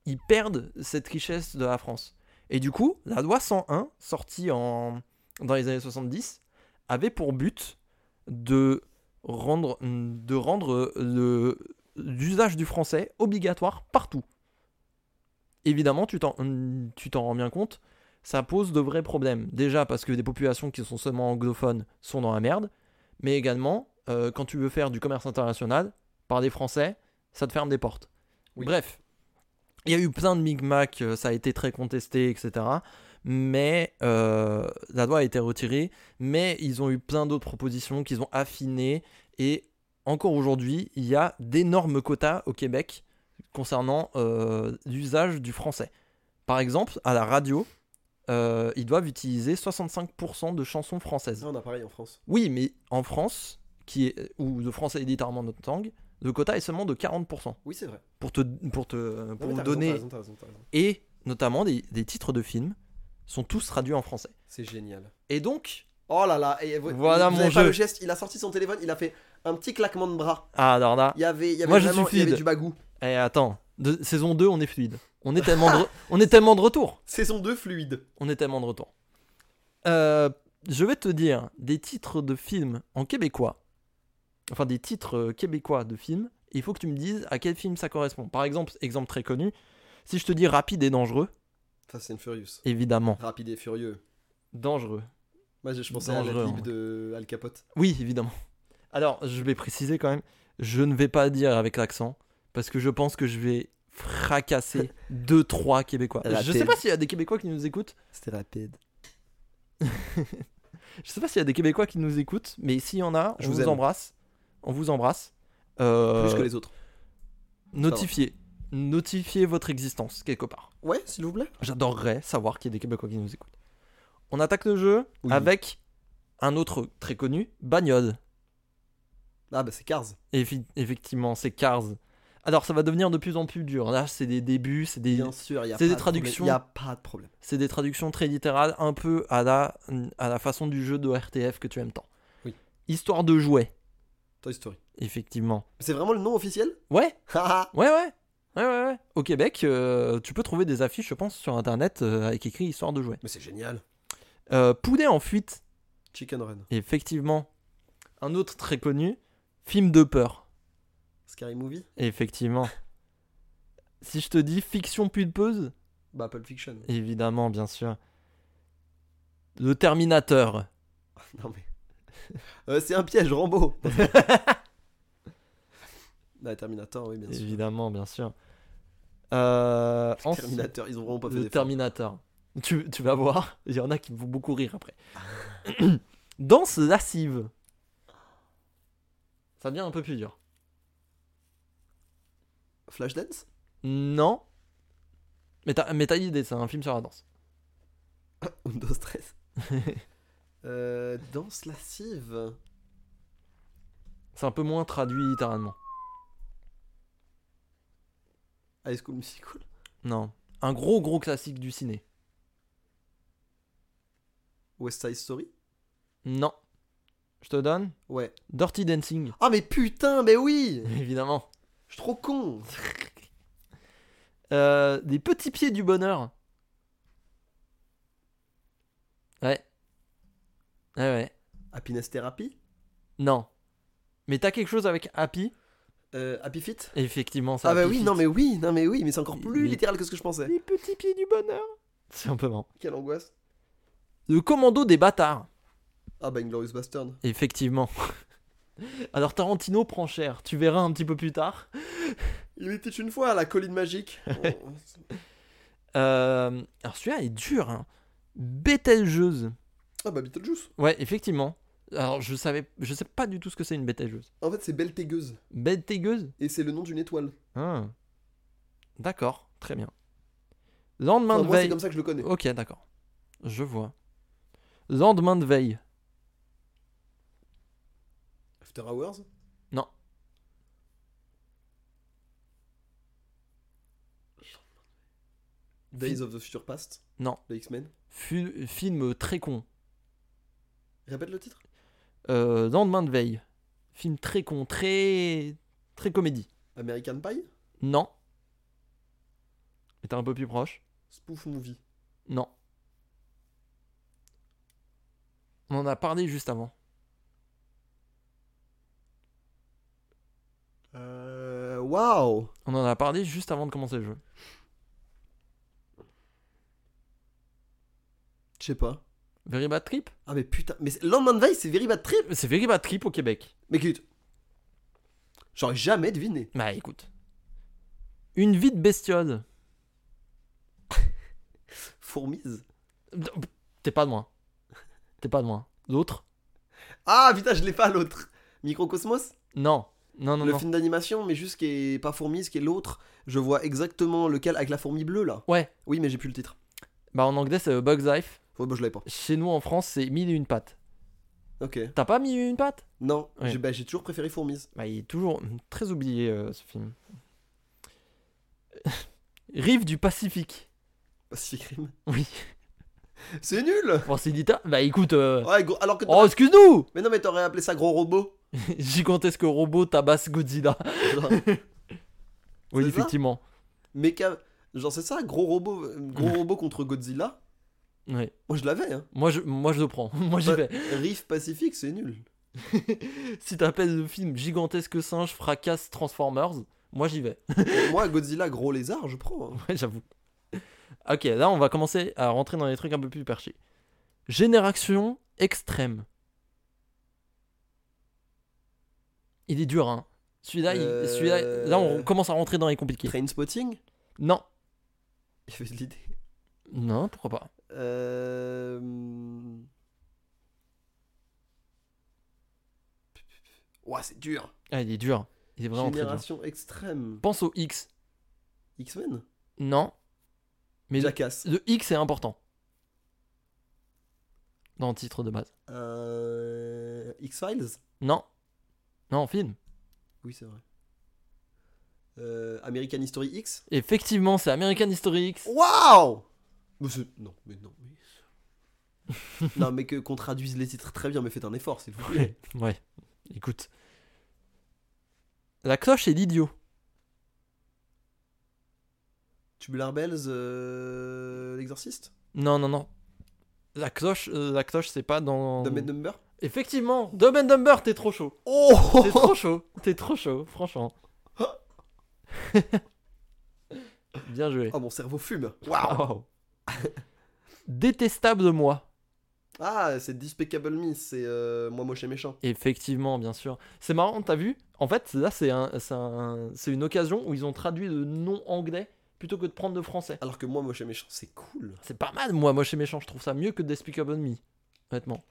Speaker 3: ils perdent cette richesse de la France. Et du coup, la loi 101, sortie en, dans les années 70, avait pour but de rendre, de rendre euh, le- l'usage du français obligatoire partout. Évidemment, tu t'en tu t'en rends bien compte, ça pose de vrais problèmes. Déjà parce que des populations qui sont seulement anglophones sont dans la merde, mais également, euh, quand tu veux faire du commerce international, par des français, ça te ferme des portes.
Speaker 1: Oui.
Speaker 3: Bref, il y a eu plein de micmacs, euh, ça a été très contesté, etc. Mais euh, la loi a été retirée mais ils ont eu plein d'autres propositions qu'ils ont affinées et encore aujourd'hui, il y a d'énormes quotas au Québec concernant euh, l'usage du français. Par exemple, à la radio, euh, ils doivent utiliser 65% de chansons françaises.
Speaker 1: ça, euh, ah, on a pareil en France.
Speaker 3: Oui, mais en France, qui est, euh, où le français est littéralement notre langue, le quota est seulement de 40%
Speaker 1: Oui, c'est vrai.
Speaker 3: pour te, pour te
Speaker 1: Non,
Speaker 3: pour
Speaker 1: mais t'as
Speaker 3: vous
Speaker 1: raison,
Speaker 3: donner.
Speaker 1: t'as raison, t'as raison, t'as raison.
Speaker 3: Et notamment, des, des titres de films sont tous traduits en français.
Speaker 1: C'est génial.
Speaker 3: Et donc,
Speaker 1: Oh là là. Et, vous-
Speaker 3: Voilà
Speaker 1: vous
Speaker 3: mon
Speaker 1: avez pas
Speaker 3: jeu.
Speaker 1: le geste. Il a sorti son téléphone. Il a fait un petit claquement de bras.
Speaker 3: ah, alors là,
Speaker 1: Il y avait, il y avait,
Speaker 3: Moi, je
Speaker 1: vraiment-
Speaker 3: suis
Speaker 1: il y avait
Speaker 3: fluide.
Speaker 1: du bagou.
Speaker 3: Eh attends, de, saison 2 on est fluide. On est tellement
Speaker 1: (laughs)
Speaker 3: de, re- on est tellement de retour.
Speaker 1: Saison 2 fluide.
Speaker 3: On est tellement de retour. Euh, je vais te dire des titres de films en québécois. Enfin des titres euh, québécois de films. Il faut que tu me dises à quel film ça correspond. Par exemple, exemple très connu, si je te dis rapide et dangereux,
Speaker 1: Fast and Furious.
Speaker 3: évidemment.
Speaker 1: Rapide et furieux.
Speaker 3: Dangereux.
Speaker 1: Moi, je je pensais à la
Speaker 3: Dangereux,
Speaker 1: clip
Speaker 3: ouais.
Speaker 1: de Al Capote.
Speaker 3: Oui, évidemment. Alors, je vais préciser quand même, je ne vais pas dire avec l'accent, parce que je pense que je vais fracasser 2-3 Québécois.
Speaker 1: La
Speaker 3: je sais
Speaker 1: tête.
Speaker 3: pas s'il y a des Québécois qui nous écoutent.
Speaker 1: C'était rapide.
Speaker 3: Je sais pas s'il y a des Québécois qui nous écoutent, mais s'il y en a,
Speaker 1: Je
Speaker 3: on
Speaker 1: vous
Speaker 3: vous,
Speaker 1: aime.
Speaker 3: embrasse. on vous embrasse. Euh,
Speaker 1: Plus que les autres.
Speaker 3: notifiez. Notifiez votre existence quelque part.
Speaker 1: Ouais, s'il vous plaît.
Speaker 3: J'adorerais savoir qu'il y a des Québécois qui nous écoutent. On attaque le jeu
Speaker 1: Oui.
Speaker 3: avec un autre très connu, Bagnode.
Speaker 1: Ah, bah c'est Cars.
Speaker 3: Effi- effectivement, c'est Cars. Alors, ça va devenir de plus en plus dur. Là, c'est des débuts, c'est des,
Speaker 1: Bien sûr, il y a
Speaker 3: c'est
Speaker 1: pas
Speaker 3: des
Speaker 1: de
Speaker 3: traductions.
Speaker 1: problème. Il n'y a pas de problème.
Speaker 3: c'est des traductions très littérales, un peu à la, à la façon du jeu de RTF que tu aimes tant.
Speaker 1: Oui.
Speaker 3: Histoire de jouets,
Speaker 1: Toy Story.
Speaker 3: effectivement.
Speaker 1: C'est vraiment le nom officiel (laughs) Ah,
Speaker 3: Ouais,
Speaker 1: Haha.
Speaker 3: Ouais, ouais. Ouais, ouais, ouais. Au Québec, euh, tu peux trouver des affiches, je pense, sur internet euh, avec écrit histoire de jouer.
Speaker 1: Mais c'est génial.
Speaker 3: Euh, Poulet en fuite,
Speaker 1: Chicken Run.
Speaker 3: effectivement. Un autre très connu, film de peur,
Speaker 1: Scary Movie.
Speaker 3: effectivement. si je te dis fiction pulpeuse,
Speaker 1: Bah, Pulp Fiction. (laughs)
Speaker 3: évidemment, bien sûr. Le Terminator.
Speaker 1: Non mais. (laughs) Euh, c'est un piège,
Speaker 3: (laughs)
Speaker 1: Rambo La Terminator, oui, bien sûr.
Speaker 3: évidemment, bien sûr. Euh, ensuite,
Speaker 1: Terminator, ils ont vraiment pas fait
Speaker 3: le
Speaker 1: d'efforts.
Speaker 3: Terminator. Tu, tu vas voir, (laughs) il y en a qui vont beaucoup rire après. Ah. (clears throat) Danse lascive. Ça devient un peu plus dur.
Speaker 1: Flashdance (laughs)
Speaker 3: Non. Mais t'as mais t'as l'idée, c'est un film sur la danse.
Speaker 1: Windows 13.
Speaker 3: (laughs)
Speaker 1: euh, danse lascive.
Speaker 3: C'est un peu moins traduit littéralement.
Speaker 1: High School Musical.
Speaker 3: Non. Un gros gros classique du ciné.
Speaker 1: West Side Story
Speaker 3: Non. Je te donne
Speaker 1: Ouais.
Speaker 3: Dirty Dancing,
Speaker 1: Ah mais putain, mais oui
Speaker 3: (laughs) évidemment.
Speaker 1: Je suis trop con
Speaker 3: Euh, des petits pieds du bonheur. Ouais. Ouais, ouais.
Speaker 1: Happiness Therapy
Speaker 3: Non. Mais t'as quelque chose avec Happy
Speaker 1: Euh, Happy Fit
Speaker 3: Effectivement, ça.
Speaker 1: Ah bah
Speaker 3: Happy
Speaker 1: oui,
Speaker 3: Feet.
Speaker 1: non mais oui, non mais oui, mais c'est encore plus
Speaker 3: Mais-
Speaker 1: littéral que ce que je pensais.
Speaker 3: Les petits pieds du (laughs) bonheur. C'est un peu marrant.
Speaker 1: Quelle angoisse.
Speaker 3: Le commando des bâtards.
Speaker 1: Ah bah Inglorious Bastard.
Speaker 3: Effectivement. (laughs) Alors Tarantino prend cher. Tu verras un petit peu plus tard.
Speaker 1: Il était une fois à la colline
Speaker 3: (laughs)
Speaker 1: magique. Oh,
Speaker 3: Euh, Alors celui-là est dur. Hein. Bételgeuse.
Speaker 1: ah bah Beetlejuice.
Speaker 3: Ouais, effectivement. Alors je savais, je sais pas du tout ce que c'est une bételgeuse.
Speaker 1: En fait c'est Beltégueuse.
Speaker 3: Bétégeuse
Speaker 1: Et c'est le nom d'une étoile.
Speaker 3: Ah. D'accord, très bien. Lendemain
Speaker 1: Enfin,
Speaker 3: de Oh.
Speaker 1: moi, c'est
Speaker 3: veille.
Speaker 1: comme ça que je le connais.
Speaker 3: Ok, d'accord. Je vois. Lendemain de veille.
Speaker 1: After Hours
Speaker 3: Non.
Speaker 1: Days of the Future Past
Speaker 3: Non.
Speaker 1: Les X-Men
Speaker 3: Fu- film très con.
Speaker 1: Répète le titre
Speaker 3: Euh, Lendemain de veille. Film très con, très. très comédie.
Speaker 1: American Pie
Speaker 3: Non. Mais t'es un peu plus proche.
Speaker 1: Spoof Movie
Speaker 3: Non. On en a parlé juste avant.
Speaker 1: Euh. Waouh
Speaker 3: On en a parlé juste avant de commencer le jeu.
Speaker 1: Je sais pas.
Speaker 3: Very Bad Trip
Speaker 1: Ah mais putain, mais c'est- London Veil c'est Very Bad Trip
Speaker 3: C'est Very Bad Trip au Québec.
Speaker 1: Mais écoute, j'aurais jamais deviné.
Speaker 3: Bah écoute. Une vie de bestiole.
Speaker 1: Fourmise
Speaker 3: T'es pas de loin. T'es pas de loin. L'autre
Speaker 1: Ah putain, je l'ai pas l'autre Microcosmos
Speaker 3: Non. Non, non,
Speaker 1: Le
Speaker 3: non.
Speaker 1: film d'animation, mais juste qui est pas Fourmise, qui est l'autre. Je vois exactement lequel avec la fourmi bleue là.
Speaker 3: Ouais.
Speaker 1: Oui, mais j'ai plus le titre.
Speaker 3: Bah en anglais c'est A Bug's Life.
Speaker 1: Ouais, bah, je l'avais pas.
Speaker 3: Chez nous en France c'est Mille et une pattes.
Speaker 1: Ok.
Speaker 3: T'as pas mis une patte
Speaker 1: Non,
Speaker 3: Ouais.
Speaker 1: j'ai bah, j'ai toujours préféré Fourmise. (laughs)
Speaker 3: Bah, il est toujours très oublié euh, ce film. (laughs) Rive du Pacifique.
Speaker 1: Pacific Rim.
Speaker 3: Oui.
Speaker 1: C'est nul
Speaker 3: (laughs) Bon, c'est littéral. Bah écoute. euh,
Speaker 1: Ouais, gros- alors que.
Speaker 3: Oh, (laughs) excuse-nous
Speaker 1: Mais non, mais t'aurais appelé ça gros robot.
Speaker 3: Gigantesque robot tabasse Godzilla.
Speaker 1: Genre, (laughs) C'est
Speaker 3: Oui,
Speaker 1: ça
Speaker 3: effectivement.
Speaker 1: méca- Genre, c'est ça, gros robot, euh, gros robot contre Godzilla.
Speaker 3: Ouais.
Speaker 1: Moi, je l'avais, hein.
Speaker 3: Moi, je, moi, je le prends. (laughs) moi, j'y
Speaker 1: Ouais.
Speaker 3: vais.
Speaker 1: Riff Pacifique, c'est nul.
Speaker 3: Si t'appelles le film Gigantesque singe fracasse Transformers, moi, j'y vais.
Speaker 1: Moi, Godzilla, gros lézard, je prends. hein.
Speaker 3: (laughs) Ouais, j'avoue. Ok, là, on va commencer à rentrer dans des trucs un peu plus perchés. Génération extrême. Il est dur, hein. Celui-là, il-
Speaker 1: Euh,
Speaker 3: celui-là, là, on commence à rentrer dans les compliqués.
Speaker 1: Train Spotting
Speaker 3: Non.
Speaker 1: Il fait de l'idée.
Speaker 3: Non, pourquoi pas.
Speaker 1: Euh... Ouah, c'est dur.
Speaker 3: Ah, il est dur. Il est vraiment très dur.
Speaker 1: Génération extrême.
Speaker 3: Pense au X.
Speaker 1: X-Men
Speaker 3: Non. Mais le,
Speaker 1: Jackass.
Speaker 3: le X est important. Dans le titre de base.
Speaker 1: Euh, X-Files
Speaker 3: Non. Non, film.
Speaker 1: Oui, c'est vrai. Euh, American History X
Speaker 3: Effectivement, c'est American History X.
Speaker 1: Waouh Mais c'est- Non, mais non, mais.
Speaker 3: (laughs)
Speaker 1: non, mais que- qu'on traduise les titres très bien, mais faites un effort, s'il vous plaît.
Speaker 3: Ouais. Écoute. La cloche et l'idiot.
Speaker 1: Tubular Bells, euh, l'exorciste
Speaker 3: Non, non, non. La cloche, euh, la cloche, c'est pas dans.
Speaker 1: Dumb and Dumber
Speaker 3: Effectivement, Dumb and Dumber, t'es trop chaud.
Speaker 1: Oh (laughs)
Speaker 3: T'es trop chaud. T'es trop chaud, franchement. (laughs) Bien joué.
Speaker 1: Oh, mon cerveau fume Waouh
Speaker 3: Wow. Détestable moi.
Speaker 1: Ah, c'est Despicable Me, c'est euh, Moi Moche et Méchant.
Speaker 3: Effectivement, bien sûr. C'est marrant, t'as vu En fait, là, c'est un, c'est un- c'est une occasion où ils ont traduit le nom anglais plutôt que de prendre le français.
Speaker 1: Alors que Moi Moche et Méchant, c'est cool.
Speaker 3: C'est pas mal, moi, moche et méchant. Je trouve ça mieux que Despicable Me. Honnêtement.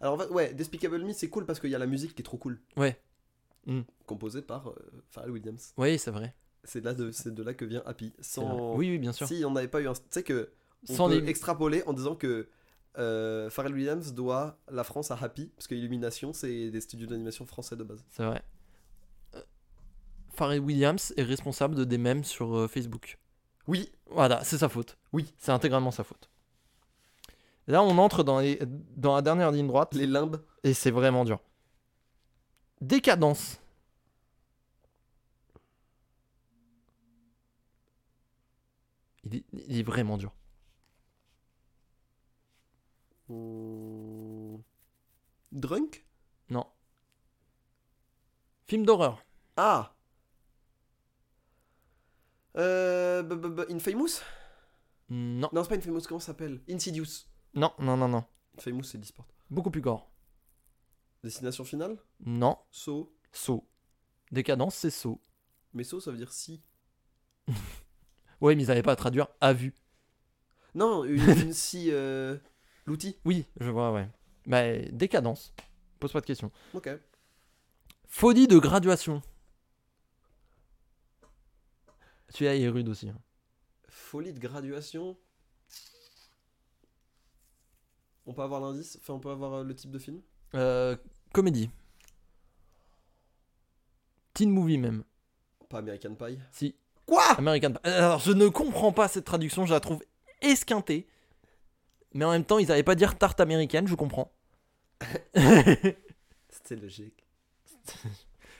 Speaker 1: Alors, en fait, ouais, Despicable Me, c'est cool parce qu'il y a la musique qui est trop cool.
Speaker 3: Ouais. Mm.
Speaker 1: Composée par euh, Pharrell Williams.
Speaker 3: Oui, c'est vrai.
Speaker 1: C'est là de, c'est de là que vient Happy.
Speaker 3: c'est vrai.
Speaker 1: Sans...
Speaker 3: Oui, oui, bien sûr.
Speaker 1: Si on n'avait pas eu un. Tu sais que. On
Speaker 3: Sans
Speaker 1: peut
Speaker 3: les-
Speaker 1: extrapoler en disant que euh, Pharrell Williams doit la France à Happy, parce que Illumination, c'est des studios d'animation français de base.
Speaker 3: C'est vrai. Euh, Pharrell Williams est responsable de des mèmes sur euh, Facebook.
Speaker 1: Oui,
Speaker 3: Voilà, c'est sa faute.
Speaker 1: Oui.
Speaker 3: C'est intégralement sa faute. Là, on entre dans, les- dans la dernière ligne droite
Speaker 1: les limbes.
Speaker 3: et c'est vraiment dur. Décadence. Il est, il est vraiment dur.
Speaker 1: Hmm. Drunk
Speaker 3: Non. Film d'horreur.
Speaker 1: Ah euh, b- b- b- Infamous
Speaker 3: Non.
Speaker 1: Non, c'est pas Infamous, comment ça s'appelle Insidious.
Speaker 3: Non, non, non, non.
Speaker 1: Infamous, c'est Disport.
Speaker 3: Beaucoup plus gore.
Speaker 1: Destination finale
Speaker 3: Non.
Speaker 1: So.
Speaker 3: Saut. Décadence, c'est saut.
Speaker 1: Mais so, ça veut dire si.
Speaker 3: Oui, mais ils n'avaient pas à traduire à vue.
Speaker 1: Non,
Speaker 3: (laughs)
Speaker 1: une, une si. euh, L'outil
Speaker 3: Oui, je vois, ouais. Bah, décadence. Pose pas de questions.
Speaker 1: Ok.
Speaker 3: Folie de graduation. Celui-là, il est rude aussi. hein.
Speaker 1: Folie de graduation. On peut avoir l'indice, enfin on peut avoir euh, le type de film.
Speaker 3: Euh, comédie. Teen movie même.
Speaker 1: Pas American Pie.
Speaker 3: Si.
Speaker 1: Quoi
Speaker 3: American Pie. Alors, je ne comprends pas cette traduction, je la trouve esquintée. Mais en même temps, ils n'avaient pas dire tarte américaine, je comprends.
Speaker 1: C'était logique.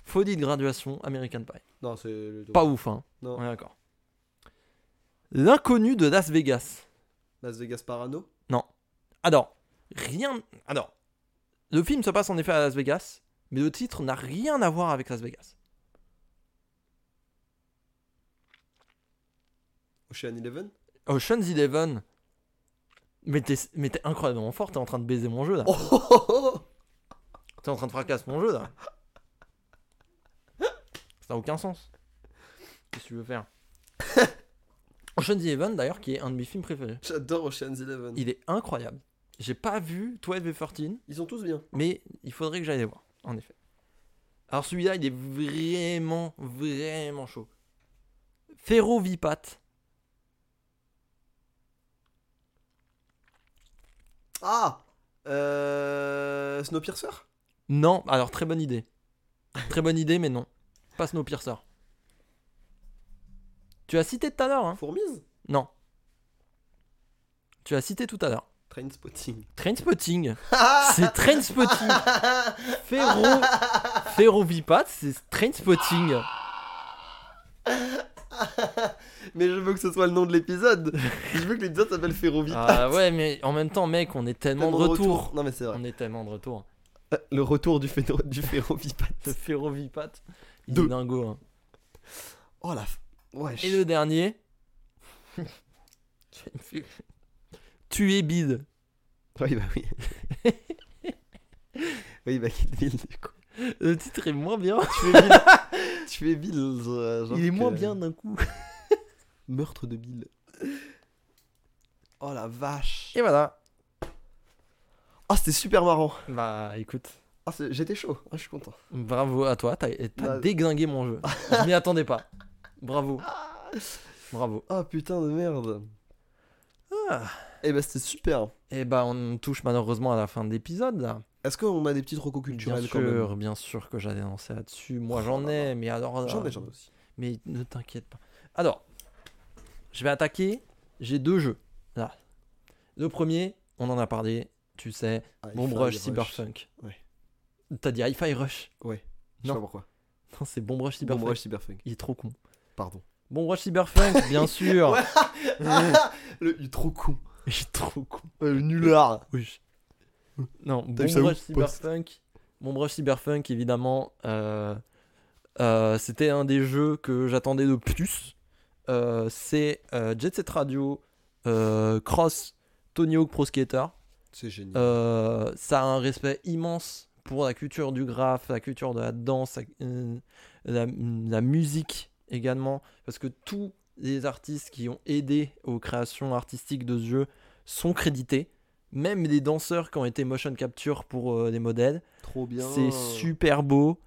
Speaker 3: Folie de graduation, American Pie.
Speaker 1: Non, c'est le
Speaker 3: Pas ouf, hein.
Speaker 1: Non.
Speaker 3: On est d'accord. L'inconnu de Las Vegas.
Speaker 1: Las Vegas Parano.
Speaker 3: Alors, rien. Alors, le film se passe en effet à Las Vegas, mais le titre n'a rien à voir avec Las Vegas.
Speaker 1: Ocean Eleven.
Speaker 3: Ocean's Eleven. Mais t'es mais t'es incroyablement fort, t'es en train de baiser mon jeu là.
Speaker 1: Oh, oh, oh, oh.
Speaker 3: T'es en train de fracasser mon jeu là. Ça n'a aucun sens. Qu'est-ce que tu veux faire (laughs) Ocean's Eleven d'ailleurs, qui est un de mes films préférés.
Speaker 1: (laughs) J'adore Ocean's Eleven.
Speaker 3: Il est incroyable. J'ai pas vu 12 et 13,
Speaker 1: Ils sont tous bien.
Speaker 3: Mais il faudrait que j'aille les voir, en effet. Alors celui-là, il est vraiment, vraiment chaud. Ferrovipat.
Speaker 1: Ah euh, Snowpiercer
Speaker 3: Non, alors très bonne idée. Très bonne idée, mais non. Pas Snowpiercer. Tu as cité tout à l'heure, hein
Speaker 1: Fourmise
Speaker 3: Non. Tu as cité tout à l'heure.
Speaker 1: Train Spotting.
Speaker 3: Trainspotting. (laughs) C'est Trainspotting. Ferro... Ferrovipat, c'est Trainspotting.
Speaker 1: Mais je veux que ce soit le nom de l'épisode. je veux que l'épisode s'appelle Ferrovita.
Speaker 3: Ah ouais, mais en même temps, mec, on est tellement, de Mm. retour.
Speaker 1: Non mais c'est vrai.
Speaker 3: On est tellement de retour.
Speaker 1: Le retour du, phéno- du Ferrovipat.
Speaker 3: (laughs) Le ferrovipat. Il
Speaker 1: Deux.
Speaker 3: est dingo. hein.
Speaker 1: Oh la... f- Wesh.
Speaker 3: Et le dernier. (laughs) tu es bide.
Speaker 1: Oui, bah
Speaker 3: (laughs)
Speaker 1: oui. oui, bah Kill Bill, du coup.
Speaker 3: Le titre est moins bien.
Speaker 1: Tu es Bill. tu es Bill. euh, genre
Speaker 3: (laughs) Il est moins
Speaker 1: que-
Speaker 3: bien d'un coup.
Speaker 1: Meurtre de Bill. Oh la vache.
Speaker 3: Et voilà.
Speaker 1: Ah, c'était super marrant.
Speaker 3: Bah écoute,
Speaker 1: Ah, c'est- j'étais chaud, Ah, je suis content.
Speaker 3: Bravo à toi, t'as t'as
Speaker 1: Bah-
Speaker 3: déglingué mon (laughs) jeu. Je m'y attendais pas. Bravo. Bravo.
Speaker 1: Ah putain de merde.
Speaker 3: Ah.
Speaker 1: Eh ben c'était super.
Speaker 3: Et bah on touche malheureusement à la fin de l'épisode là.
Speaker 1: Est-ce qu'on a des petites recos culturelles
Speaker 3: bien
Speaker 1: quand même
Speaker 3: sûr, bien sûr que j'allais lancer là-dessus. Moi
Speaker 1: Oh
Speaker 3: j'en
Speaker 1: là
Speaker 3: ai, mais alors. là-
Speaker 1: J'en ai, j'en ai aussi.
Speaker 3: Mais ne t'inquiète pas. Alors, je vais attaquer. J'ai deux jeux là. Le premier, on en a parlé, tu sais,
Speaker 1: Ah,
Speaker 3: Bon
Speaker 1: Hi-Fi
Speaker 3: Brush Cyberpunk.
Speaker 1: Ouais.
Speaker 3: T'as dit Hi-Fi Rush.
Speaker 1: Ouais. Je sais
Speaker 3: Non.
Speaker 1: pas pourquoi.
Speaker 3: Non, c'est Bon Brush
Speaker 1: Bon
Speaker 3: Cyberpunk.
Speaker 1: Brush Cyberpunk.
Speaker 3: Il est trop con. (laughs)
Speaker 1: Pardon.
Speaker 3: Bon Brush Cyberpunk,
Speaker 1: (laughs)
Speaker 3: bien sûr.
Speaker 1: Ouais. Ah, le, il est trop con.
Speaker 3: Il est trop con.
Speaker 1: Euh, nulard.
Speaker 3: Oui. Non, bon
Speaker 1: T'as vu ça où,
Speaker 3: brush
Speaker 1: Post
Speaker 3: cyberpunk. Bon brush cyberpunk, évidemment. euh, euh, C'était un des jeux que j'attendais le plus. Euh, C'est euh, Jet Set Radio, euh, Cross, Tony Hawk Pro Skater.
Speaker 1: C'est génial.
Speaker 3: Euh, ça a un respect immense pour la culture du graphe, la culture de la danse, la, euh, la- la musique également, parce que tous les artistes qui ont aidé aux créations artistiques de ce jeu sont crédités, même les danseurs qui ont été motion capture pour euh, les modèles.
Speaker 1: trop bien.
Speaker 3: C'est super beau.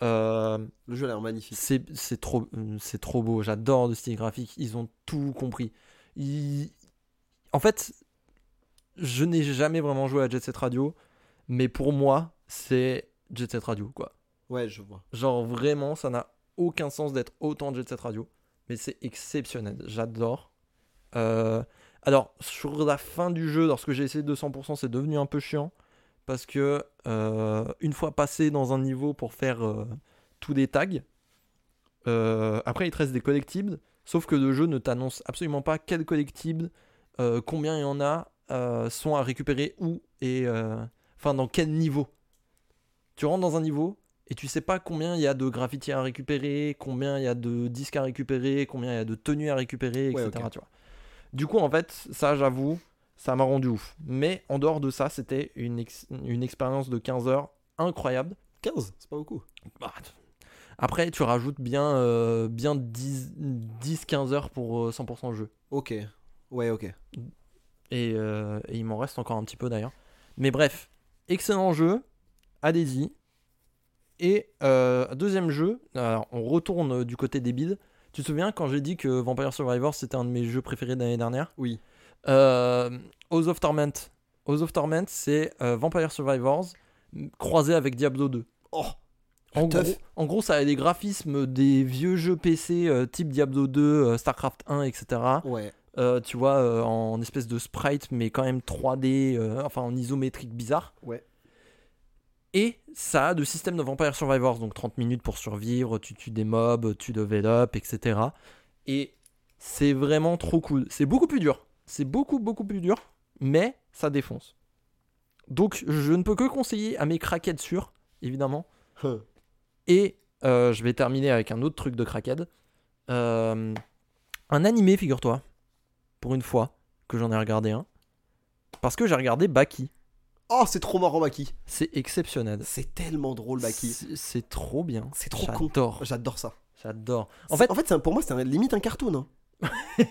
Speaker 3: Euh,
Speaker 1: Le jeu a l'air magnifique.
Speaker 3: c'est c'est trop, euh, c'est trop beau. J'adore le style graphique. Ils ont tout compris. Ils- En fait, je n'ai jamais vraiment joué à Jet Set Radio, mais pour moi, c'est Jet Set Radio, quoi.
Speaker 1: Ouais, je vois.
Speaker 3: Genre vraiment, ça n'a aucun sens d'être autant Jet Set Radio, mais c'est exceptionnel. J'adore. Euh, Alors sur la fin du jeu, lorsque j'ai essayé 200%, c'est devenu un peu chiant parce que euh, une fois passé dans un niveau pour faire euh, tous des tags, euh, après il te reste des collectibles, sauf que le jeu ne t'annonce absolument pas quels collectibles, euh, combien il y en a, euh, sont à récupérer où et euh, enfin dans quel niveau. Tu rentres dans un niveau et tu sais pas combien il y a de graffitis à récupérer, combien il y a de disques à récupérer, combien il y a de tenues à récupérer,
Speaker 1: Ouais,
Speaker 3: etc.
Speaker 1: ok.
Speaker 3: tu vois. Du coup, en fait, ça, j'avoue, ça m'a rendu ouf. Mais en dehors de ça, c'était une, ex- une expérience de 15 heures incroyable.
Speaker 1: 15, c'est pas beaucoup.
Speaker 3: Bah, t- Après, tu rajoutes bien, euh, bien 10-15 heures pour euh, 100% jeu.
Speaker 1: Ok. Ouais, ok.
Speaker 3: Et, euh, et il m'en reste encore un petit peu d'ailleurs. Mais bref, excellent jeu, allez-y. Et euh, deuxième jeu, alors on retourne euh, du côté des bides. Tu te souviens quand j'ai dit que Vampire Survivor c'était un de mes jeux préférés de l'année dernière
Speaker 1: Oui.
Speaker 3: Euh, House of Torment. House of Torment c'est euh, Vampire Survivors m- croisé avec Diablo 2.
Speaker 1: Oh,
Speaker 3: En
Speaker 1: Le
Speaker 3: gros,
Speaker 1: teuf.
Speaker 3: en gros, ça a des graphismes des vieux jeux PC euh, type Diablo 2, euh, StarCraft 1, etc.
Speaker 1: ouais.
Speaker 3: Euh, tu vois, euh, en espèce de sprite, mais quand même 3D, euh, enfin en isométrique bizarre.
Speaker 1: Ouais.
Speaker 3: Et ça a de système de Vampire Survivors, donc 30 minutes pour survivre, tu tues des mobs, tu developes, etc. Et c'est vraiment trop cool. C'est beaucoup plus dur. C'est beaucoup, beaucoup plus dur, mais ça défonce. Donc je ne peux que conseiller à mes craquettes sûrs, évidemment.
Speaker 1: Hein.
Speaker 3: Et euh, je vais terminer avec un autre truc de crackhead. Euh, un animé, figure-toi. Pour une fois que j'en ai regardé un. Parce que j'ai regardé Baki.
Speaker 1: Oh, c'est trop marrant, Baki.
Speaker 3: C'est exceptionnel.
Speaker 1: C'est tellement drôle, Baki.
Speaker 3: C'est c'est trop bien.
Speaker 1: C'est trop con.
Speaker 3: J'adore.
Speaker 1: J'adore ça.
Speaker 3: J'adore. En
Speaker 1: En
Speaker 3: fait,
Speaker 1: fait, en fait c'est- pour moi, c'est un- limite un cartoon. hein.
Speaker 3: (laughs)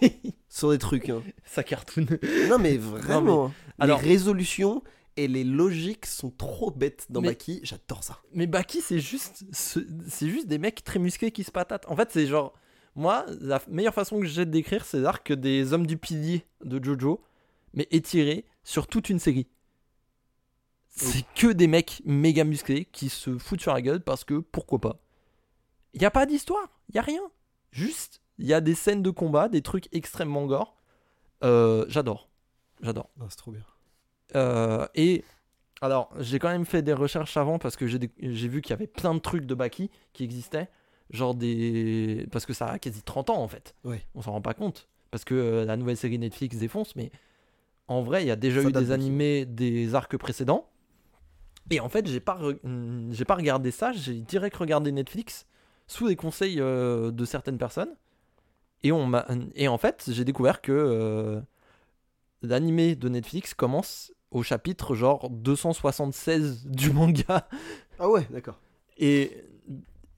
Speaker 1: Sur des trucs. hein.
Speaker 3: ça cartoon.
Speaker 1: Non, mais vraiment. hein.
Speaker 3: Alors-
Speaker 1: Les résolutions et les logiques sont trop bêtes dans
Speaker 3: Mais-
Speaker 1: Baki. J'adore ça.
Speaker 3: Mais Baki, c'est juste, ce- c'est juste des mecs très musclés qui se patatent. En fait, c'est genre, moi, la f- meilleure façon que j'ai de décrire, c'est l'arc des hommes du pilier de Jojo, mais étiré sur toute une série. C'est que des mecs méga musclés qui se foutent sur la gueule parce que pourquoi pas. Il y a pas d'histoire, il y a rien. Juste, il y a des scènes de combat, des trucs extrêmement gore. Euh, j'adore, j'adore.
Speaker 1: Non, Ah, c'est trop bien.
Speaker 3: Euh, et alors, j'ai quand même fait des recherches avant parce que j'ai déc- j'ai vu qu'il y avait plein de trucs de Baki qui existaient. Genre des. Parce que ça a quasi 30 ans en fait.
Speaker 1: Ouais.
Speaker 3: On s'en rend pas compte. Parce que euh, la nouvelle série Netflix défonce, mais en vrai, il y a déjà
Speaker 1: Ça
Speaker 3: eu
Speaker 1: date
Speaker 3: des
Speaker 1: Baki.
Speaker 3: animés des arcs précédents. Et en fait, j'ai pas, re- hmm, j'ai pas regardé ça, j'ai direct regardé Netflix sous les conseils euh, de certaines personnes. Et, on m'a- et en fait, j'ai découvert que euh, l'animé de Netflix commence au chapitre genre 276 du manga.
Speaker 1: Ah ouais, d'accord.
Speaker 3: Et.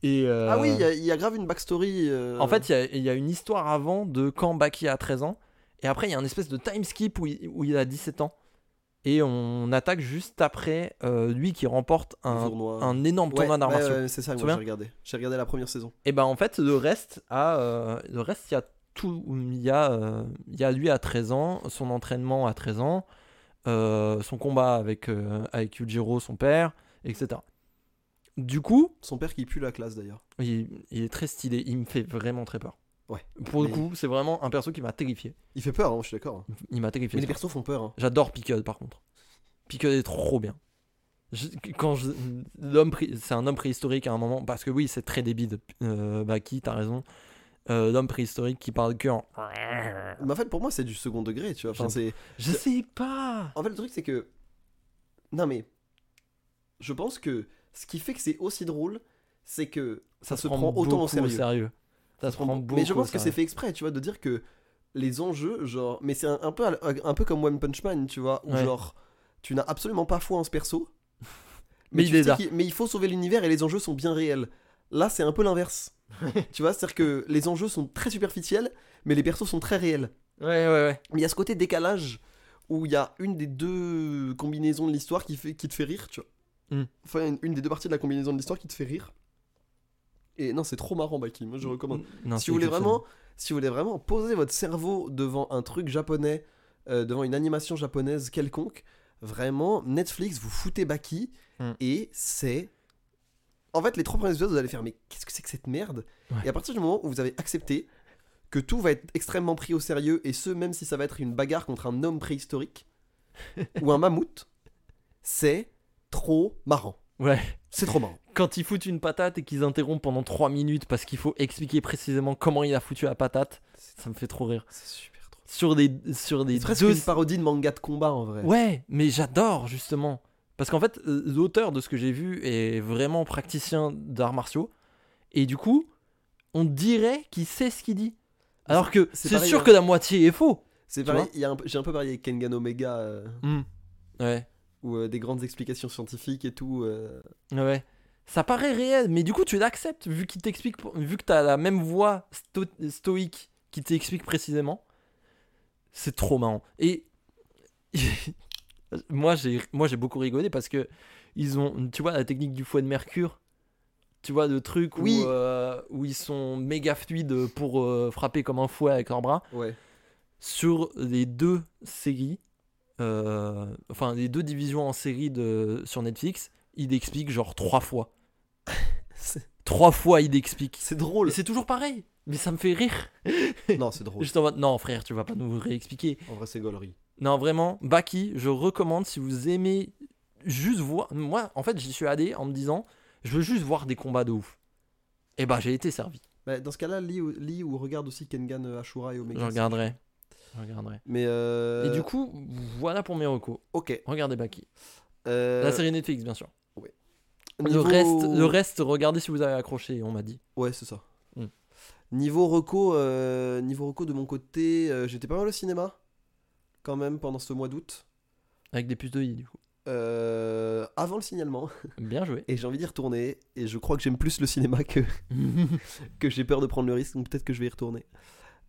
Speaker 3: et euh,
Speaker 1: Ah oui, il y a- il y, a grave une backstory. euh,
Speaker 3: En fait, il y a- il y, a une histoire avant de quand Baki a 13 ans. Et après, il y a une espèce de time skip où il, où il a 17 ans. Et on attaque juste après euh, lui qui remporte
Speaker 1: Le
Speaker 3: un,
Speaker 1: tournoi.
Speaker 3: un énorme tournoi
Speaker 1: Ouais,
Speaker 3: d'arts
Speaker 1: ouais,
Speaker 3: martiaux.
Speaker 1: ouais, c'est ça,
Speaker 3: Tu te
Speaker 1: moi j'ai
Speaker 3: souviens
Speaker 1: regardé. J'ai regardé la première saison.
Speaker 3: Et ben en fait, le reste a, euh, le reste, il y a tout, il y a, euh, il y a lui à 13 ans, son entraînement à 13 ans, euh, son combat avec euh, avec Yujiro, son père, etc. Du coup,
Speaker 1: Son père qui pue la classe d'ailleurs.
Speaker 3: il, il est très stylé, il me fait vraiment très peur.
Speaker 1: Ouais.
Speaker 3: Pour le
Speaker 1: Mais-
Speaker 3: coup, c'est vraiment un perso qui m'a terrifié.
Speaker 1: Il fait peur, hein, je suis d'accord.
Speaker 3: Il m'a
Speaker 1: Mais
Speaker 3: terrifié.
Speaker 1: les persos font peur. hein.
Speaker 3: J'adore Pickle par contre. Pickle est trop bien. Je- quand je- l'homme pré- c'est un homme préhistorique à un moment parce que oui c'est très débile. Euh, Baki t'as raison. Euh, l'homme préhistorique qui parle que en. Ah.
Speaker 1: Mais en fait, pour moi, c'est du second degré, tu vois. Enfin, c'est...
Speaker 3: Je sais pas.
Speaker 1: En fait, le truc, c'est que. Non, mais. Je pense que ce qui fait que c'est aussi drôle, c'est que.
Speaker 3: Ça,
Speaker 1: se prend autant au
Speaker 3: beaucoup
Speaker 1: sérieux.
Speaker 3: Ça, se prend beaucoup.
Speaker 1: Mais je pense que
Speaker 3: au
Speaker 1: c'est
Speaker 3: sérieux.
Speaker 1: fait exprès, tu vois, de dire que les enjeux, genre. Mais c'est un, un peu, à la- un peu comme One Punch Man, tu vois, où
Speaker 3: Ouais.
Speaker 1: genre. Tu n'as absolument pas foi en ce perso.
Speaker 3: (laughs) Mais
Speaker 1: tu
Speaker 3: il est
Speaker 1: sais
Speaker 3: là.
Speaker 1: qu'il- Mais il faut sauver l'univers et les enjeux sont bien réels. Là, c'est un peu
Speaker 3: (laughs)
Speaker 1: l'inverse. tu vois, c'est-à-dire que les enjeux sont très superficiels, mais les persos sont très réels.
Speaker 3: Ouais ouais ouais.
Speaker 1: Mais il y a ce côté décalage où il y a une des deux combinaisons de l'histoire qui, fait, qui te fait rire, tu vois.
Speaker 3: Mm.
Speaker 1: Enfin, une, une des deux parties de la combinaison de l'histoire qui te fait rire. Et non, c'est trop marrant, Baki. Moi, je recommande.
Speaker 3: Non,
Speaker 1: si
Speaker 3: c'est
Speaker 1: vous voulez
Speaker 3: exceptionnel.
Speaker 1: vraiment, si vous voulez vraiment poser votre cerveau devant un truc japonais, euh, devant une animation japonaise quelconque, vraiment, Netflix, vous foutez Baki
Speaker 3: Mm.
Speaker 1: et c'est. En fait, les trois premiers épisodes, vous allez faire mais qu'est-ce que c'est que cette merde
Speaker 3: Ouais.
Speaker 1: Et à partir du moment où vous avez accepté que tout va être extrêmement pris au sérieux, et ce, même si ça va être une bagarre contre un homme
Speaker 3: (laughs)
Speaker 1: préhistorique ou un mammouth, c'est trop marrant.
Speaker 3: Ouais.
Speaker 1: C'est trop marrant.
Speaker 3: Quand ils foutent une patate et qu'ils interrompent pendant 3 minutes parce qu'il faut expliquer précisément comment il a foutu la patate, ça me fait trop rire.
Speaker 1: C'est super drôle.
Speaker 3: Sur des sur des
Speaker 1: C'est presque
Speaker 3: deux
Speaker 1: une parodie de manga de combat en vrai.
Speaker 3: Ouais, mais j'adore justement. Parce qu'en fait, euh, l'auteur de ce que j'ai vu est vraiment praticien d'arts martiaux. Et du coup, on dirait qu'il sait ce qu'il dit. Alors que
Speaker 1: c'est
Speaker 3: c'est
Speaker 1: pareil,
Speaker 3: sûr
Speaker 1: hein.
Speaker 3: que la moitié est faux.
Speaker 1: C'est
Speaker 3: Tu
Speaker 1: pareil,
Speaker 3: vois
Speaker 1: il y a un peu- j'ai un peu parié avec Kengan Omega, euh,
Speaker 3: Ouais,
Speaker 1: où euh, des grandes explications scientifiques et tout. euh,
Speaker 3: ouais. Ça paraît réel, mais du coup, tu l'acceptes vu qu'il t'explique, vu que t'as la même voix sto- stoïque qui t'explique précisément. C'est trop marrant. Et (laughs) moi, j'ai, moi, j'ai beaucoup rigolé parce que ils ont, tu vois, la technique du fouet de mercure. Tu vois, le truc où,
Speaker 1: Oui.
Speaker 3: euh, où ils sont méga fluides pour euh, frapper comme un fouet avec leurs bras.
Speaker 1: Ouais. (laughs)
Speaker 3: Sur les deux séries, euh, enfin, les deux divisions en série de, sur Netflix, il explique genre trois fois.
Speaker 1: C'est
Speaker 3: Trois fois, il explique.
Speaker 1: c'est
Speaker 3: Et
Speaker 1: drôle.
Speaker 3: c'est toujours pareil. Mais ça me fait rire.
Speaker 1: non, c'est drôle.
Speaker 3: Juste en mode, (laughs) non, frère, tu vas pas nous réexpliquer.
Speaker 1: En vrai, c'est gaulerie.
Speaker 3: Non, vraiment, Baki, je recommande si vous aimez juste voir. Moi, en fait, j'y suis allé en me disant, je veux juste voir des combats de ouf. Et bah, j'ai été servi.
Speaker 1: Bah, dans ce cas-là, lis, ou- lis ou regarde aussi Kengan euh, Ashura et Omega.
Speaker 3: Je regarderai. Je regarderai.
Speaker 1: Mais euh,
Speaker 3: Et du coup, voilà pour mes recos.
Speaker 1: ok.
Speaker 3: Regardez Baki.
Speaker 1: Euh,
Speaker 3: La série Netflix, bien sûr.
Speaker 1: niveau-
Speaker 3: Le, reste, le reste, regardez si vous avez accroché, on m'a dit.
Speaker 1: Ouais, c'est ça.
Speaker 3: Mm.
Speaker 1: Niveau reco, euh, niveau reco de mon côté, euh, j'étais pas mal au cinéma quand même pendant ce mois d'août.
Speaker 3: Avec des puces de i, du coup.
Speaker 1: Euh, avant le signalement. (laughs)
Speaker 3: Bien joué.
Speaker 1: Et j'ai envie d'y retourner. Et je crois que j'aime plus le cinéma que, que j'ai peur de prendre le risque. Donc peut-être que je vais y retourner.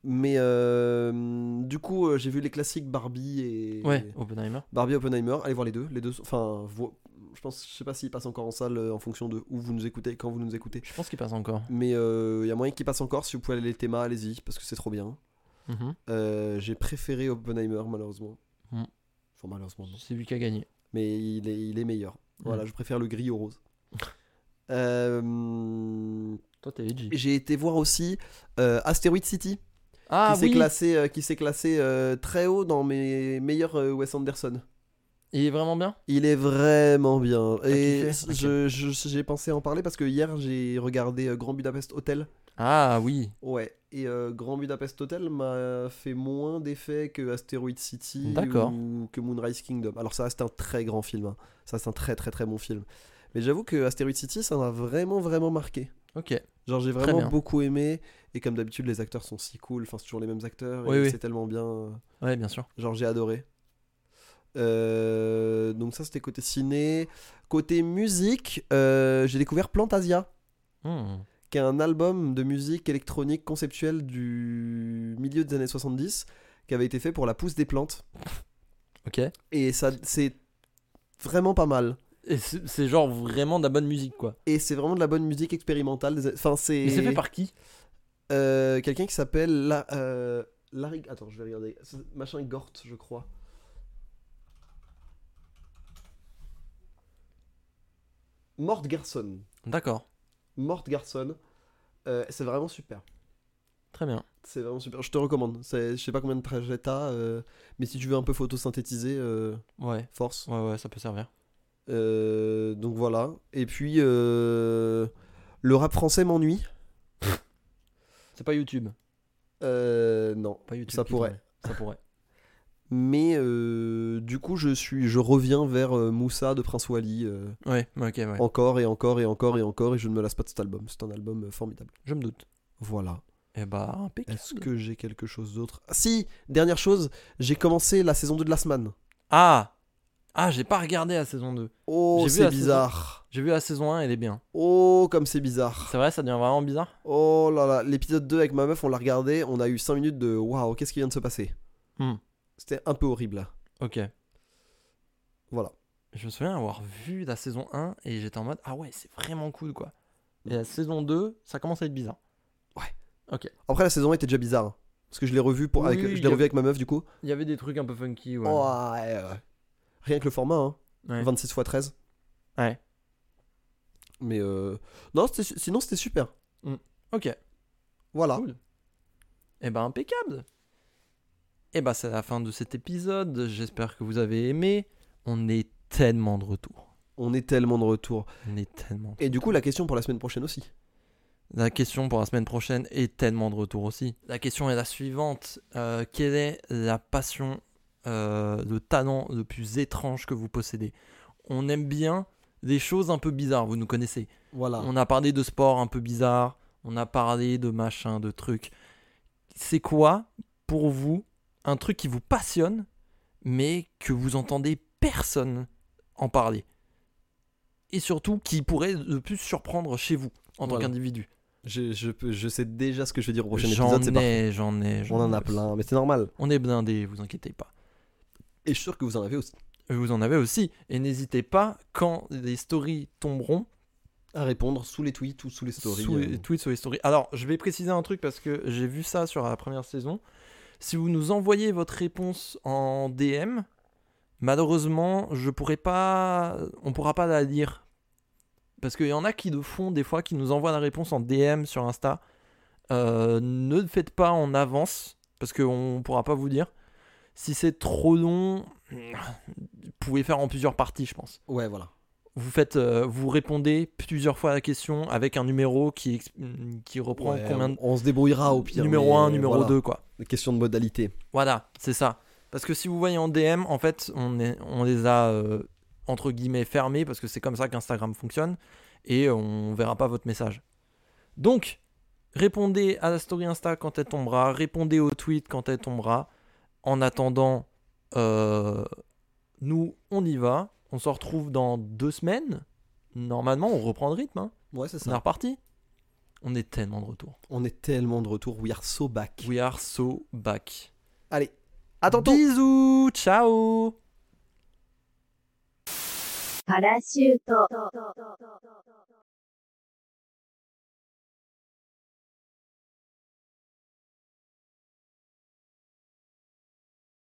Speaker 1: Mais euh, du coup, euh, j'ai vu les classiques Barbie et
Speaker 3: ouais, Oppenheimer.
Speaker 1: Barbie Oppenheimer. Allez voir les deux. Les deux. sont- Enfin, vo- je pense, je sais pas s'ils passent encore en salle euh, en fonction de où vous nous écoutez, quand vous nous écoutez.
Speaker 3: Je pense qu'il passe encore.
Speaker 1: Mais il y a moyen qu'ils passent encore. Si vous pouvez aller les thémas, allez-y parce que c'est trop bien.
Speaker 3: Mhm.
Speaker 1: Euh, j'ai préféré Oppenheimer malheureusement.
Speaker 3: Mm.
Speaker 1: Enfin malheureusement non.
Speaker 3: C'est lui qui a gagné.
Speaker 1: Mais il est, il est meilleur. Voilà,
Speaker 3: Mm.
Speaker 1: je préfère le gris au rose. Euh,
Speaker 3: Toi, t'es Edgy.
Speaker 1: j'ai été voir aussi euh, Asteroid City,
Speaker 3: Ah,
Speaker 1: qui s'est
Speaker 3: oui.
Speaker 1: classé, euh, qui s'est classé euh, très haut dans mes meilleurs euh, Wes Anderson.
Speaker 3: Il est vraiment bien.
Speaker 1: Il est vraiment bien. Et
Speaker 3: kiffé Ok.
Speaker 1: je- je- j'ai pensé en parler parce que hier j'ai regardé euh, Grand Budapest Hotel.
Speaker 3: Ah, oui.
Speaker 1: Ouais. Et euh, Grand Budapest Hotel m'a fait moins d'effet que Asteroid City
Speaker 3: D'accord.
Speaker 1: ou que Moonrise Kingdom. Alors ça reste un très grand film. hein. Ça reste un très très très bon film. Mais j'avoue que Asteroid City, ça m'a vraiment vraiment marqué.
Speaker 3: Ok.
Speaker 1: Genre j'ai
Speaker 3: Très
Speaker 1: vraiment
Speaker 3: bien.
Speaker 1: beaucoup aimé et comme d'habitude les acteurs sont si cool, enfin c'est toujours les mêmes acteurs
Speaker 3: Oui,
Speaker 1: et
Speaker 3: oui.
Speaker 1: c'est tellement bien.
Speaker 3: Ouais, bien sûr.
Speaker 1: Genre j'ai adoré. Euh, donc ça c'était côté ciné, côté musique, euh, j'ai découvert Plantasia,
Speaker 3: Hmm.
Speaker 1: qui est un album de musique électronique conceptuelle du milieu des années 70 qui avait été fait pour la pousse des plantes.
Speaker 3: Ok.
Speaker 1: Et ça, c'est vraiment pas mal.
Speaker 3: Et c'est c'est genre vraiment de la bonne musique, quoi.
Speaker 1: Et c'est vraiment de la bonne musique expérimentale. des- Enfin, c'est.
Speaker 3: Mais c'est fait par qui
Speaker 1: euh, quelqu'un qui s'appelle la, euh, Larry. Attends, je vais regarder. C'est- Machin Gort, je crois. Mort Garson.
Speaker 3: D'accord.
Speaker 1: Mort Garson. Euh, c'est vraiment super.
Speaker 3: Très bien.
Speaker 1: C'est vraiment super. Je te recommande. C'est- Je sais pas combien de trajets t'as, euh, mais si tu veux un peu photosynthétiser, euh,
Speaker 3: Ouais.
Speaker 1: force.
Speaker 3: Ouais, ouais, ça peut servir.
Speaker 1: Euh, donc voilà. Et puis, euh, le rap français m'ennuie.
Speaker 3: C'est pas YouTube.
Speaker 1: Euh, non.
Speaker 3: Pas YouTube.
Speaker 1: Ça
Speaker 3: qui
Speaker 1: pourrait.
Speaker 3: tourne. Ça pourrait.
Speaker 1: Mais euh, du coup, je suis, je reviens vers euh, Moussa de Prince Wally euh,
Speaker 3: (laughs) Ouais, ok, ouais.
Speaker 1: encore et encore et encore et encore, et je ne me lasse pas de cet album. C'est un album euh, formidable.
Speaker 3: Je me doute.
Speaker 1: Voilà.
Speaker 3: Eh bah, impeccable.
Speaker 1: Est-ce que j'ai quelque chose d'autre Ah, Si, dernière chose, j'ai commencé la saison 2 de Last Man.
Speaker 3: Ah Ah, j'ai pas regardé la saison 2.
Speaker 1: Oh,
Speaker 3: J'ai vu
Speaker 1: c'est
Speaker 3: la saison-
Speaker 1: bizarre.
Speaker 3: J'ai vu la saison 1, elle est bien.
Speaker 1: Oh, comme c'est bizarre.
Speaker 3: C'est vrai, ça devient vraiment bizarre
Speaker 1: Oh là là, l'épisode 2 avec ma meuf, on l'a regardé, on a eu 5 minutes de waouh, qu'est-ce qui vient de se passer
Speaker 3: Hmm.
Speaker 1: C'était un peu horrible.
Speaker 3: Ok.
Speaker 1: Voilà.
Speaker 3: Je me souviens avoir vu la saison 1 et j'étais en mode Ah ouais, c'est vraiment cool quoi. Et la saison 2, ça commence à être bizarre.
Speaker 1: Après, la saison 1 était déjà bizarre. hein, Parce que je l'ai revu, pour... avec...
Speaker 3: Oui,
Speaker 1: je
Speaker 3: il
Speaker 1: l'ai
Speaker 3: y a-
Speaker 1: revu avec ma meuf du coup.
Speaker 3: Il y avait des trucs un peu funky, ouais.
Speaker 1: Oh, Ouais, ouais. Rien que le format, hein.
Speaker 3: Ouais.
Speaker 1: 26 x 13.
Speaker 3: Ouais.
Speaker 1: Mais euh... non, c'était su- sinon c'était super.
Speaker 3: Ok.
Speaker 1: Voilà.
Speaker 3: Cool. Eh ben impeccable. Eh ben c'est la fin de cet épisode. J'espère que vous avez aimé. On est tellement de retour.
Speaker 1: On est tellement de retour.
Speaker 3: On est tellement. de-
Speaker 1: Et du coup, la question pour la semaine prochaine aussi.
Speaker 3: La question pour la semaine prochaine est tellement de retour aussi. La question est la suivante. Euh, quelle est la passion, euh, le talent le plus étrange que vous possédez On aime bien des choses un peu bizarres. Vous nous connaissez.
Speaker 1: Voilà.
Speaker 3: On a parlé de sport un peu bizarre, on a parlé de machin, de trucs. C'est quoi, pour vous, un truc qui vous passionne, mais que vous entendez personne en parler Et surtout, qui pourrait le plus surprendre chez vous, en tant
Speaker 1: Voilà.
Speaker 3: qu'individu
Speaker 1: Je, je, peux- je sais déjà ce que je vais dire au prochain
Speaker 3: J'en
Speaker 1: épisode. c'est parti.
Speaker 3: ai, j'en ai, j'en
Speaker 1: On en a
Speaker 3: ai.
Speaker 1: plein, mais c'est normal.
Speaker 3: On est blindés, vous inquiétez pas.
Speaker 1: Et je suis sûr que vous en avez aussi.
Speaker 3: Vous en avez aussi, et n'hésitez pas, quand les stories tomberont,
Speaker 1: À répondre sous les tweets ou sous les stories.
Speaker 3: Sous
Speaker 1: euh,
Speaker 3: les tweets, sous les stories. Alors, je vais préciser un truc parce que j'ai vu ça sur la première saison. Si vous nous envoyez votre réponse en DM, malheureusement, je pourrai pas, on pourra pas la lire parce qu'il y en a qui le font des fois, qui nous envoient la réponse en DM sur Insta. Euh, ne le faites pas en avance parce qu'on pourra pas vous dire. Si c'est trop long, vous pouvez faire en plusieurs parties, je pense
Speaker 1: Ouais, voilà.
Speaker 3: vous faites euh, vous répondez plusieurs fois à la question avec un numéro qui exp- qui reprend
Speaker 1: Ouais,
Speaker 3: combien de...
Speaker 1: On se débrouillera au pire.
Speaker 3: numéro
Speaker 1: mais
Speaker 3: 1 numéro
Speaker 1: voilà.
Speaker 3: 2 quoi
Speaker 1: Question de modalité.
Speaker 3: voilà c'est ça parce que si vous voyez en DM en fait on est on les a euh, entre guillemets fermés parce que c'est comme ça qu'Instagram fonctionne et on verra pas votre message donc répondez à la story Insta quand elle tombera répondez au tweet quand elle tombera en attendant euh, nous on y va on se retrouve dans deux semaines normalement on reprend le rythme hein.
Speaker 1: Ouais, c'est ça.
Speaker 3: On est reparti. On est tellement de retour.
Speaker 1: On est tellement de retour. We are so back.
Speaker 3: We are so back.
Speaker 1: Allez, à tantôt.
Speaker 3: Bisous, ciao
Speaker 4: パラシュート。